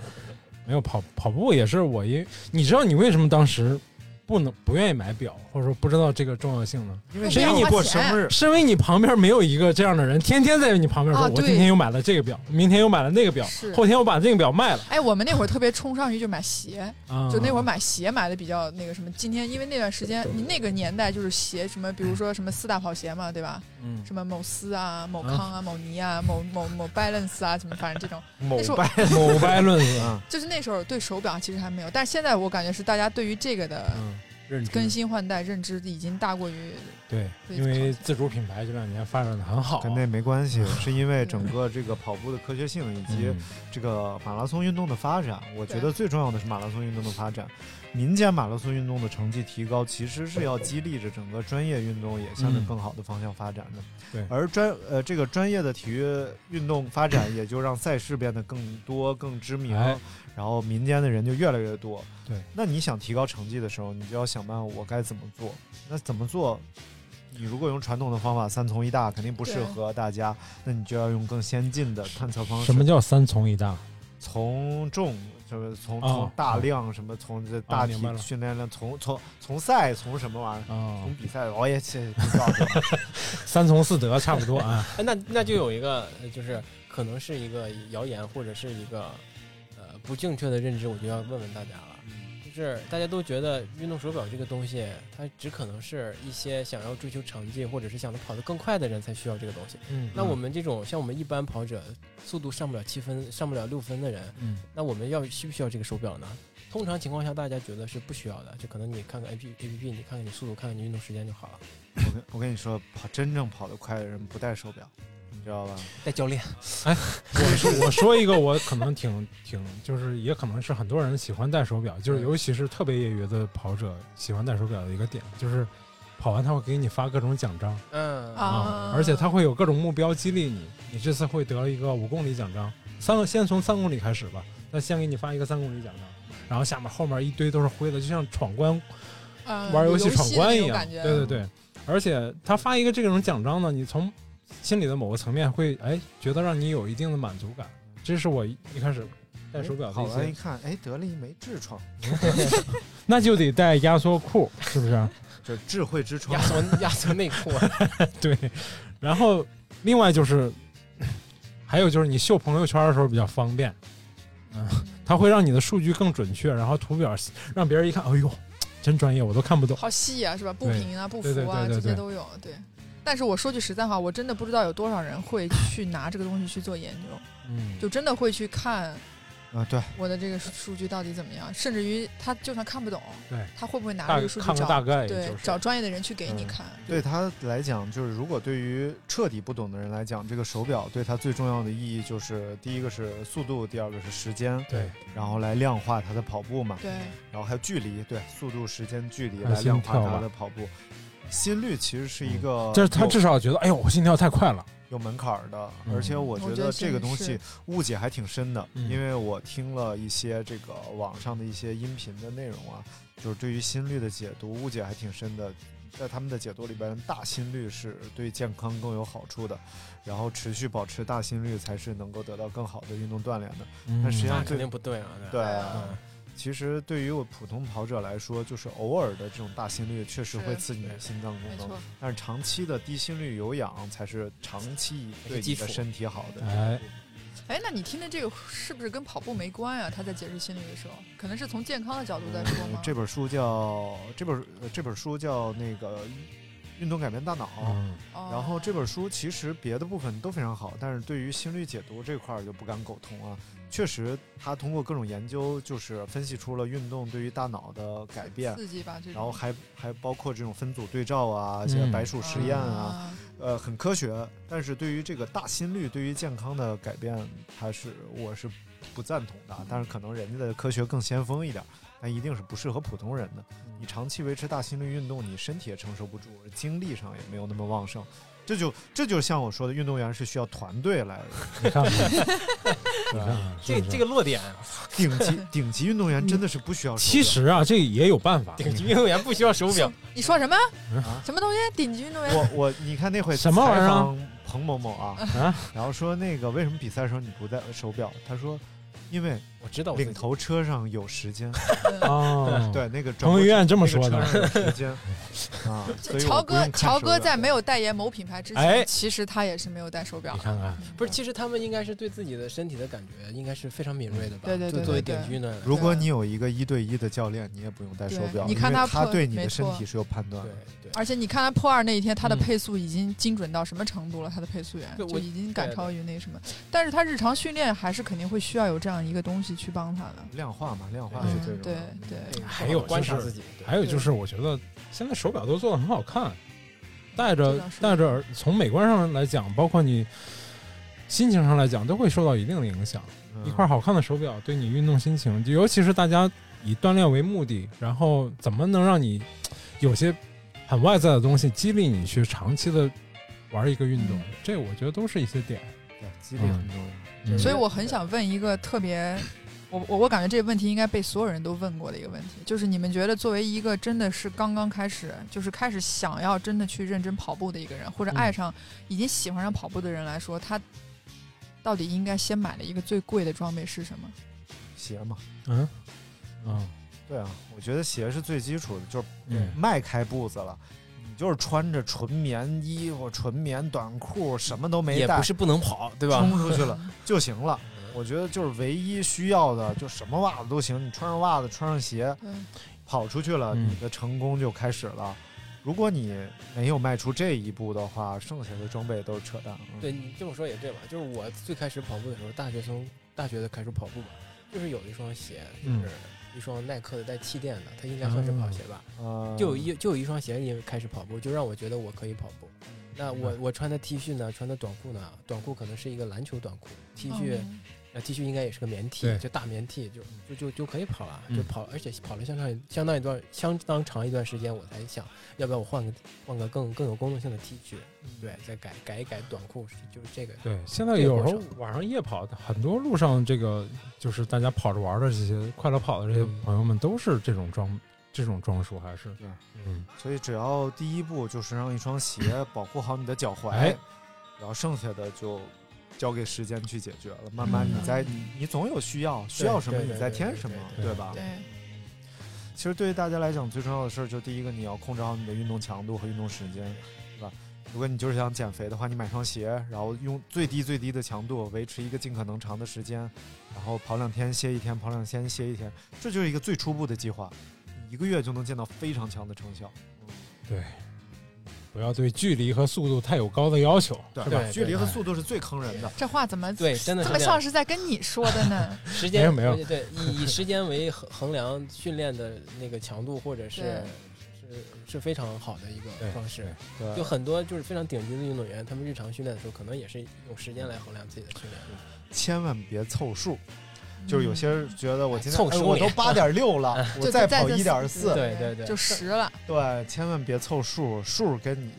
Speaker 2: 没有跑跑步也是我一，你知道你为什么当时不能不愿意买表，或者说不知道这个重要性呢？
Speaker 1: 因为
Speaker 4: 是因为
Speaker 1: 你
Speaker 4: 你
Speaker 1: 过
Speaker 4: 过
Speaker 1: 生
Speaker 4: 生
Speaker 1: 日
Speaker 4: 日，
Speaker 2: 是因为你旁边没有一个这样的人，天天在你旁边说，
Speaker 4: 啊
Speaker 2: 我
Speaker 4: 对
Speaker 2: 今天又买了这个表，明天又买了那个表
Speaker 4: 是，
Speaker 2: 后天我把这个表卖了。
Speaker 4: 哎，我们那会儿特别冲上去就买鞋，
Speaker 2: 啊，
Speaker 4: 就那会儿买鞋买的比较那个什么。今天因为那段时间，你那个年代就是鞋什么，比如说什么四大跑鞋嘛，对吧？
Speaker 2: 嗯，
Speaker 4: 什么某思啊、某康啊、某尼啊、某某某 Balance 啊，什么反正这种，
Speaker 1: 某
Speaker 4: 那时候
Speaker 1: 拜
Speaker 2: 某掰论子，
Speaker 1: 啊，
Speaker 4: 就是那时候对手表其实还没有，但是现在我感觉是大家对于这个的
Speaker 2: 嗯，认知
Speaker 4: 更新换代认知已经大过于
Speaker 2: 对，
Speaker 4: 对
Speaker 2: 因为自主品牌这两年发展的很好，
Speaker 1: 跟那没关系，是因为整个这个跑步的科学性以及
Speaker 2: 嗯
Speaker 1: 这个马拉松运动的发展，我觉
Speaker 4: 对
Speaker 1: 得最重要的是马拉松运动的发展。民间马拉松运动的成绩提高，其实是要激励着整个专业运动也向着
Speaker 2: 嗯
Speaker 1: 更好的方向发展的。
Speaker 2: 对
Speaker 1: 而专呃这个专业的体育运动发展，也就让赛事变得更多、更知名，
Speaker 2: 哎
Speaker 1: 然后民间的人就越来越多。
Speaker 2: 对，
Speaker 1: 那你想提高成绩的时候，你就要想办法我该怎么做。那怎么做？你如果用传统的方法，三从一大肯定不适
Speaker 4: 对
Speaker 1: 合大家，那你就要用更先进的探测方式。
Speaker 2: 什么叫三从一大？啊
Speaker 1: 从众，就是从
Speaker 2: 哦
Speaker 1: 从大量什么，从这大体
Speaker 2: 明白了
Speaker 1: 训练量，从从从赛，从什么玩意儿，
Speaker 2: 啊
Speaker 1: 从，比赛，我也是不知道的。
Speaker 2: 三从四德差不多啊。
Speaker 3: 哎那那就有一个，呃就是可能是一个谣言，或者是一个呃不正确的认知，我就要问问大家了。就是大家都觉得运动手表这个东西，它只可能是一些想要追求成绩，或者是想着跑得更快的人才需要这个东西。
Speaker 2: 嗯，
Speaker 3: 那我们这种像我们一般跑者，速度上不了七分、上不了六分的人，
Speaker 2: 嗯
Speaker 3: 那我们要需不需要这个手表呢？通常情况下，大家觉得是不需要的，就可能你看看 A P A P P，你看看你速度，看看你运动时间就好了。
Speaker 1: 我跟我跟你说，跑真正跑得快的人不戴手表，你知道吧？
Speaker 3: 带教练，
Speaker 2: 我说我说一个，我可能挺挺，就是也可能是很多人喜欢戴手表，
Speaker 3: 嗯
Speaker 2: 就是尤其是特别业余的跑者喜欢戴手表的一个点，就是跑完他会给你发各种奖章
Speaker 3: 嗯
Speaker 4: 啊
Speaker 2: 而且他会有各种目标激励你，你这次会得一个五公里奖章，三个先从三公里开始吧，他先给你发一个三公里奖章，然后下面后面一堆都是灰的，就像闯关
Speaker 4: 嗯
Speaker 2: 玩游
Speaker 4: 游
Speaker 2: 戏闯关
Speaker 4: 的那种
Speaker 2: 一样
Speaker 4: 感，觉
Speaker 2: 对对对，而且他发一个这种奖章呢，你从心里的某个层面会哎觉得让你有一定的满足感，这是我一开始戴手表的
Speaker 1: 跑
Speaker 2: 一
Speaker 1: 完
Speaker 2: 些
Speaker 1: 一，看，哎，得了一枚痔疮，
Speaker 2: 那就得戴压缩裤，是啊不
Speaker 1: 这
Speaker 2: 是？
Speaker 1: 智慧之 窗。
Speaker 3: 压缩 压缩内裤啊，
Speaker 2: 对，然后另外就是，还有就是你秀朋友圈的时候比较方便，嗯，它会让你的数据更准确，然后图表让别人一看，哎呦，真专业，我都看不懂。
Speaker 4: 好细啊，是吧？步
Speaker 2: 对
Speaker 4: 频啊、步
Speaker 2: 对对
Speaker 4: 幅啊，
Speaker 2: 对对
Speaker 4: 这
Speaker 2: 对
Speaker 4: 些都有。对，但是我说句实在话，我真的不知道有多少人会去拿这个东西去做研究，
Speaker 2: 嗯，
Speaker 4: 就真的会去看
Speaker 1: 啊，对，
Speaker 4: 我的这个数数据到底怎么样，甚至于他就算看不懂，
Speaker 2: 对
Speaker 4: 他会不会拿
Speaker 2: 大
Speaker 4: 这个数据
Speaker 2: 看个大
Speaker 4: 找
Speaker 2: 概也
Speaker 4: 对
Speaker 2: 就是
Speaker 4: 找专业的人去给你
Speaker 2: 嗯
Speaker 4: 看？
Speaker 1: 对他来讲，就是如果对于彻底不懂的人来讲，这个手表对他最重要的意义就是，第一个是速度，第二个是时间，
Speaker 2: 对，
Speaker 1: 然后来量化他的跑步嘛。
Speaker 4: 对，
Speaker 1: 然后还有距离，对，速度、时间、距离
Speaker 2: 还有
Speaker 1: 来量
Speaker 2: 啊心
Speaker 1: 化
Speaker 2: 跳
Speaker 1: 他
Speaker 2: 吧嗯
Speaker 1: 的跑步。心率其实是一个有，
Speaker 2: 就是他至少觉得，哎呦，我心跳太快了。
Speaker 1: 有门槛儿的，
Speaker 2: 嗯
Speaker 1: 而且我觉
Speaker 4: 我觉
Speaker 1: 得
Speaker 4: 得
Speaker 1: 这个
Speaker 4: 心率
Speaker 1: 东西
Speaker 4: 是
Speaker 1: 误解还挺深的，
Speaker 2: 嗯
Speaker 1: 因为我听了一些这个网上的一些音频的内容啊，就是对于心率的解读误解还挺深的。在他们的解读里边，大心率是对健康更有好处的，然后持续保持大心率才是能够得到更好的运动锻炼的。
Speaker 2: 嗯，
Speaker 1: 实际上
Speaker 3: 那肯定不 对啊。
Speaker 1: 对
Speaker 3: 吧
Speaker 1: 啊
Speaker 3: 嗯
Speaker 1: 其实对于我普通跑者来说，就是偶尔的这种大心率确实
Speaker 4: 是
Speaker 1: 会刺激你的心脏功
Speaker 2: 嗯
Speaker 4: 没
Speaker 1: 能
Speaker 4: 错，，
Speaker 1: 但是长期的低心率有氧才是长期对你
Speaker 3: 基
Speaker 1: 的
Speaker 3: 础
Speaker 1: 身体好的。嗯
Speaker 2: 哎，
Speaker 4: 哎，那你听的这个是不是跟跑步没关啊？他在解释心理的时候，可能是从健康的角度在说吗？
Speaker 1: 这本书叫这本呃这本书叫那个《运动改变大脑》
Speaker 2: 嗯，
Speaker 4: 哦
Speaker 1: 然后这本书其实别的部分都非常好，但是对于心率解读这块儿就不敢苟同啊。确实，他通过各种研究，就是分析出了运动对于大脑的改变，
Speaker 4: 刺激吧，这种
Speaker 1: 然后还还包括这种分组对照啊，一些
Speaker 2: 嗯
Speaker 1: 白鼠实验啊，
Speaker 4: 啊，
Speaker 1: 呃，很科学。但是对于这个大心率对于健康的改变，它是我是不赞同的啊。但是可能人家的科学更先锋一点儿，但一定是不适合普通人的。
Speaker 2: 嗯
Speaker 1: 你长期维持大心率运动，你身体也承受不住，精力上也没有那么旺盛。这就这就像我说的，运动员是需要团队 来，
Speaker 2: 你看看，你看
Speaker 1: 吧
Speaker 2: 看，
Speaker 3: 这
Speaker 2: 是不是
Speaker 3: 这个落点，啊
Speaker 1: 顶级顶级运动员真的是不需要手表。
Speaker 2: 其实啊，这也有办法。
Speaker 3: 顶级运动员不需要手表，
Speaker 4: 你说什么
Speaker 2: 嗯？
Speaker 4: 什么东西？顶级运动员？
Speaker 1: 我我你看那会
Speaker 2: 什么玩意儿啊
Speaker 1: 采访彭某某啊，
Speaker 2: 啊
Speaker 1: 然后说那个为什么比赛的时候你不戴手表？他说，因为
Speaker 3: 我知道我自己
Speaker 1: 领头车上有时 间，
Speaker 2: 哦，
Speaker 1: 对那个转
Speaker 2: 彭
Speaker 1: 过
Speaker 2: 于
Speaker 1: 去
Speaker 2: 晏这
Speaker 1: 那
Speaker 2: 么
Speaker 1: 个
Speaker 2: 说
Speaker 1: 车
Speaker 2: 的，
Speaker 1: 上有时 间 啊，所以
Speaker 4: 乔
Speaker 1: 我不用
Speaker 4: 哥，
Speaker 1: 看
Speaker 4: 乔
Speaker 1: 手
Speaker 4: 哥
Speaker 1: 表
Speaker 4: 在没有代言某品牌之前，
Speaker 2: 哎
Speaker 4: 其实他也是没有戴手表
Speaker 2: 你
Speaker 4: 的。嗯
Speaker 2: 看看，
Speaker 3: 不是，其实他们应该是对自己的身体的感觉应该是非常敏锐的吧？
Speaker 4: 对对对
Speaker 3: 就作为
Speaker 4: 对对
Speaker 3: 顶级运动员来说，
Speaker 1: 如果你有一个一对一的教练，你也不用戴手
Speaker 4: 对
Speaker 1: 表，
Speaker 4: 你
Speaker 1: 因
Speaker 4: 看
Speaker 1: 为
Speaker 4: 他
Speaker 1: 他
Speaker 4: 破
Speaker 1: 对你
Speaker 4: 没
Speaker 1: 的身
Speaker 4: 错
Speaker 1: 体是有判断
Speaker 3: 对
Speaker 1: 的。
Speaker 3: 对，
Speaker 4: 而且你看他破二那一天，他的
Speaker 2: 嗯
Speaker 4: 配速已经精准到什么程度了？他的配速员
Speaker 3: 对
Speaker 4: 就
Speaker 3: 我
Speaker 4: 已经赶超于那什么，但是他日常训练还是肯定会需要有这样一个东西去帮他的。
Speaker 1: 量化嘛，量化
Speaker 2: 对
Speaker 1: 是
Speaker 4: 嗯
Speaker 1: 最重要
Speaker 4: 对
Speaker 1: 的。
Speaker 4: 对，
Speaker 2: 还有
Speaker 3: 观察
Speaker 2: 就是
Speaker 3: 自己，对
Speaker 2: 还有就是，我觉得现在手表都做的很好看，戴
Speaker 4: 这
Speaker 2: 着
Speaker 4: 倒是
Speaker 2: 戴着耳，从美观上来讲，包括你心情上来讲，都会受到一定的影响。
Speaker 1: 嗯
Speaker 2: 一块好看的手表对你运动心情，就尤其是大家以锻炼为目的，然后怎么能让你有些很外在的东西激励你去长期的玩一个运动，
Speaker 1: 嗯
Speaker 2: 这我觉得都是一些点。
Speaker 1: 对激励很重要。
Speaker 2: 嗯
Speaker 4: 所以我很想问一个特别，我我我感觉这个问题应该被所有人都问过的一个问题，就是你们觉得作为一个真的是刚刚开始，就是开始想要真的去认真跑步的一个人，或者
Speaker 2: 嗯
Speaker 4: 爱上、已经喜欢上跑步的人来说，他到底应该先买的一个最贵的装备是什么？
Speaker 1: 鞋嘛，
Speaker 2: 嗯嗯
Speaker 1: 对啊，我觉得鞋是最基础的，就是
Speaker 2: 嗯
Speaker 1: 迈开步子了。你就是穿着纯棉衣服、纯棉短裤，什么都
Speaker 4: 哎
Speaker 1: 没
Speaker 3: 也
Speaker 1: 带
Speaker 3: 不，是不能跑，对吧？
Speaker 1: 冲出去了就行了。我觉得就是唯一需要的，就什么袜子都行，你穿上袜子，穿上鞋，
Speaker 4: 嗯，
Speaker 1: 跑出去了，
Speaker 2: 嗯
Speaker 1: 你的成功就开始了。如果你没有迈出这一步的话，剩下的装备都是扯淡。嗯
Speaker 3: 对你这么说也对吧？就是我最开始跑步的时候，大学生大学的开始跑步嘛，就是有一双鞋，就
Speaker 2: 嗯啊
Speaker 3: 是一双耐克的带气垫的，它应该算是跑鞋吧？
Speaker 1: 呃，
Speaker 3: 就有一就有一双鞋因为开始跑步，就让我觉得我可以跑步。那我
Speaker 2: 嗯明
Speaker 3: 我穿的 T 恤呢，穿的短裤呢，短裤可能是一个篮球短裤，T 恤
Speaker 4: 嗯
Speaker 3: 呃 T 恤应该也是个棉 T，
Speaker 2: 对
Speaker 3: 就大棉 T，就就就就可以跑了，
Speaker 2: 嗯
Speaker 3: 就跑，而且跑了相当相当一段相当长一段时间，我才想要不要我换个换个更更有功能性的 T 恤，
Speaker 2: 嗯
Speaker 3: 对，再改改一改短裤，就是这个。
Speaker 1: 嗯
Speaker 2: 对，现在有时候晚上夜跑，很多路上这个就是大家跑着玩的这些快乐跑的这些
Speaker 3: 嗯
Speaker 2: 朋友们，都是这种装这种装束，还是
Speaker 1: 对
Speaker 2: 嗯，
Speaker 1: 所以只要第一步就是让一双鞋 保护好你的脚踝，
Speaker 2: 哎
Speaker 1: 然后剩下的就交给时间去解决了。慢慢你再、你总有需要，需要什么
Speaker 3: 嗯对
Speaker 1: 你
Speaker 3: 对
Speaker 1: 再
Speaker 3: 对
Speaker 1: 添
Speaker 3: 对
Speaker 1: 什么，
Speaker 3: 对
Speaker 1: 对
Speaker 2: 对
Speaker 1: 吧？
Speaker 4: 对，
Speaker 1: 嗯其实对于大家来讲，最重要的事儿就第一个，你要控制好你的运动强度和运动时间，对吧？如果你就是想减肥的话，你买双鞋，然后用最低最低的强度维持一个尽可能长的时间，然后跑两天歇一天，跑两天歇一天，这就是一个最初步的计划，你一个月就能见到非常强的成效。
Speaker 2: 不要对距离和速度太有高的要求，
Speaker 1: 对
Speaker 2: 是
Speaker 1: 吧
Speaker 2: 吧？
Speaker 3: 对
Speaker 1: 距离和
Speaker 2: 对
Speaker 1: 速度是最坑人的。
Speaker 4: 这话怎么
Speaker 3: 对，真的
Speaker 4: 这
Speaker 3: 是
Speaker 4: 么
Speaker 3: 这样
Speaker 4: 像。是在跟你说的呢？
Speaker 3: 时间
Speaker 2: 没有没
Speaker 3: 对对，以以时间为衡衡量训练的那个强度，或者是
Speaker 4: 对
Speaker 3: 是是非常好的一个
Speaker 2: 对
Speaker 3: 方式
Speaker 2: 对。
Speaker 1: 对
Speaker 3: 就很多就是非常顶级的运动员，他们日常训练的时候，可能也是用时间来衡量自己的训练。
Speaker 1: 千万别凑数，就是有些人觉得我今天、
Speaker 3: 凑
Speaker 1: 哎、
Speaker 3: 数
Speaker 1: 我都
Speaker 3: 脸
Speaker 1: 八点六了，
Speaker 4: 嗯
Speaker 1: 我
Speaker 4: 就
Speaker 1: 再
Speaker 4: 在
Speaker 1: 跑
Speaker 4: 这
Speaker 1: 一点
Speaker 4: 四
Speaker 1: 四，
Speaker 3: 对对对
Speaker 4: 就实了。
Speaker 1: 对，千万别凑数，数跟你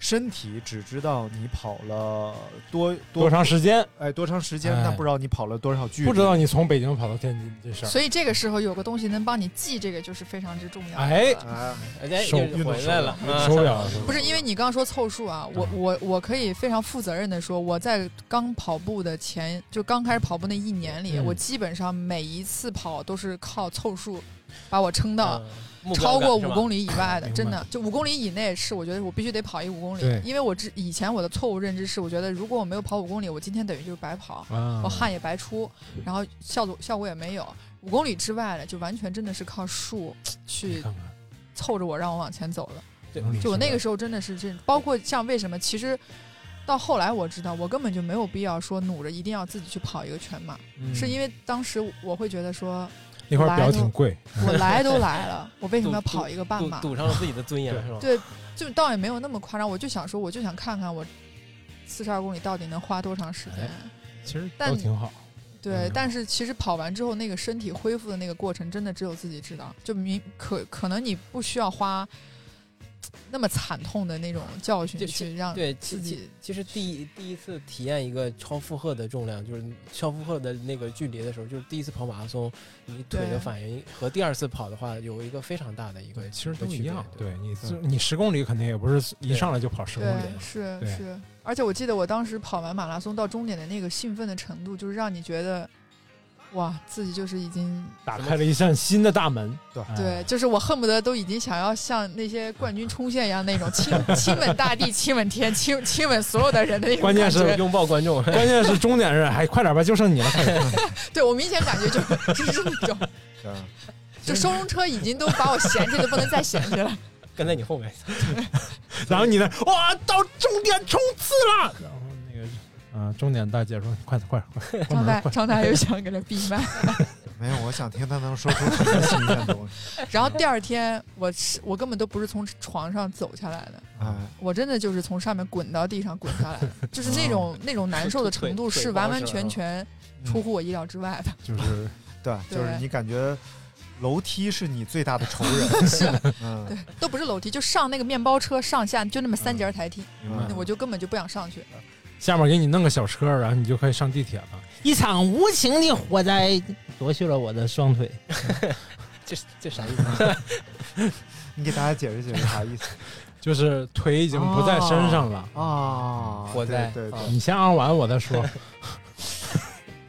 Speaker 1: 身体只知道你跑了多
Speaker 2: 多长时间
Speaker 1: 哎多长时间，
Speaker 2: 哎
Speaker 1: 但不知道你跑了多少距离。
Speaker 2: 不知道你从北京跑到天津这事儿，
Speaker 4: 所以这个时候有个东西能帮你记，这个就是非常之重要的。
Speaker 2: 哎
Speaker 1: 哎，
Speaker 3: 哎，哎
Speaker 2: 手
Speaker 3: 就是回来了，啊
Speaker 2: 手表是吧
Speaker 4: 不是因为你刚刚说凑数啊，我我我可以非常负责任的说，我在刚跑步的前，就刚开始跑步那一年里，
Speaker 2: 嗯
Speaker 4: 我基本上每一次跑都是靠凑数把我撑到
Speaker 3: 嗯目标
Speaker 4: 超过
Speaker 3: 感
Speaker 4: 五
Speaker 3: 是吧
Speaker 4: 公里以外的，
Speaker 2: 明白
Speaker 4: 真的就五公里以内是我觉得我必须得跑一五公里
Speaker 2: 对，
Speaker 4: 因为我之以前我的错误认知是，我觉得如果我没有跑五公里，我今天等于就是白跑。
Speaker 2: 啊
Speaker 4: 我汗也白出，然后效果效果也没有。五公里之外的，就完全真的是靠数
Speaker 2: 你
Speaker 4: 去
Speaker 2: 看看
Speaker 4: 凑着我让我往前走的。
Speaker 3: 对
Speaker 2: 能理解
Speaker 4: 就我那个时候真的是这，包括像为什么，其实到后来我知道，我根本就没有必要说努着一定要自己去跑一个全马，
Speaker 2: 嗯
Speaker 4: 是因为当时我会觉得说，
Speaker 2: 那块表挺贵，
Speaker 4: 我来都来了，我为什么要
Speaker 3: 赌赌
Speaker 4: 跑一个半
Speaker 3: 赌
Speaker 4: 马？
Speaker 3: 赌上了自己的尊严
Speaker 2: 对
Speaker 3: 是吧？
Speaker 4: 对就倒也没有那么夸张，我就想说，我就想看看我四十二公里到底能花多长时间。
Speaker 2: 其实
Speaker 4: 但
Speaker 2: 都挺好。
Speaker 4: 对
Speaker 2: 嗯，
Speaker 4: 但是其实跑完之后，那个身体恢复的那个过程，真的只有自己知道。就明可可能你不需要花那么惨痛的那种教训
Speaker 3: 就
Speaker 4: 去让
Speaker 3: 对
Speaker 4: 自
Speaker 3: 自己。
Speaker 4: 己
Speaker 3: 其实第一第一次体验一个超负荷的重量，就是超负荷的那个距离的时候，就是第一次跑马拉松，你腿
Speaker 4: 对
Speaker 3: 的反应和第二次跑的话有一个非常大的一个
Speaker 2: 对，其实都
Speaker 3: 区
Speaker 2: 一
Speaker 3: 别
Speaker 2: 样。
Speaker 3: 对
Speaker 2: 对你自，你十公里肯定也不是一
Speaker 3: 对
Speaker 2: 上来就跑十公
Speaker 4: 对
Speaker 2: 里，
Speaker 4: 是
Speaker 2: 对
Speaker 4: 是。而且我记得我当时跑完马拉松到终点的那个兴奋的程度，就是让你觉得哇，自己就是已经
Speaker 2: 打开了一扇新的大门。
Speaker 1: 对
Speaker 2: 哎
Speaker 4: 对，就是我恨不得都已经想要像那些冠军冲线一样那种 亲亲吻大地、亲吻天、亲亲吻所有的人的那种
Speaker 2: 关键
Speaker 4: 感
Speaker 2: 是
Speaker 4: 觉。
Speaker 3: 拥抱观众，
Speaker 2: 关键是终点是，哎，快点吧，就剩你了，快点。
Speaker 4: 对我明显感觉就是就是那种，
Speaker 1: 对
Speaker 4: 就收容车已经都把我闲置的不能再闲置 了。
Speaker 3: 跟在你后面。
Speaker 2: 然后你呢，哇，到终点冲刺了。然后那个，嗯、终点大姐说，快点，快点，快点，关
Speaker 4: 张
Speaker 2: 门
Speaker 4: 大
Speaker 2: 快点。
Speaker 4: 张大又想给他闭麦。
Speaker 1: 没有，我想听他能说出什么新鲜东西。
Speaker 4: 然后第二天，我是我根本都不是从床上走下来的，
Speaker 1: 哎，
Speaker 4: 我真的就是从上面滚到地上滚下来的，就是那种那种难受的程度是
Speaker 3: 腿腿包
Speaker 4: 完完
Speaker 3: 着
Speaker 4: 全
Speaker 3: 啊
Speaker 4: 全
Speaker 1: 嗯
Speaker 4: 出乎我意料之外的。
Speaker 2: 就是
Speaker 1: 对，就是
Speaker 4: 对
Speaker 1: 你感觉楼梯是你最大的仇人。
Speaker 4: 是，
Speaker 1: 嗯，
Speaker 4: 对，都不是楼梯，就上那个面包车上下就那么
Speaker 3: 嗯
Speaker 4: 三节台梯，
Speaker 2: 明
Speaker 1: 嗯
Speaker 2: 白
Speaker 4: 那我就根本就不想上去。
Speaker 2: 下面给你弄个小车，然后你就可以上地铁了。
Speaker 5: 一场无情的火灾夺去了我的双腿。
Speaker 3: 这这啥意思？
Speaker 1: 你给大家解释解释啥意思
Speaker 2: 就是腿已经不在身上了。
Speaker 1: 啊
Speaker 3: 火灾
Speaker 1: 对对
Speaker 5: 哦
Speaker 3: 啊
Speaker 1: 对，
Speaker 2: 你先按完我再 说，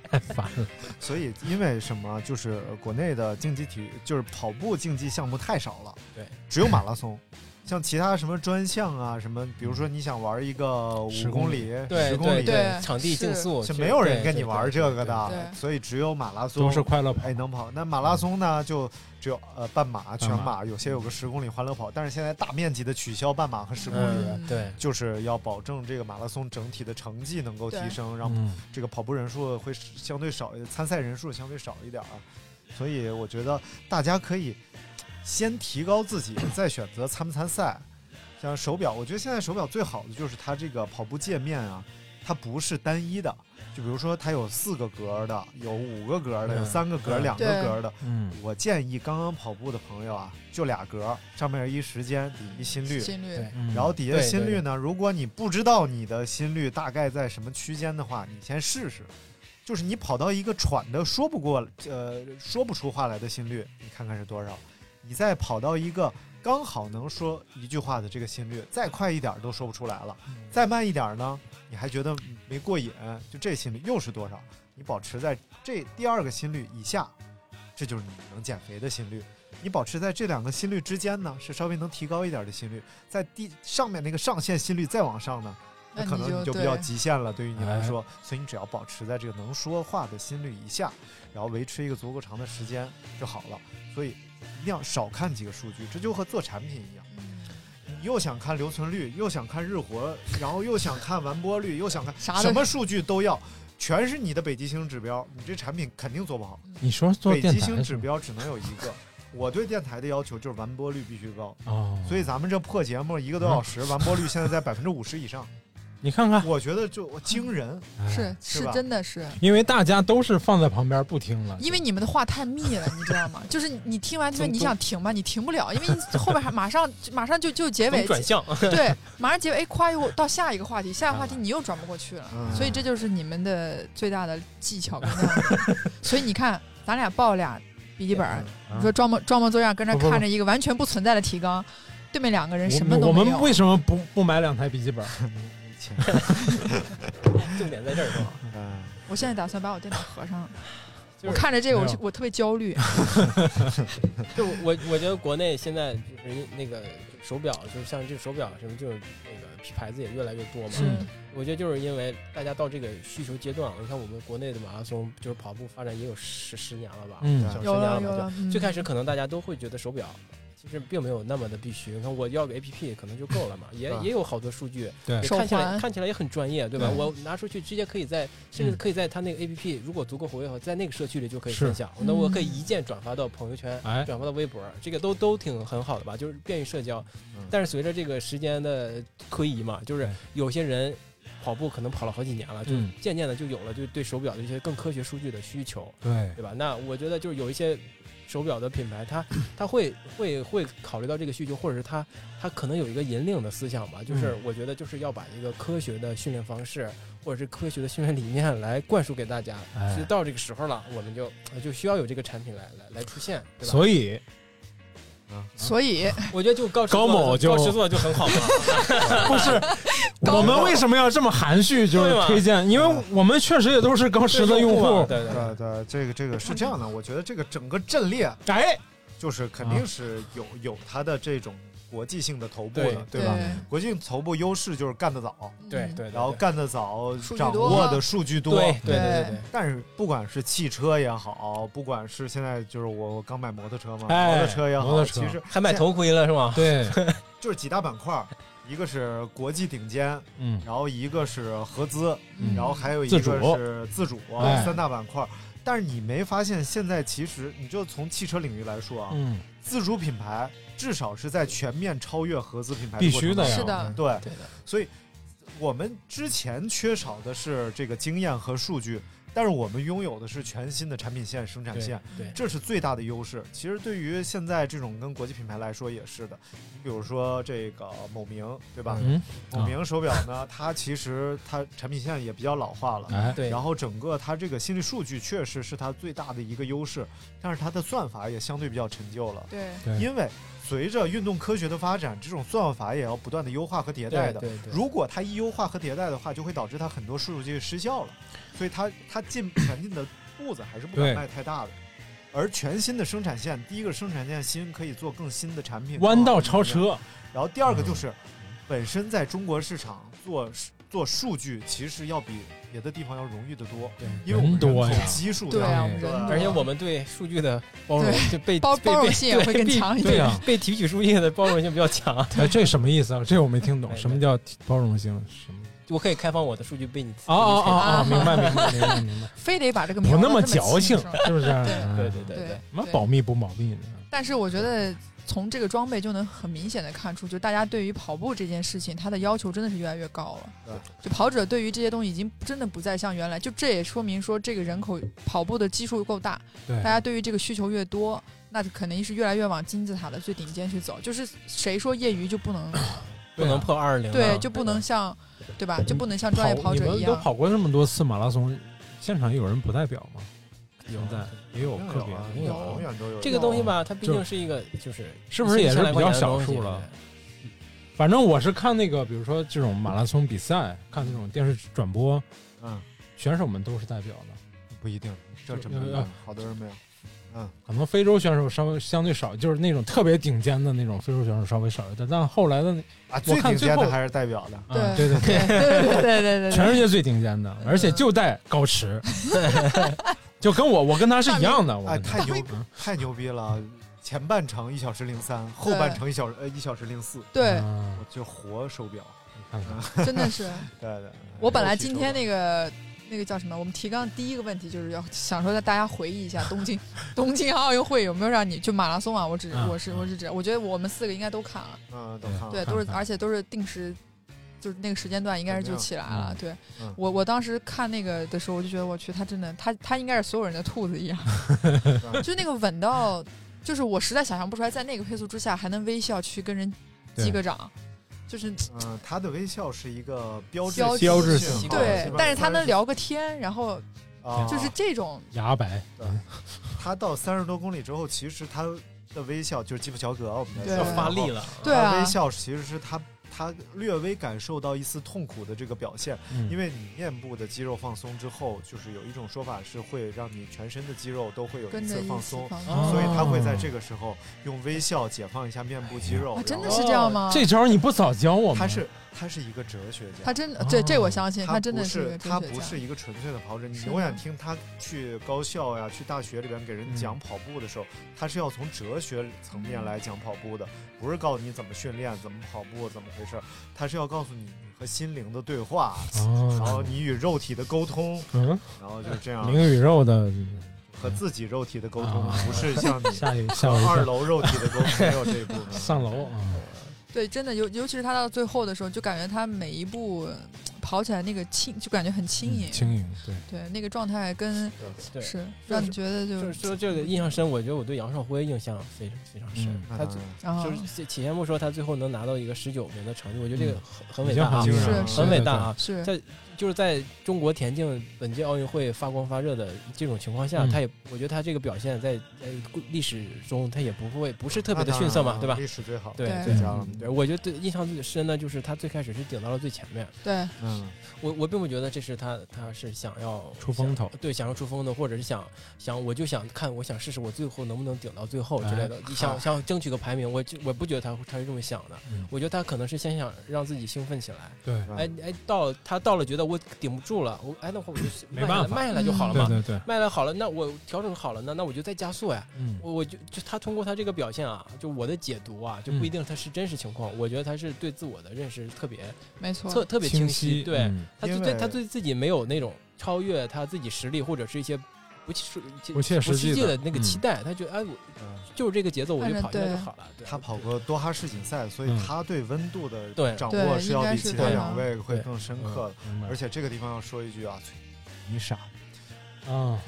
Speaker 2: 太烦了。
Speaker 1: 所以因为什么？就是国内的竞技体育，就是跑步竞技项目太少了，
Speaker 3: 对，
Speaker 1: 只有马拉松。像其他什么专项啊，什么，比如说你想玩一个
Speaker 2: 10
Speaker 1: 五
Speaker 2: 公
Speaker 1: 公
Speaker 2: 里
Speaker 1: 里、
Speaker 3: 对
Speaker 1: 十公里，
Speaker 4: 对
Speaker 3: 场地竞速
Speaker 1: 是没有人跟你玩这个
Speaker 4: 对对
Speaker 1: 的，
Speaker 4: 对
Speaker 1: 所以只有马拉松
Speaker 2: 都是快乐跑
Speaker 1: 哎，能跑。那马拉松呢，就只有呃半马、全
Speaker 2: 半
Speaker 1: 马，有些有个十公里欢乐跑，但是现在大面积的取消半马和十公里，
Speaker 4: 嗯
Speaker 3: 对
Speaker 1: 就是要保证这个马拉松整体的成绩能够提升，让
Speaker 2: 嗯，
Speaker 1: 这个跑步人数会相对少，参赛人数相对少一点啊。所以我觉得大家可以先提高自己，再选择参不参赛。像手表，我觉得现在手表最好的就是它这个跑步界面啊，它不是单一的。就比如说，它有四个格儿的，有五个格儿的，有
Speaker 3: 嗯
Speaker 1: 三个格儿、
Speaker 3: 嗯
Speaker 1: 两个
Speaker 4: 对
Speaker 1: 格儿的。
Speaker 2: 嗯，
Speaker 1: 我建议刚刚跑步的朋友啊，就俩格儿，上面一时间，底一心率，
Speaker 4: 心率
Speaker 3: 对
Speaker 2: 嗯
Speaker 1: 然后底下
Speaker 3: 对
Speaker 1: 心
Speaker 3: 对
Speaker 1: 率呢，如果你不知道你的心率大概在什么区间的话，你先试试。就是你跑到一个喘的说不过呃说不出话来的心率，你看看是多少？你再跑到一个刚好能说一句话的这个心率，再快一点儿都说不出来了，
Speaker 3: 嗯
Speaker 1: 再慢一点儿呢，你还觉得嗯没过瘾，就这心率又是多少？你保持在这第二个心率以下，这就是你能减肥的心率。你保持在这两个心率之间呢，是稍微能提高一点的心率，在第上面那个上限心率再往上呢，
Speaker 4: 那
Speaker 1: 那可
Speaker 4: 你
Speaker 1: 能
Speaker 4: 就
Speaker 1: 你就比
Speaker 4: 对
Speaker 1: 较极限了，对于你
Speaker 2: 哎
Speaker 1: 来说，所以你只要保持在这个能说话的心率以下，然后维持一个足够长的时间就好了。所以一定要少看几个数据，这就和做产品一样，
Speaker 4: 嗯
Speaker 1: 你又想看留存率，又想看日活，然后又想看完播率，又想看
Speaker 4: 啥都
Speaker 1: 什么数据都要，全是你的北极星指标，你这产品肯定做不好。
Speaker 2: 你说做
Speaker 1: 北
Speaker 2: 电
Speaker 1: 极
Speaker 2: 台
Speaker 1: 星
Speaker 2: 的
Speaker 1: 指
Speaker 2: 时候
Speaker 1: 标只能有一个。我对电台的要求就是完播率必须高，
Speaker 2: 哦，
Speaker 1: 所以咱们这破节目一个多小时，完播率现在在百分之五十以上，
Speaker 2: 你看看
Speaker 1: 我觉得就我惊人。
Speaker 2: 哎
Speaker 4: 是
Speaker 1: 是
Speaker 4: 是
Speaker 1: 吧
Speaker 4: 真的是。
Speaker 2: 因为大家都是放在旁边不听了，
Speaker 4: 因为你们的话太密了，你知道吗？就是你听完这边你想停吧，你停不了，因为你后边还马上马上就就结尾
Speaker 3: 能，转向，啊
Speaker 4: 对，马上结尾，哎，夸一会儿到下一个话题，下一个话题你又转不过去了，
Speaker 1: 嗯
Speaker 4: 所以这就是你们的最大的技巧跟能力。所以你看，咱俩报俩笔记本
Speaker 1: 哎
Speaker 4: 儿，
Speaker 2: 啊
Speaker 3: 嗯
Speaker 4: 你说装模装模作样跟那
Speaker 2: 不不不
Speaker 4: 看着一个完全不存在的提纲，对面两个人什么
Speaker 2: 我
Speaker 4: 都
Speaker 2: 们
Speaker 4: 没
Speaker 2: 我们
Speaker 4: 有。
Speaker 2: 为什么不不买两台笔记本？
Speaker 3: 重点在这儿是吧？
Speaker 1: 嗯，
Speaker 4: 我现在打算把我电脑合上了。
Speaker 3: 就是
Speaker 4: 我看着这个，我
Speaker 2: 没有
Speaker 4: 就我特别焦虑。
Speaker 3: 就我我觉得国内现在就是那个手表，就是像这手表什么这种那个品牌子也越来越多嘛。
Speaker 4: 是
Speaker 2: 嗯
Speaker 3: 我觉得就是因为大家到这个需求阶段啊了，你看我们国内的马拉松就是跑步发展也有十十年了吧？
Speaker 2: 嗯
Speaker 3: 小十
Speaker 4: 有
Speaker 3: 年
Speaker 4: 了
Speaker 3: 了
Speaker 4: 有
Speaker 3: 吧？
Speaker 4: 了，嗯
Speaker 3: 就最开始可能大家都会觉得手表。其实并没有那么的必须，你看我要个 A P P 可能就够了嘛，也
Speaker 1: 对
Speaker 3: 也有好多数据，
Speaker 2: 对
Speaker 3: 也看起
Speaker 4: 手环
Speaker 3: 来看起来也很专业，对吧？
Speaker 2: 对
Speaker 3: 我拿出去直接可以在，甚至
Speaker 2: 嗯
Speaker 3: 可以在它那个 A P P 如果足够活跃后，在那个社区里就可以
Speaker 2: 是
Speaker 3: 分享，那我可以
Speaker 4: 嗯
Speaker 3: 一键转发到朋友圈，
Speaker 2: 哎，
Speaker 3: 转发到微博，这个都都挺很好的吧，就是便于社交
Speaker 1: 嗯。
Speaker 3: 但是随着这个时间的推移嘛，就是
Speaker 2: 对
Speaker 3: 有些人跑步可能跑了好几年了，就
Speaker 2: 嗯，
Speaker 3: 渐渐的就有了就对手表的一些更科学数据的需求。
Speaker 2: 对，
Speaker 3: 对吧？那我觉得就是有一些手表的品牌，它它会会会考虑到这个需求，或者是它它可能有一个引领的思想吧，就是
Speaker 2: 嗯
Speaker 3: 我觉得就是要把一个科学的训练方式或者是科学的训练理念来灌输给大家。
Speaker 2: 哎
Speaker 3: 其实到这个时候了，我们就就需要有这个产品来来来出现，对吧？
Speaker 2: 所以
Speaker 1: 嗯
Speaker 4: 所以
Speaker 3: 我觉得就高驰做
Speaker 2: 高某
Speaker 3: 的
Speaker 2: 就
Speaker 3: 高驰做的就 很好嘛，
Speaker 2: 不 是
Speaker 4: 高
Speaker 2: 我们为什么要这么含蓄，就是
Speaker 3: 对吧
Speaker 2: 推荐，因为我们确实也都是高驰的用
Speaker 3: 用嘛
Speaker 2: 户。
Speaker 3: 对对对
Speaker 1: 对对，呃这个这个是这样的，我觉得这个整个阵列
Speaker 2: 哎，
Speaker 1: 就是肯定是有有它的这种国际性的头部的，
Speaker 3: 对
Speaker 1: 对吧？国际性头部优势就是干得早，
Speaker 3: 对
Speaker 4: 嗯
Speaker 3: 对，
Speaker 1: 然后干得早，
Speaker 4: 数据
Speaker 1: 掌
Speaker 4: 多
Speaker 1: 握的数据多。
Speaker 3: 对对对对
Speaker 4: 对
Speaker 3: 对。
Speaker 1: 但是不管是汽车也好，不管是现在就是我我刚买摩托车嘛，
Speaker 2: 哎
Speaker 1: 摩托车也
Speaker 2: 摩
Speaker 1: 好，
Speaker 2: 托车
Speaker 1: 其实
Speaker 3: 还买头盔了是吗？
Speaker 2: 对，
Speaker 1: 就是几大板 块儿，一个是国际顶尖，
Speaker 2: 嗯，
Speaker 1: 然后一个是合资，
Speaker 2: 嗯
Speaker 1: 然后还有一
Speaker 2: 自
Speaker 1: 个
Speaker 2: 主
Speaker 1: 是自主，
Speaker 2: 哎
Speaker 1: 三大板块儿。但是你没发现，现在其实你就从汽车领域来说啊，
Speaker 2: 嗯，
Speaker 1: 自主品牌至少是在全面超越合资品牌
Speaker 2: 必
Speaker 1: 的过程
Speaker 2: 须的
Speaker 1: 当
Speaker 2: 呀，
Speaker 1: 中
Speaker 4: 是的
Speaker 1: 对，
Speaker 3: 对的，
Speaker 1: 所以我们之前缺少的是这个经验和数据，但是我们拥有的是全新的产品线、生产线，
Speaker 3: 对啊对
Speaker 1: 这是最大的优势。其实对于现在这种跟国际品牌来说也是的，你比如说这个某名，对吧？
Speaker 2: 嗯，
Speaker 1: 某名手表呢，它其实它产品线也比较老化了。
Speaker 2: 哎，
Speaker 3: 对，
Speaker 1: 然后整个它这个心理数据确实是它最大的一个优势，但是它的算法也相对比较陈旧了，
Speaker 4: 对
Speaker 2: 对
Speaker 1: 因为随着运动科学的发展，这种算法也要不断的优化和迭代
Speaker 3: 对
Speaker 1: 的。
Speaker 3: 对对，
Speaker 1: 如果它一优化和迭代的话，就会导致它很多数据失效了，所以它它进前进的步子还是不
Speaker 2: 对
Speaker 1: 敢迈太大的。而全新的生产线，第一个生产线新可以做更新的产品，
Speaker 2: 弯
Speaker 1: 更
Speaker 2: 道
Speaker 1: 好
Speaker 2: 超
Speaker 1: 的产品，
Speaker 2: 车，嗯
Speaker 1: 然后第二个就是，本身在中国市场做做数据，其实要比别的地方要容易得多，
Speaker 3: 对
Speaker 1: 因为我们
Speaker 2: 人多
Speaker 1: 人
Speaker 2: 呀
Speaker 1: 口基数
Speaker 4: 对啊，
Speaker 1: 大
Speaker 4: 我们人多
Speaker 3: 而且我们对数据的包容
Speaker 4: 对
Speaker 3: 就被
Speaker 4: 包
Speaker 3: 被
Speaker 4: 包容
Speaker 3: 被
Speaker 4: 性也会
Speaker 3: 对
Speaker 4: 更
Speaker 3: 被
Speaker 4: 强一
Speaker 2: 对
Speaker 4: 点。
Speaker 2: 呀，
Speaker 3: 被提取输液的包容性比较强，
Speaker 2: 哎，这什么意思啊？这我没听懂，
Speaker 3: 哎
Speaker 2: 什么叫包容性？什么？
Speaker 3: 我可以开放我的数据被你
Speaker 2: 哦哦哦哦，
Speaker 4: 啊
Speaker 2: 明白 明白明白明白，
Speaker 4: 非得把这个
Speaker 2: 不
Speaker 4: 描
Speaker 2: 那
Speaker 4: 得
Speaker 2: 么
Speaker 4: 这
Speaker 2: 矫情，
Speaker 4: 清楚
Speaker 2: 是不是？嗯
Speaker 3: 对对对
Speaker 4: 对
Speaker 3: 对，
Speaker 2: 什么
Speaker 4: 对
Speaker 2: 保密不保密呢？
Speaker 4: 但是我觉得从这个装备就能很明显的看出，就大家对于跑步这件事情，它的要求真的是越来越高了。
Speaker 1: 对，
Speaker 4: 就跑者对于这些东西已经真的不再像原来，就这也说明说这个人口跑步的基数够大，
Speaker 2: 对
Speaker 4: 大，家对于这个需求越多，那肯定是越来越往金字塔的最顶尖去走。就是谁说业余就不 能
Speaker 3: 不能破二零，啊
Speaker 4: 对，就不能像对吧，就不能像专业
Speaker 2: 跑，
Speaker 4: 跑
Speaker 2: 你
Speaker 4: 者
Speaker 2: 们
Speaker 4: 一
Speaker 2: 都
Speaker 4: 样。
Speaker 2: 跑过那么多次马拉松，现场有人不代表吗？
Speaker 3: 有
Speaker 2: 现在也有个别
Speaker 1: 啊，
Speaker 3: 有
Speaker 1: 永远都有
Speaker 3: 这个东西吧，它毕竟是一个就是
Speaker 2: 是不是也是比较少数
Speaker 3: 了
Speaker 2: 了？？反正我是看那个，比如说这种马拉松比赛，看那种电视转播，
Speaker 1: 嗯，
Speaker 2: 选手们都是代表的。
Speaker 1: 不一定，这真
Speaker 2: 呃
Speaker 1: 没有
Speaker 2: 呃，
Speaker 1: 好多人没有。
Speaker 2: 可能非洲选手稍微相对少，就是那种特别顶尖的那种非洲选手稍微少一点，但后来的，
Speaker 1: 啊，
Speaker 2: 我
Speaker 1: 最
Speaker 2: 看
Speaker 1: 顶
Speaker 2: 最
Speaker 1: 尖
Speaker 2: 后
Speaker 1: 的还是代表的，
Speaker 2: 嗯，对
Speaker 4: 对
Speaker 2: 对对，
Speaker 4: 对对对对对
Speaker 2: 全
Speaker 4: 对，
Speaker 2: 世界最顶尖的，而且就带高驰，就跟我我跟他是一样的，我
Speaker 1: 哎，
Speaker 2: 跟他
Speaker 1: 太牛
Speaker 2: 嗯
Speaker 1: 太牛逼了！前半程一小时零三，后半程一小时呃一小时零四，
Speaker 4: 对，
Speaker 2: 啊
Speaker 1: 我就活手表。
Speaker 2: 你看看
Speaker 4: 真的是。
Speaker 1: 对对，
Speaker 4: 我本来今天那个那个叫什么，我们提纲第一个问题就是要想说让大家回忆一下东 京东京奥运会有没有让你就马拉松啊？我只
Speaker 2: 嗯
Speaker 4: 我是我是指，我觉得我们四个应该都看了，
Speaker 1: 嗯，都
Speaker 2: 对
Speaker 1: 看了
Speaker 4: 对，
Speaker 2: 看
Speaker 4: 都是
Speaker 2: 看
Speaker 4: 而且都是定时。就是那个时间段应该是就起来了，对
Speaker 1: 嗯
Speaker 4: 我我当时看那个的时候，我就觉得我去，他真的，他他应该是所有人的兔子一 样，就是那个稳到，就是我实在想象不出来，在那个配速之下还能微笑去跟人击个掌，就是
Speaker 1: 嗯，他的微笑是一个标志
Speaker 4: 标
Speaker 2: 标志
Speaker 1: 性
Speaker 2: 性
Speaker 1: 号
Speaker 4: 对，但是他能，
Speaker 1: 吧
Speaker 4: 聊个天，然后
Speaker 1: 啊
Speaker 4: 就是这种
Speaker 2: 牙白，
Speaker 1: 他到三十多公里之后，其实他的微笑就是基普乔格，我们在
Speaker 4: 对
Speaker 1: 说
Speaker 3: 要发力，了，
Speaker 4: 对
Speaker 1: 他
Speaker 4: 啊，
Speaker 1: 微笑其实是他他略微感受到一丝痛苦的这个表现，
Speaker 2: 嗯
Speaker 1: 因为你面部的肌肉放松之后，就是有一种说法是会让你全身的肌肉都会有
Speaker 4: 跟
Speaker 1: 一
Speaker 4: 着
Speaker 1: 次
Speaker 4: 一
Speaker 1: 放
Speaker 4: 起
Speaker 1: 松，啊
Speaker 4: 放啊
Speaker 3: 哦
Speaker 1: 所以他会在这个时候用微笑解放一下面部肌肉
Speaker 4: 啊，，真的
Speaker 1: 然后
Speaker 4: 是这样吗？
Speaker 2: 这招你不早教我们？
Speaker 1: 他是他是一个哲学家，
Speaker 4: 他真对这我相信，
Speaker 1: 他
Speaker 4: 真的
Speaker 1: 不
Speaker 4: 一
Speaker 1: 是
Speaker 4: 个
Speaker 1: 他
Speaker 4: 哲
Speaker 1: 不
Speaker 4: 学
Speaker 1: 是一个纯粹的跑者，你
Speaker 4: 是
Speaker 1: 永远
Speaker 4: 的
Speaker 1: 听他去高校呀、去大学里边给人讲
Speaker 2: 嗯
Speaker 1: 跑步的时候，他是要从哲学层面来讲跑步的，不是告诉你怎么训练、怎么跑步、怎么回事儿，他是要告诉你和心灵的对话，
Speaker 2: 哦，
Speaker 1: 然后你与肉体的沟通，
Speaker 2: 嗯，
Speaker 1: 然后就这样
Speaker 2: 灵与肉的
Speaker 1: 和自己肉体的沟通
Speaker 2: 啊，
Speaker 1: 不是像你
Speaker 2: 下一下
Speaker 1: 和
Speaker 2: 我一
Speaker 1: 二
Speaker 2: 跳
Speaker 1: 楼肉体的沟通没有这一部分。
Speaker 2: 上楼啊，
Speaker 4: 对，真的尤尤其是他到最后的时候，就感觉他每一步跑起来那个轻，就感觉很轻盈，
Speaker 2: 嗯轻盈，对，
Speaker 4: 对，那个状态跟
Speaker 3: 对，
Speaker 4: 是让你觉得就
Speaker 3: 就是说这个印象深，我觉得我对杨少辉印象非常非常深。
Speaker 2: 嗯
Speaker 3: 他
Speaker 1: 嗯
Speaker 4: 然后
Speaker 3: 就是且且先不说他最后能拿到一个十九名的成绩，我觉得这个
Speaker 2: 嗯
Speaker 3: 很很伟
Speaker 2: 已经
Speaker 3: 大啊
Speaker 2: 很，惊人了，
Speaker 4: 是
Speaker 3: 很伟
Speaker 2: 对
Speaker 3: 大啊！
Speaker 4: 是
Speaker 3: 在就是在中国田径本届奥运会发光发热的这种情况下，
Speaker 2: 嗯
Speaker 3: 他也我觉得他这个表现在在历史中他也不会不是特别
Speaker 1: 那
Speaker 3: 的
Speaker 1: 当
Speaker 3: 逊色
Speaker 1: 然
Speaker 3: 嘛，
Speaker 2: 啊
Speaker 1: 了
Speaker 3: 对吧？
Speaker 1: 历史最好，
Speaker 3: 对
Speaker 4: 对
Speaker 1: 最佳了
Speaker 2: 嗯，
Speaker 3: 对，我觉得对印象最深的就是他最开始是顶到了最前面，
Speaker 4: 对
Speaker 1: 嗯，
Speaker 3: 我我并不觉得这是他他是想要
Speaker 2: 出风头
Speaker 3: 想对，想要出风头，或者是想想我就想看，我想试试我最后能不能顶到最后之类的，
Speaker 2: 哎
Speaker 3: 你想想争取个排名，我就我不觉得他他是这么想的，
Speaker 2: 嗯
Speaker 3: 我觉得他可能是先想让自己兴奋起来，
Speaker 2: 对
Speaker 1: 嗯
Speaker 3: 哎哎，到了他到了觉得我顶不住了，我哎那我我就
Speaker 2: 没
Speaker 3: 慢
Speaker 2: 办
Speaker 3: 下来
Speaker 2: 法
Speaker 3: 慢下来就好了
Speaker 2: 对
Speaker 3: 嘛，
Speaker 2: 对对，
Speaker 3: 慢下来好了，那我调整好了，那那我就再加速呀，
Speaker 2: 嗯，
Speaker 3: 我我就就他通过他这个表现啊，就我的解读啊，就
Speaker 2: 嗯
Speaker 3: 不一定他是真实情况，我觉得他是对自我的认识特别
Speaker 4: 没错，
Speaker 3: 特特别
Speaker 2: 清
Speaker 3: 晰，对。
Speaker 2: 嗯
Speaker 3: 他
Speaker 1: 因
Speaker 3: 就对
Speaker 1: 为
Speaker 3: 他对自己没有那种超越他自己实力或者是一些不切
Speaker 2: 不切实际
Speaker 3: 际
Speaker 2: 的
Speaker 3: 的那个
Speaker 2: 嗯
Speaker 3: 期待，他觉得哎，我
Speaker 1: 嗯
Speaker 3: 就是这个节奏，我
Speaker 4: 反
Speaker 3: 就
Speaker 4: 正
Speaker 3: 跑一下就
Speaker 4: 对
Speaker 3: 好了。对
Speaker 1: 他跑过多哈世锦赛，所以
Speaker 2: 嗯
Speaker 1: 他对温度的
Speaker 3: 对
Speaker 1: 掌
Speaker 4: 对
Speaker 1: 握是要
Speaker 4: 应该
Speaker 1: 比
Speaker 4: 是
Speaker 1: 其他
Speaker 3: 这
Speaker 1: 两
Speaker 4: 样
Speaker 1: 位会
Speaker 3: 对
Speaker 1: 更深
Speaker 2: 嗯
Speaker 1: 刻的。
Speaker 2: 明白
Speaker 1: 而且这个地方要说一句啊，崔你傻
Speaker 2: 啊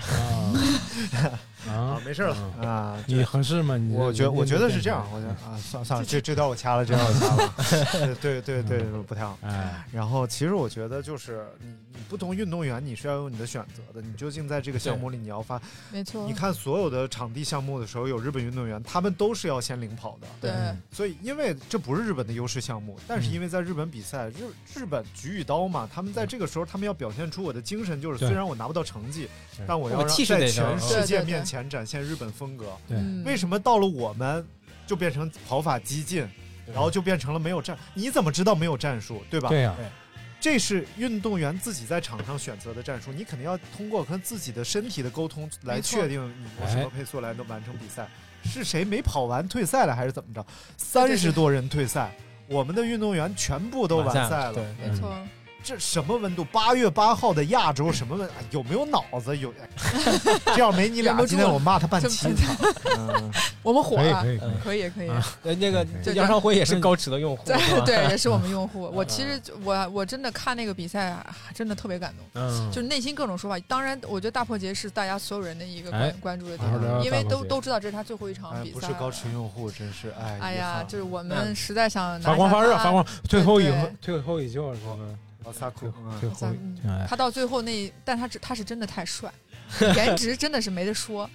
Speaker 2: 啊
Speaker 1: 啊
Speaker 2: 啊，！
Speaker 1: 没事了啊。
Speaker 2: 你合适吗？你
Speaker 1: 我觉我觉得是这样，
Speaker 2: 好
Speaker 1: 我觉
Speaker 2: 像
Speaker 1: 得啊，算了算了，这这段我掐了，这段我掐了，对对对对，不太好。
Speaker 2: 哎，
Speaker 1: 然后其实我觉得就是你你不同运动员你是要有你的选择的，你究竟在这个项目里你要发，
Speaker 4: 没错
Speaker 1: 你，看所有的场地项目的时候有日本运动员，他们都是要先领跑的，
Speaker 4: 对
Speaker 2: 嗯
Speaker 1: 所以因为这不是日本的优势项目，但是
Speaker 2: 嗯
Speaker 1: 因为在日本比赛，日日本举与刀嘛，他们在这个时候他们要表现出我的精神，就是
Speaker 2: 对
Speaker 1: 虽然我拿不到成绩
Speaker 2: 对，
Speaker 1: 但我要
Speaker 3: 我
Speaker 1: 让
Speaker 3: 气势
Speaker 1: 在
Speaker 3: 得上
Speaker 1: 全
Speaker 3: 嗯
Speaker 1: 世
Speaker 4: 对
Speaker 1: 界
Speaker 4: 对对
Speaker 1: 面前展现日本风格。
Speaker 2: 对
Speaker 4: 嗯，
Speaker 1: 为什么到了我们就变成跑法激进，然后就变成了没有战？你怎么知道没有战术，对吧？
Speaker 2: 对呀，
Speaker 1: 这是运动员自己在场上选择的战术，你肯定要通过跟自己的身体的沟通来
Speaker 4: 没错
Speaker 1: 确定你用什么配速来能完成比赛。是谁没跑完退赛了，还是怎么着？三十多人退赛，我们的运动员全部都完赛了。
Speaker 3: 对，
Speaker 4: 没
Speaker 1: 嗯
Speaker 4: 错，
Speaker 1: 这什么温度？八月八号的亚洲什么温？哎有没有脑 子？有，哎这要没你
Speaker 4: 忍
Speaker 1: 俩，
Speaker 4: 不住
Speaker 1: 今天我骂他半
Speaker 4: 这
Speaker 1: 期
Speaker 4: 么。
Speaker 1: 嗯，
Speaker 4: 我们火
Speaker 2: 可以
Speaker 4: 了
Speaker 2: 可，以，可以
Speaker 3: 嗯
Speaker 4: 可以可以，
Speaker 2: 啊
Speaker 3: 呃那个
Speaker 2: 对
Speaker 3: 这杨少辉也是高驰的用户， 是吧
Speaker 4: 对对，也是我们用户。我
Speaker 3: 嗯
Speaker 4: 其实就我我真的看那个比赛啊，真的特别感动，
Speaker 2: 嗯，
Speaker 4: 就是内心各种说法。当然，我觉得大破节是大家所有人的一个关、
Speaker 2: 哎
Speaker 4: 关注的
Speaker 2: 好
Speaker 4: 点，
Speaker 2: 好聊聊
Speaker 4: 因
Speaker 2: 大
Speaker 4: 为
Speaker 2: 破
Speaker 4: 都
Speaker 2: 节
Speaker 4: 都知道这是他最后一场
Speaker 1: 哎
Speaker 4: 比
Speaker 1: 不
Speaker 4: 赛。
Speaker 1: 是高驰用户，真是哎。
Speaker 4: 哎
Speaker 1: 遗
Speaker 4: 呀，
Speaker 1: 憾
Speaker 4: 就是我们实在想拿
Speaker 2: 嗯发光
Speaker 4: 下
Speaker 2: 发热，
Speaker 4: 他
Speaker 2: 发光，退后一
Speaker 4: 对对
Speaker 2: 退后一救，是吧？
Speaker 1: 老萨库
Speaker 2: 退
Speaker 1: 嗯
Speaker 2: 退
Speaker 4: 咱
Speaker 2: 后一，
Speaker 4: 嗯
Speaker 2: 哎，
Speaker 4: 他到最后那，但他只他是真的太帅，颜值真的是没得 说。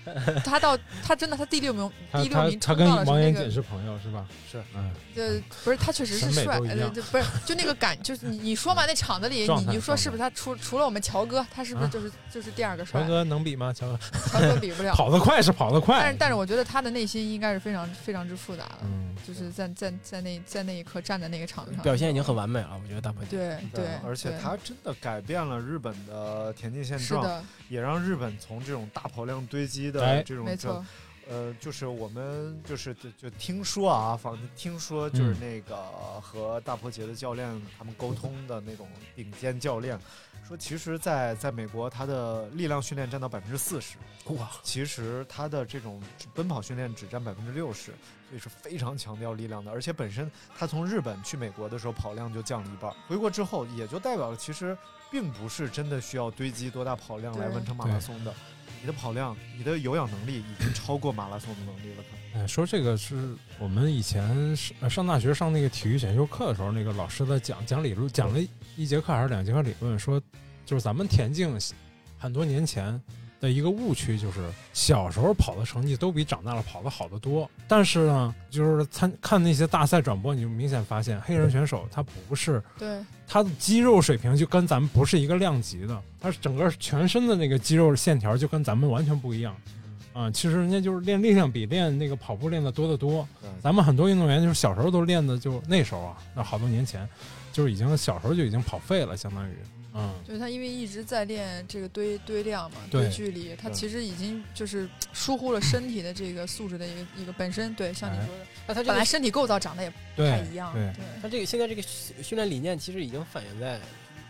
Speaker 4: 他到他真的他第六名，
Speaker 2: 他
Speaker 4: 第六
Speaker 2: 他
Speaker 4: 名
Speaker 2: 他
Speaker 4: 冲
Speaker 2: 跟
Speaker 4: 到了是
Speaker 2: 王
Speaker 4: 那
Speaker 2: 彦
Speaker 4: 个
Speaker 2: 锦是朋友是吧？
Speaker 1: 是，
Speaker 2: 嗯，
Speaker 4: 呃，不是，他确实是
Speaker 2: 审美
Speaker 4: 帅，
Speaker 2: 都一
Speaker 4: 呃，
Speaker 2: 样
Speaker 4: 就不是就那个感，就是你你说嘛，那场子里
Speaker 2: 状
Speaker 4: 你
Speaker 2: 态
Speaker 4: 你说
Speaker 2: 状态
Speaker 4: 是不是他除除了我们乔哥，他是不是
Speaker 2: 啊
Speaker 4: 就是、就是第二个帅
Speaker 2: 乔？哥能比吗？乔哥
Speaker 4: 乔哥比不了，
Speaker 2: 跑得快是跑得
Speaker 4: 但
Speaker 2: 快
Speaker 4: 是，但是我觉得他的内心应该是非常非常之复杂的，
Speaker 2: 嗯，
Speaker 4: 就是在在在那在那一刻站在那个场上，
Speaker 3: 表现已经很完美了，我觉得大鹏。
Speaker 4: 对对，
Speaker 1: 而且
Speaker 4: 对
Speaker 1: 他真的改变了日本的田径现
Speaker 4: 是
Speaker 1: 状，
Speaker 4: 的，
Speaker 1: 也让日本从这种大跑量堆积的
Speaker 2: 哎
Speaker 1: 这种
Speaker 4: 没
Speaker 1: 这
Speaker 4: 错，
Speaker 1: 呃，就是我们就是就就听说啊，仿听说就是
Speaker 2: 嗯
Speaker 1: 那个和大破节的教练他们沟通的那种顶尖教练。说，其实在，在美国，他的力量训练占到百分之四十，
Speaker 3: 哇，
Speaker 1: 其实他的这种奔跑训练只占百分之六十，所以是非常强调力量的。而且本身他从日本去美国的时候跑量就降了一半儿，回国之后也就代表了其实并不是真的需要堆积多大跑量来
Speaker 4: 对
Speaker 1: 完成马拉松的。你的跑量、你的有氧能力已经超过马拉松的能力了。
Speaker 2: 哎，说这个是我们以前是呃上大学上那个体育选修课的时候，那个老师在讲讲理论，讲了一节课还是两节课理论，说就是咱们田径很多年前的一个误区，就是小时候跑的成绩都比长大了跑的好得多。但是呢，就是参看那些大赛转播，你就明显发现黑人选手他不是
Speaker 4: 对
Speaker 2: 他的肌肉水平就跟咱们不是一个量级的，他是整个全身的那个肌肉线条就跟咱们完全不一样。啊、其实人家就是练力量比练那个跑步练的多得多。
Speaker 1: 嗯，
Speaker 2: 咱们很多运动员就是小时候都练的，就那时候啊，那好多年前，就是已经小时候就已经跑废了，相当于，嗯，
Speaker 4: 就是他因为一直在练这个堆堆量嘛，
Speaker 2: 对
Speaker 4: 堆距离，他
Speaker 1: 对
Speaker 4: 其实已经就是疏忽了身体的这个素质的一个一个本身，对，像你
Speaker 2: 哎
Speaker 4: 说的，
Speaker 3: 那他这
Speaker 4: 本
Speaker 3: 个
Speaker 4: 来身体构造长得也不太
Speaker 2: 对
Speaker 4: 一样，
Speaker 2: 对
Speaker 4: 对
Speaker 3: 他这个现在这个训训练理念其实已经反映在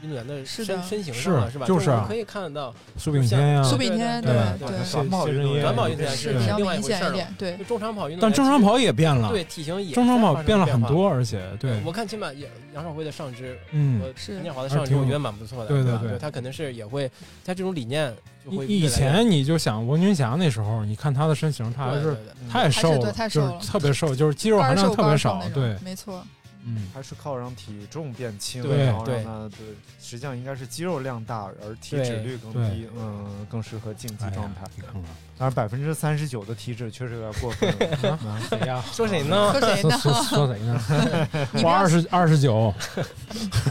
Speaker 3: 运动员的
Speaker 4: 是
Speaker 3: 身
Speaker 4: 的
Speaker 3: 身形
Speaker 2: 是
Speaker 3: 上了，是吧？
Speaker 2: 就是
Speaker 3: 我
Speaker 2: 啊
Speaker 3: 们可以看得到
Speaker 2: 苏炳添呀，
Speaker 4: 苏炳添
Speaker 3: 对
Speaker 2: 对
Speaker 4: 对
Speaker 1: 他
Speaker 2: 谢
Speaker 1: 短跑运动员
Speaker 2: 短跑运
Speaker 3: 动员
Speaker 4: 是
Speaker 2: 对
Speaker 4: 比较
Speaker 3: 另外一
Speaker 4: 明
Speaker 3: 回事
Speaker 4: 显
Speaker 3: 儿
Speaker 4: 一
Speaker 3: 了
Speaker 4: 点，对
Speaker 3: 就中长跑运动员，
Speaker 2: 但中长跑也变了，
Speaker 3: 对体型也
Speaker 2: 中长跑
Speaker 3: 在发生
Speaker 2: 变了
Speaker 3: 变
Speaker 2: 很
Speaker 3: 化。
Speaker 2: 多，而且对，
Speaker 3: 我看起码杨杨少辉的上肢，
Speaker 2: 嗯，
Speaker 3: 我
Speaker 4: 是
Speaker 3: 陈建华的
Speaker 2: 还是
Speaker 3: 上肢，
Speaker 2: 挺
Speaker 3: 我觉
Speaker 2: 有
Speaker 3: 得蛮不错的，
Speaker 2: 对对
Speaker 3: 吧
Speaker 2: 对
Speaker 3: 对，他可能是也会，他这种理念就会
Speaker 2: 以
Speaker 3: 越来越
Speaker 2: 前你就想王军霞那时候，你看她的身形，她还
Speaker 3: 对对
Speaker 2: 是
Speaker 3: 对对
Speaker 1: 嗯
Speaker 2: 太瘦
Speaker 4: 还是对太瘦了
Speaker 2: 就是特别瘦，就是肌肉
Speaker 4: 杆
Speaker 2: 含
Speaker 4: 儿
Speaker 2: 量
Speaker 4: 瘦
Speaker 2: 特
Speaker 4: 杆
Speaker 2: 别
Speaker 4: 儿瘦
Speaker 2: 少
Speaker 4: 那。种
Speaker 2: 对，
Speaker 4: 没 错，
Speaker 2: 嗯，
Speaker 1: 还是靠让体重变轻，
Speaker 2: 对
Speaker 1: 然后
Speaker 3: 对
Speaker 1: 让它对，实际上应该是肌肉量大，而体脂
Speaker 3: 对
Speaker 1: 率更
Speaker 2: 对
Speaker 1: 低，嗯，更适合竞技
Speaker 2: 哎呀
Speaker 1: 状态。
Speaker 2: 你看看，
Speaker 1: 当然，百分之三十九的体脂确实有点过分了。
Speaker 2: 啊谁呀？
Speaker 3: 说谁呢？
Speaker 4: 说谁
Speaker 2: 说
Speaker 4: 呢？
Speaker 2: 说 说谁呢？
Speaker 4: 哎你不
Speaker 2: 我
Speaker 4: 要
Speaker 2: 二十二十九，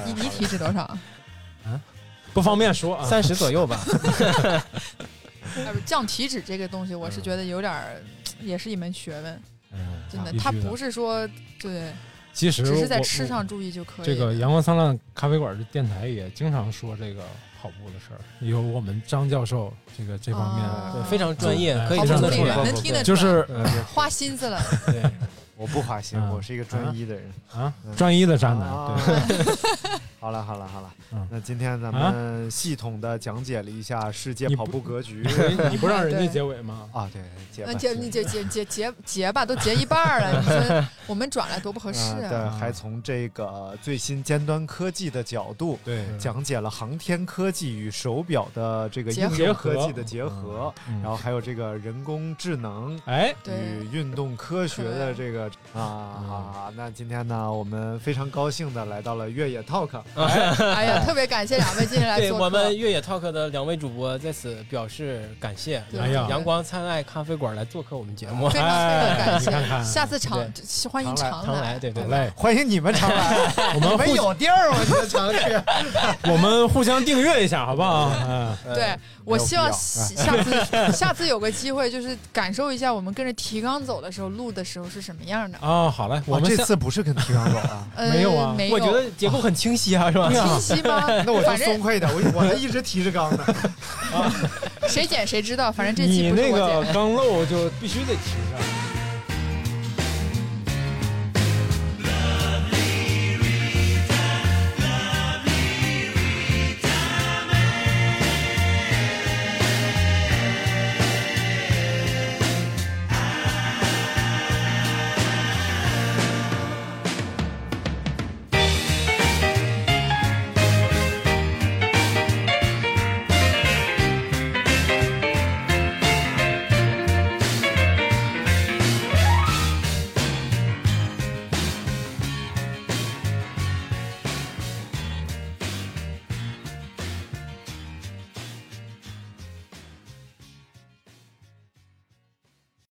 Speaker 4: 你你体脂多少啊？
Speaker 2: 不方便说啊。
Speaker 3: 三十左右吧，
Speaker 4: 哎，不是降体脂这个东西，我是觉得有点儿，也是一门学问，
Speaker 2: 嗯
Speaker 4: 真的
Speaker 2: 必，须
Speaker 4: 它不是说对，
Speaker 2: 其实
Speaker 4: 只是在
Speaker 2: 我
Speaker 4: 吃
Speaker 2: 我
Speaker 4: 上注意就可以。
Speaker 2: 这个阳光灿烂咖啡馆的电台也经常说这个跑步的事儿，有我们张教授这个这方面，
Speaker 4: 啊
Speaker 3: 对， 非常专业
Speaker 2: 嗯，
Speaker 3: 可以
Speaker 4: 好
Speaker 3: 听
Speaker 4: 不
Speaker 3: 得
Speaker 4: 容易
Speaker 3: 出来
Speaker 1: 不。
Speaker 4: 能听得出
Speaker 2: 就
Speaker 4: 来
Speaker 2: 是
Speaker 1: 呃别
Speaker 4: 花心思了，
Speaker 3: 啊 对，
Speaker 1: 我不花心，
Speaker 2: 嗯
Speaker 1: 我是一个专一的人。
Speaker 2: 啊
Speaker 1: 嗯，
Speaker 2: 专一的渣男，对。
Speaker 1: 啊 好了好了好了
Speaker 2: 嗯，啊
Speaker 1: 那今天咱们系统的讲解了一下世界
Speaker 2: 你
Speaker 1: 跑
Speaker 2: 不
Speaker 1: 步格局
Speaker 2: 你不让人家结尾吗？
Speaker 1: 啊，对，结吧
Speaker 4: 那结呃你结结结结结吧，都结一半儿了，你 说我们转来多不合适
Speaker 1: 嗯
Speaker 4: 啊！
Speaker 1: 对，还从这个最新尖端科技的角度
Speaker 2: 对，
Speaker 1: 讲解了航天科技与手表的这个
Speaker 4: 结
Speaker 1: 应
Speaker 4: 合
Speaker 1: 用科技的结合，
Speaker 2: 嗯
Speaker 1: 然后还有这个人工智能。
Speaker 2: 哎，
Speaker 4: 对
Speaker 1: 与，运动科学的这个啊，那今天呢，我们非常高兴的来到了越野 Talk，
Speaker 4: 哎呀，特别感谢两位今天来
Speaker 3: 啊对
Speaker 4: 做客，
Speaker 3: 我们越野 talk 的两位主播在此表示感谢，
Speaker 4: 对
Speaker 2: 哎呀
Speaker 3: 阳光灿烂咖啡馆来做客我们节目，
Speaker 4: 非常非常
Speaker 2: 哎
Speaker 4: 感
Speaker 2: 你
Speaker 4: 谢，
Speaker 2: 看看
Speaker 4: 下次常欢迎
Speaker 1: 常来
Speaker 4: 常
Speaker 3: 常来，对对
Speaker 2: 好
Speaker 3: 对，
Speaker 2: 嘞，
Speaker 1: 欢迎你们常来，
Speaker 2: 我
Speaker 1: 你
Speaker 2: 们
Speaker 1: 们
Speaker 2: 互
Speaker 1: 有地儿我就常去。
Speaker 2: 我们互相订阅一下，好 不好？嗯，
Speaker 4: 对，我
Speaker 1: 没有
Speaker 4: 希
Speaker 1: 必
Speaker 4: 望下
Speaker 1: 要
Speaker 4: 次下次有个机会，就是感受一下我们跟着提纲走的时候录的时候是什么样的。
Speaker 2: 啊，好嘞，我
Speaker 1: 我
Speaker 2: 们
Speaker 1: 这
Speaker 2: 下
Speaker 1: 次不是跟提纲走啊，
Speaker 4: 呃，
Speaker 2: 没有啊
Speaker 4: 没有，
Speaker 3: 我觉得结构很清晰啊，是吧？
Speaker 4: 清晰吗？
Speaker 1: 那我就
Speaker 4: 反
Speaker 1: 松
Speaker 4: 正
Speaker 1: 快一点，我我还一直提着纲呢。
Speaker 4: 谁剪谁知道，反正这期
Speaker 2: 你
Speaker 4: 不是
Speaker 2: 那
Speaker 4: 我剪
Speaker 2: 个
Speaker 4: 的。
Speaker 2: 刚漏就必须得提上。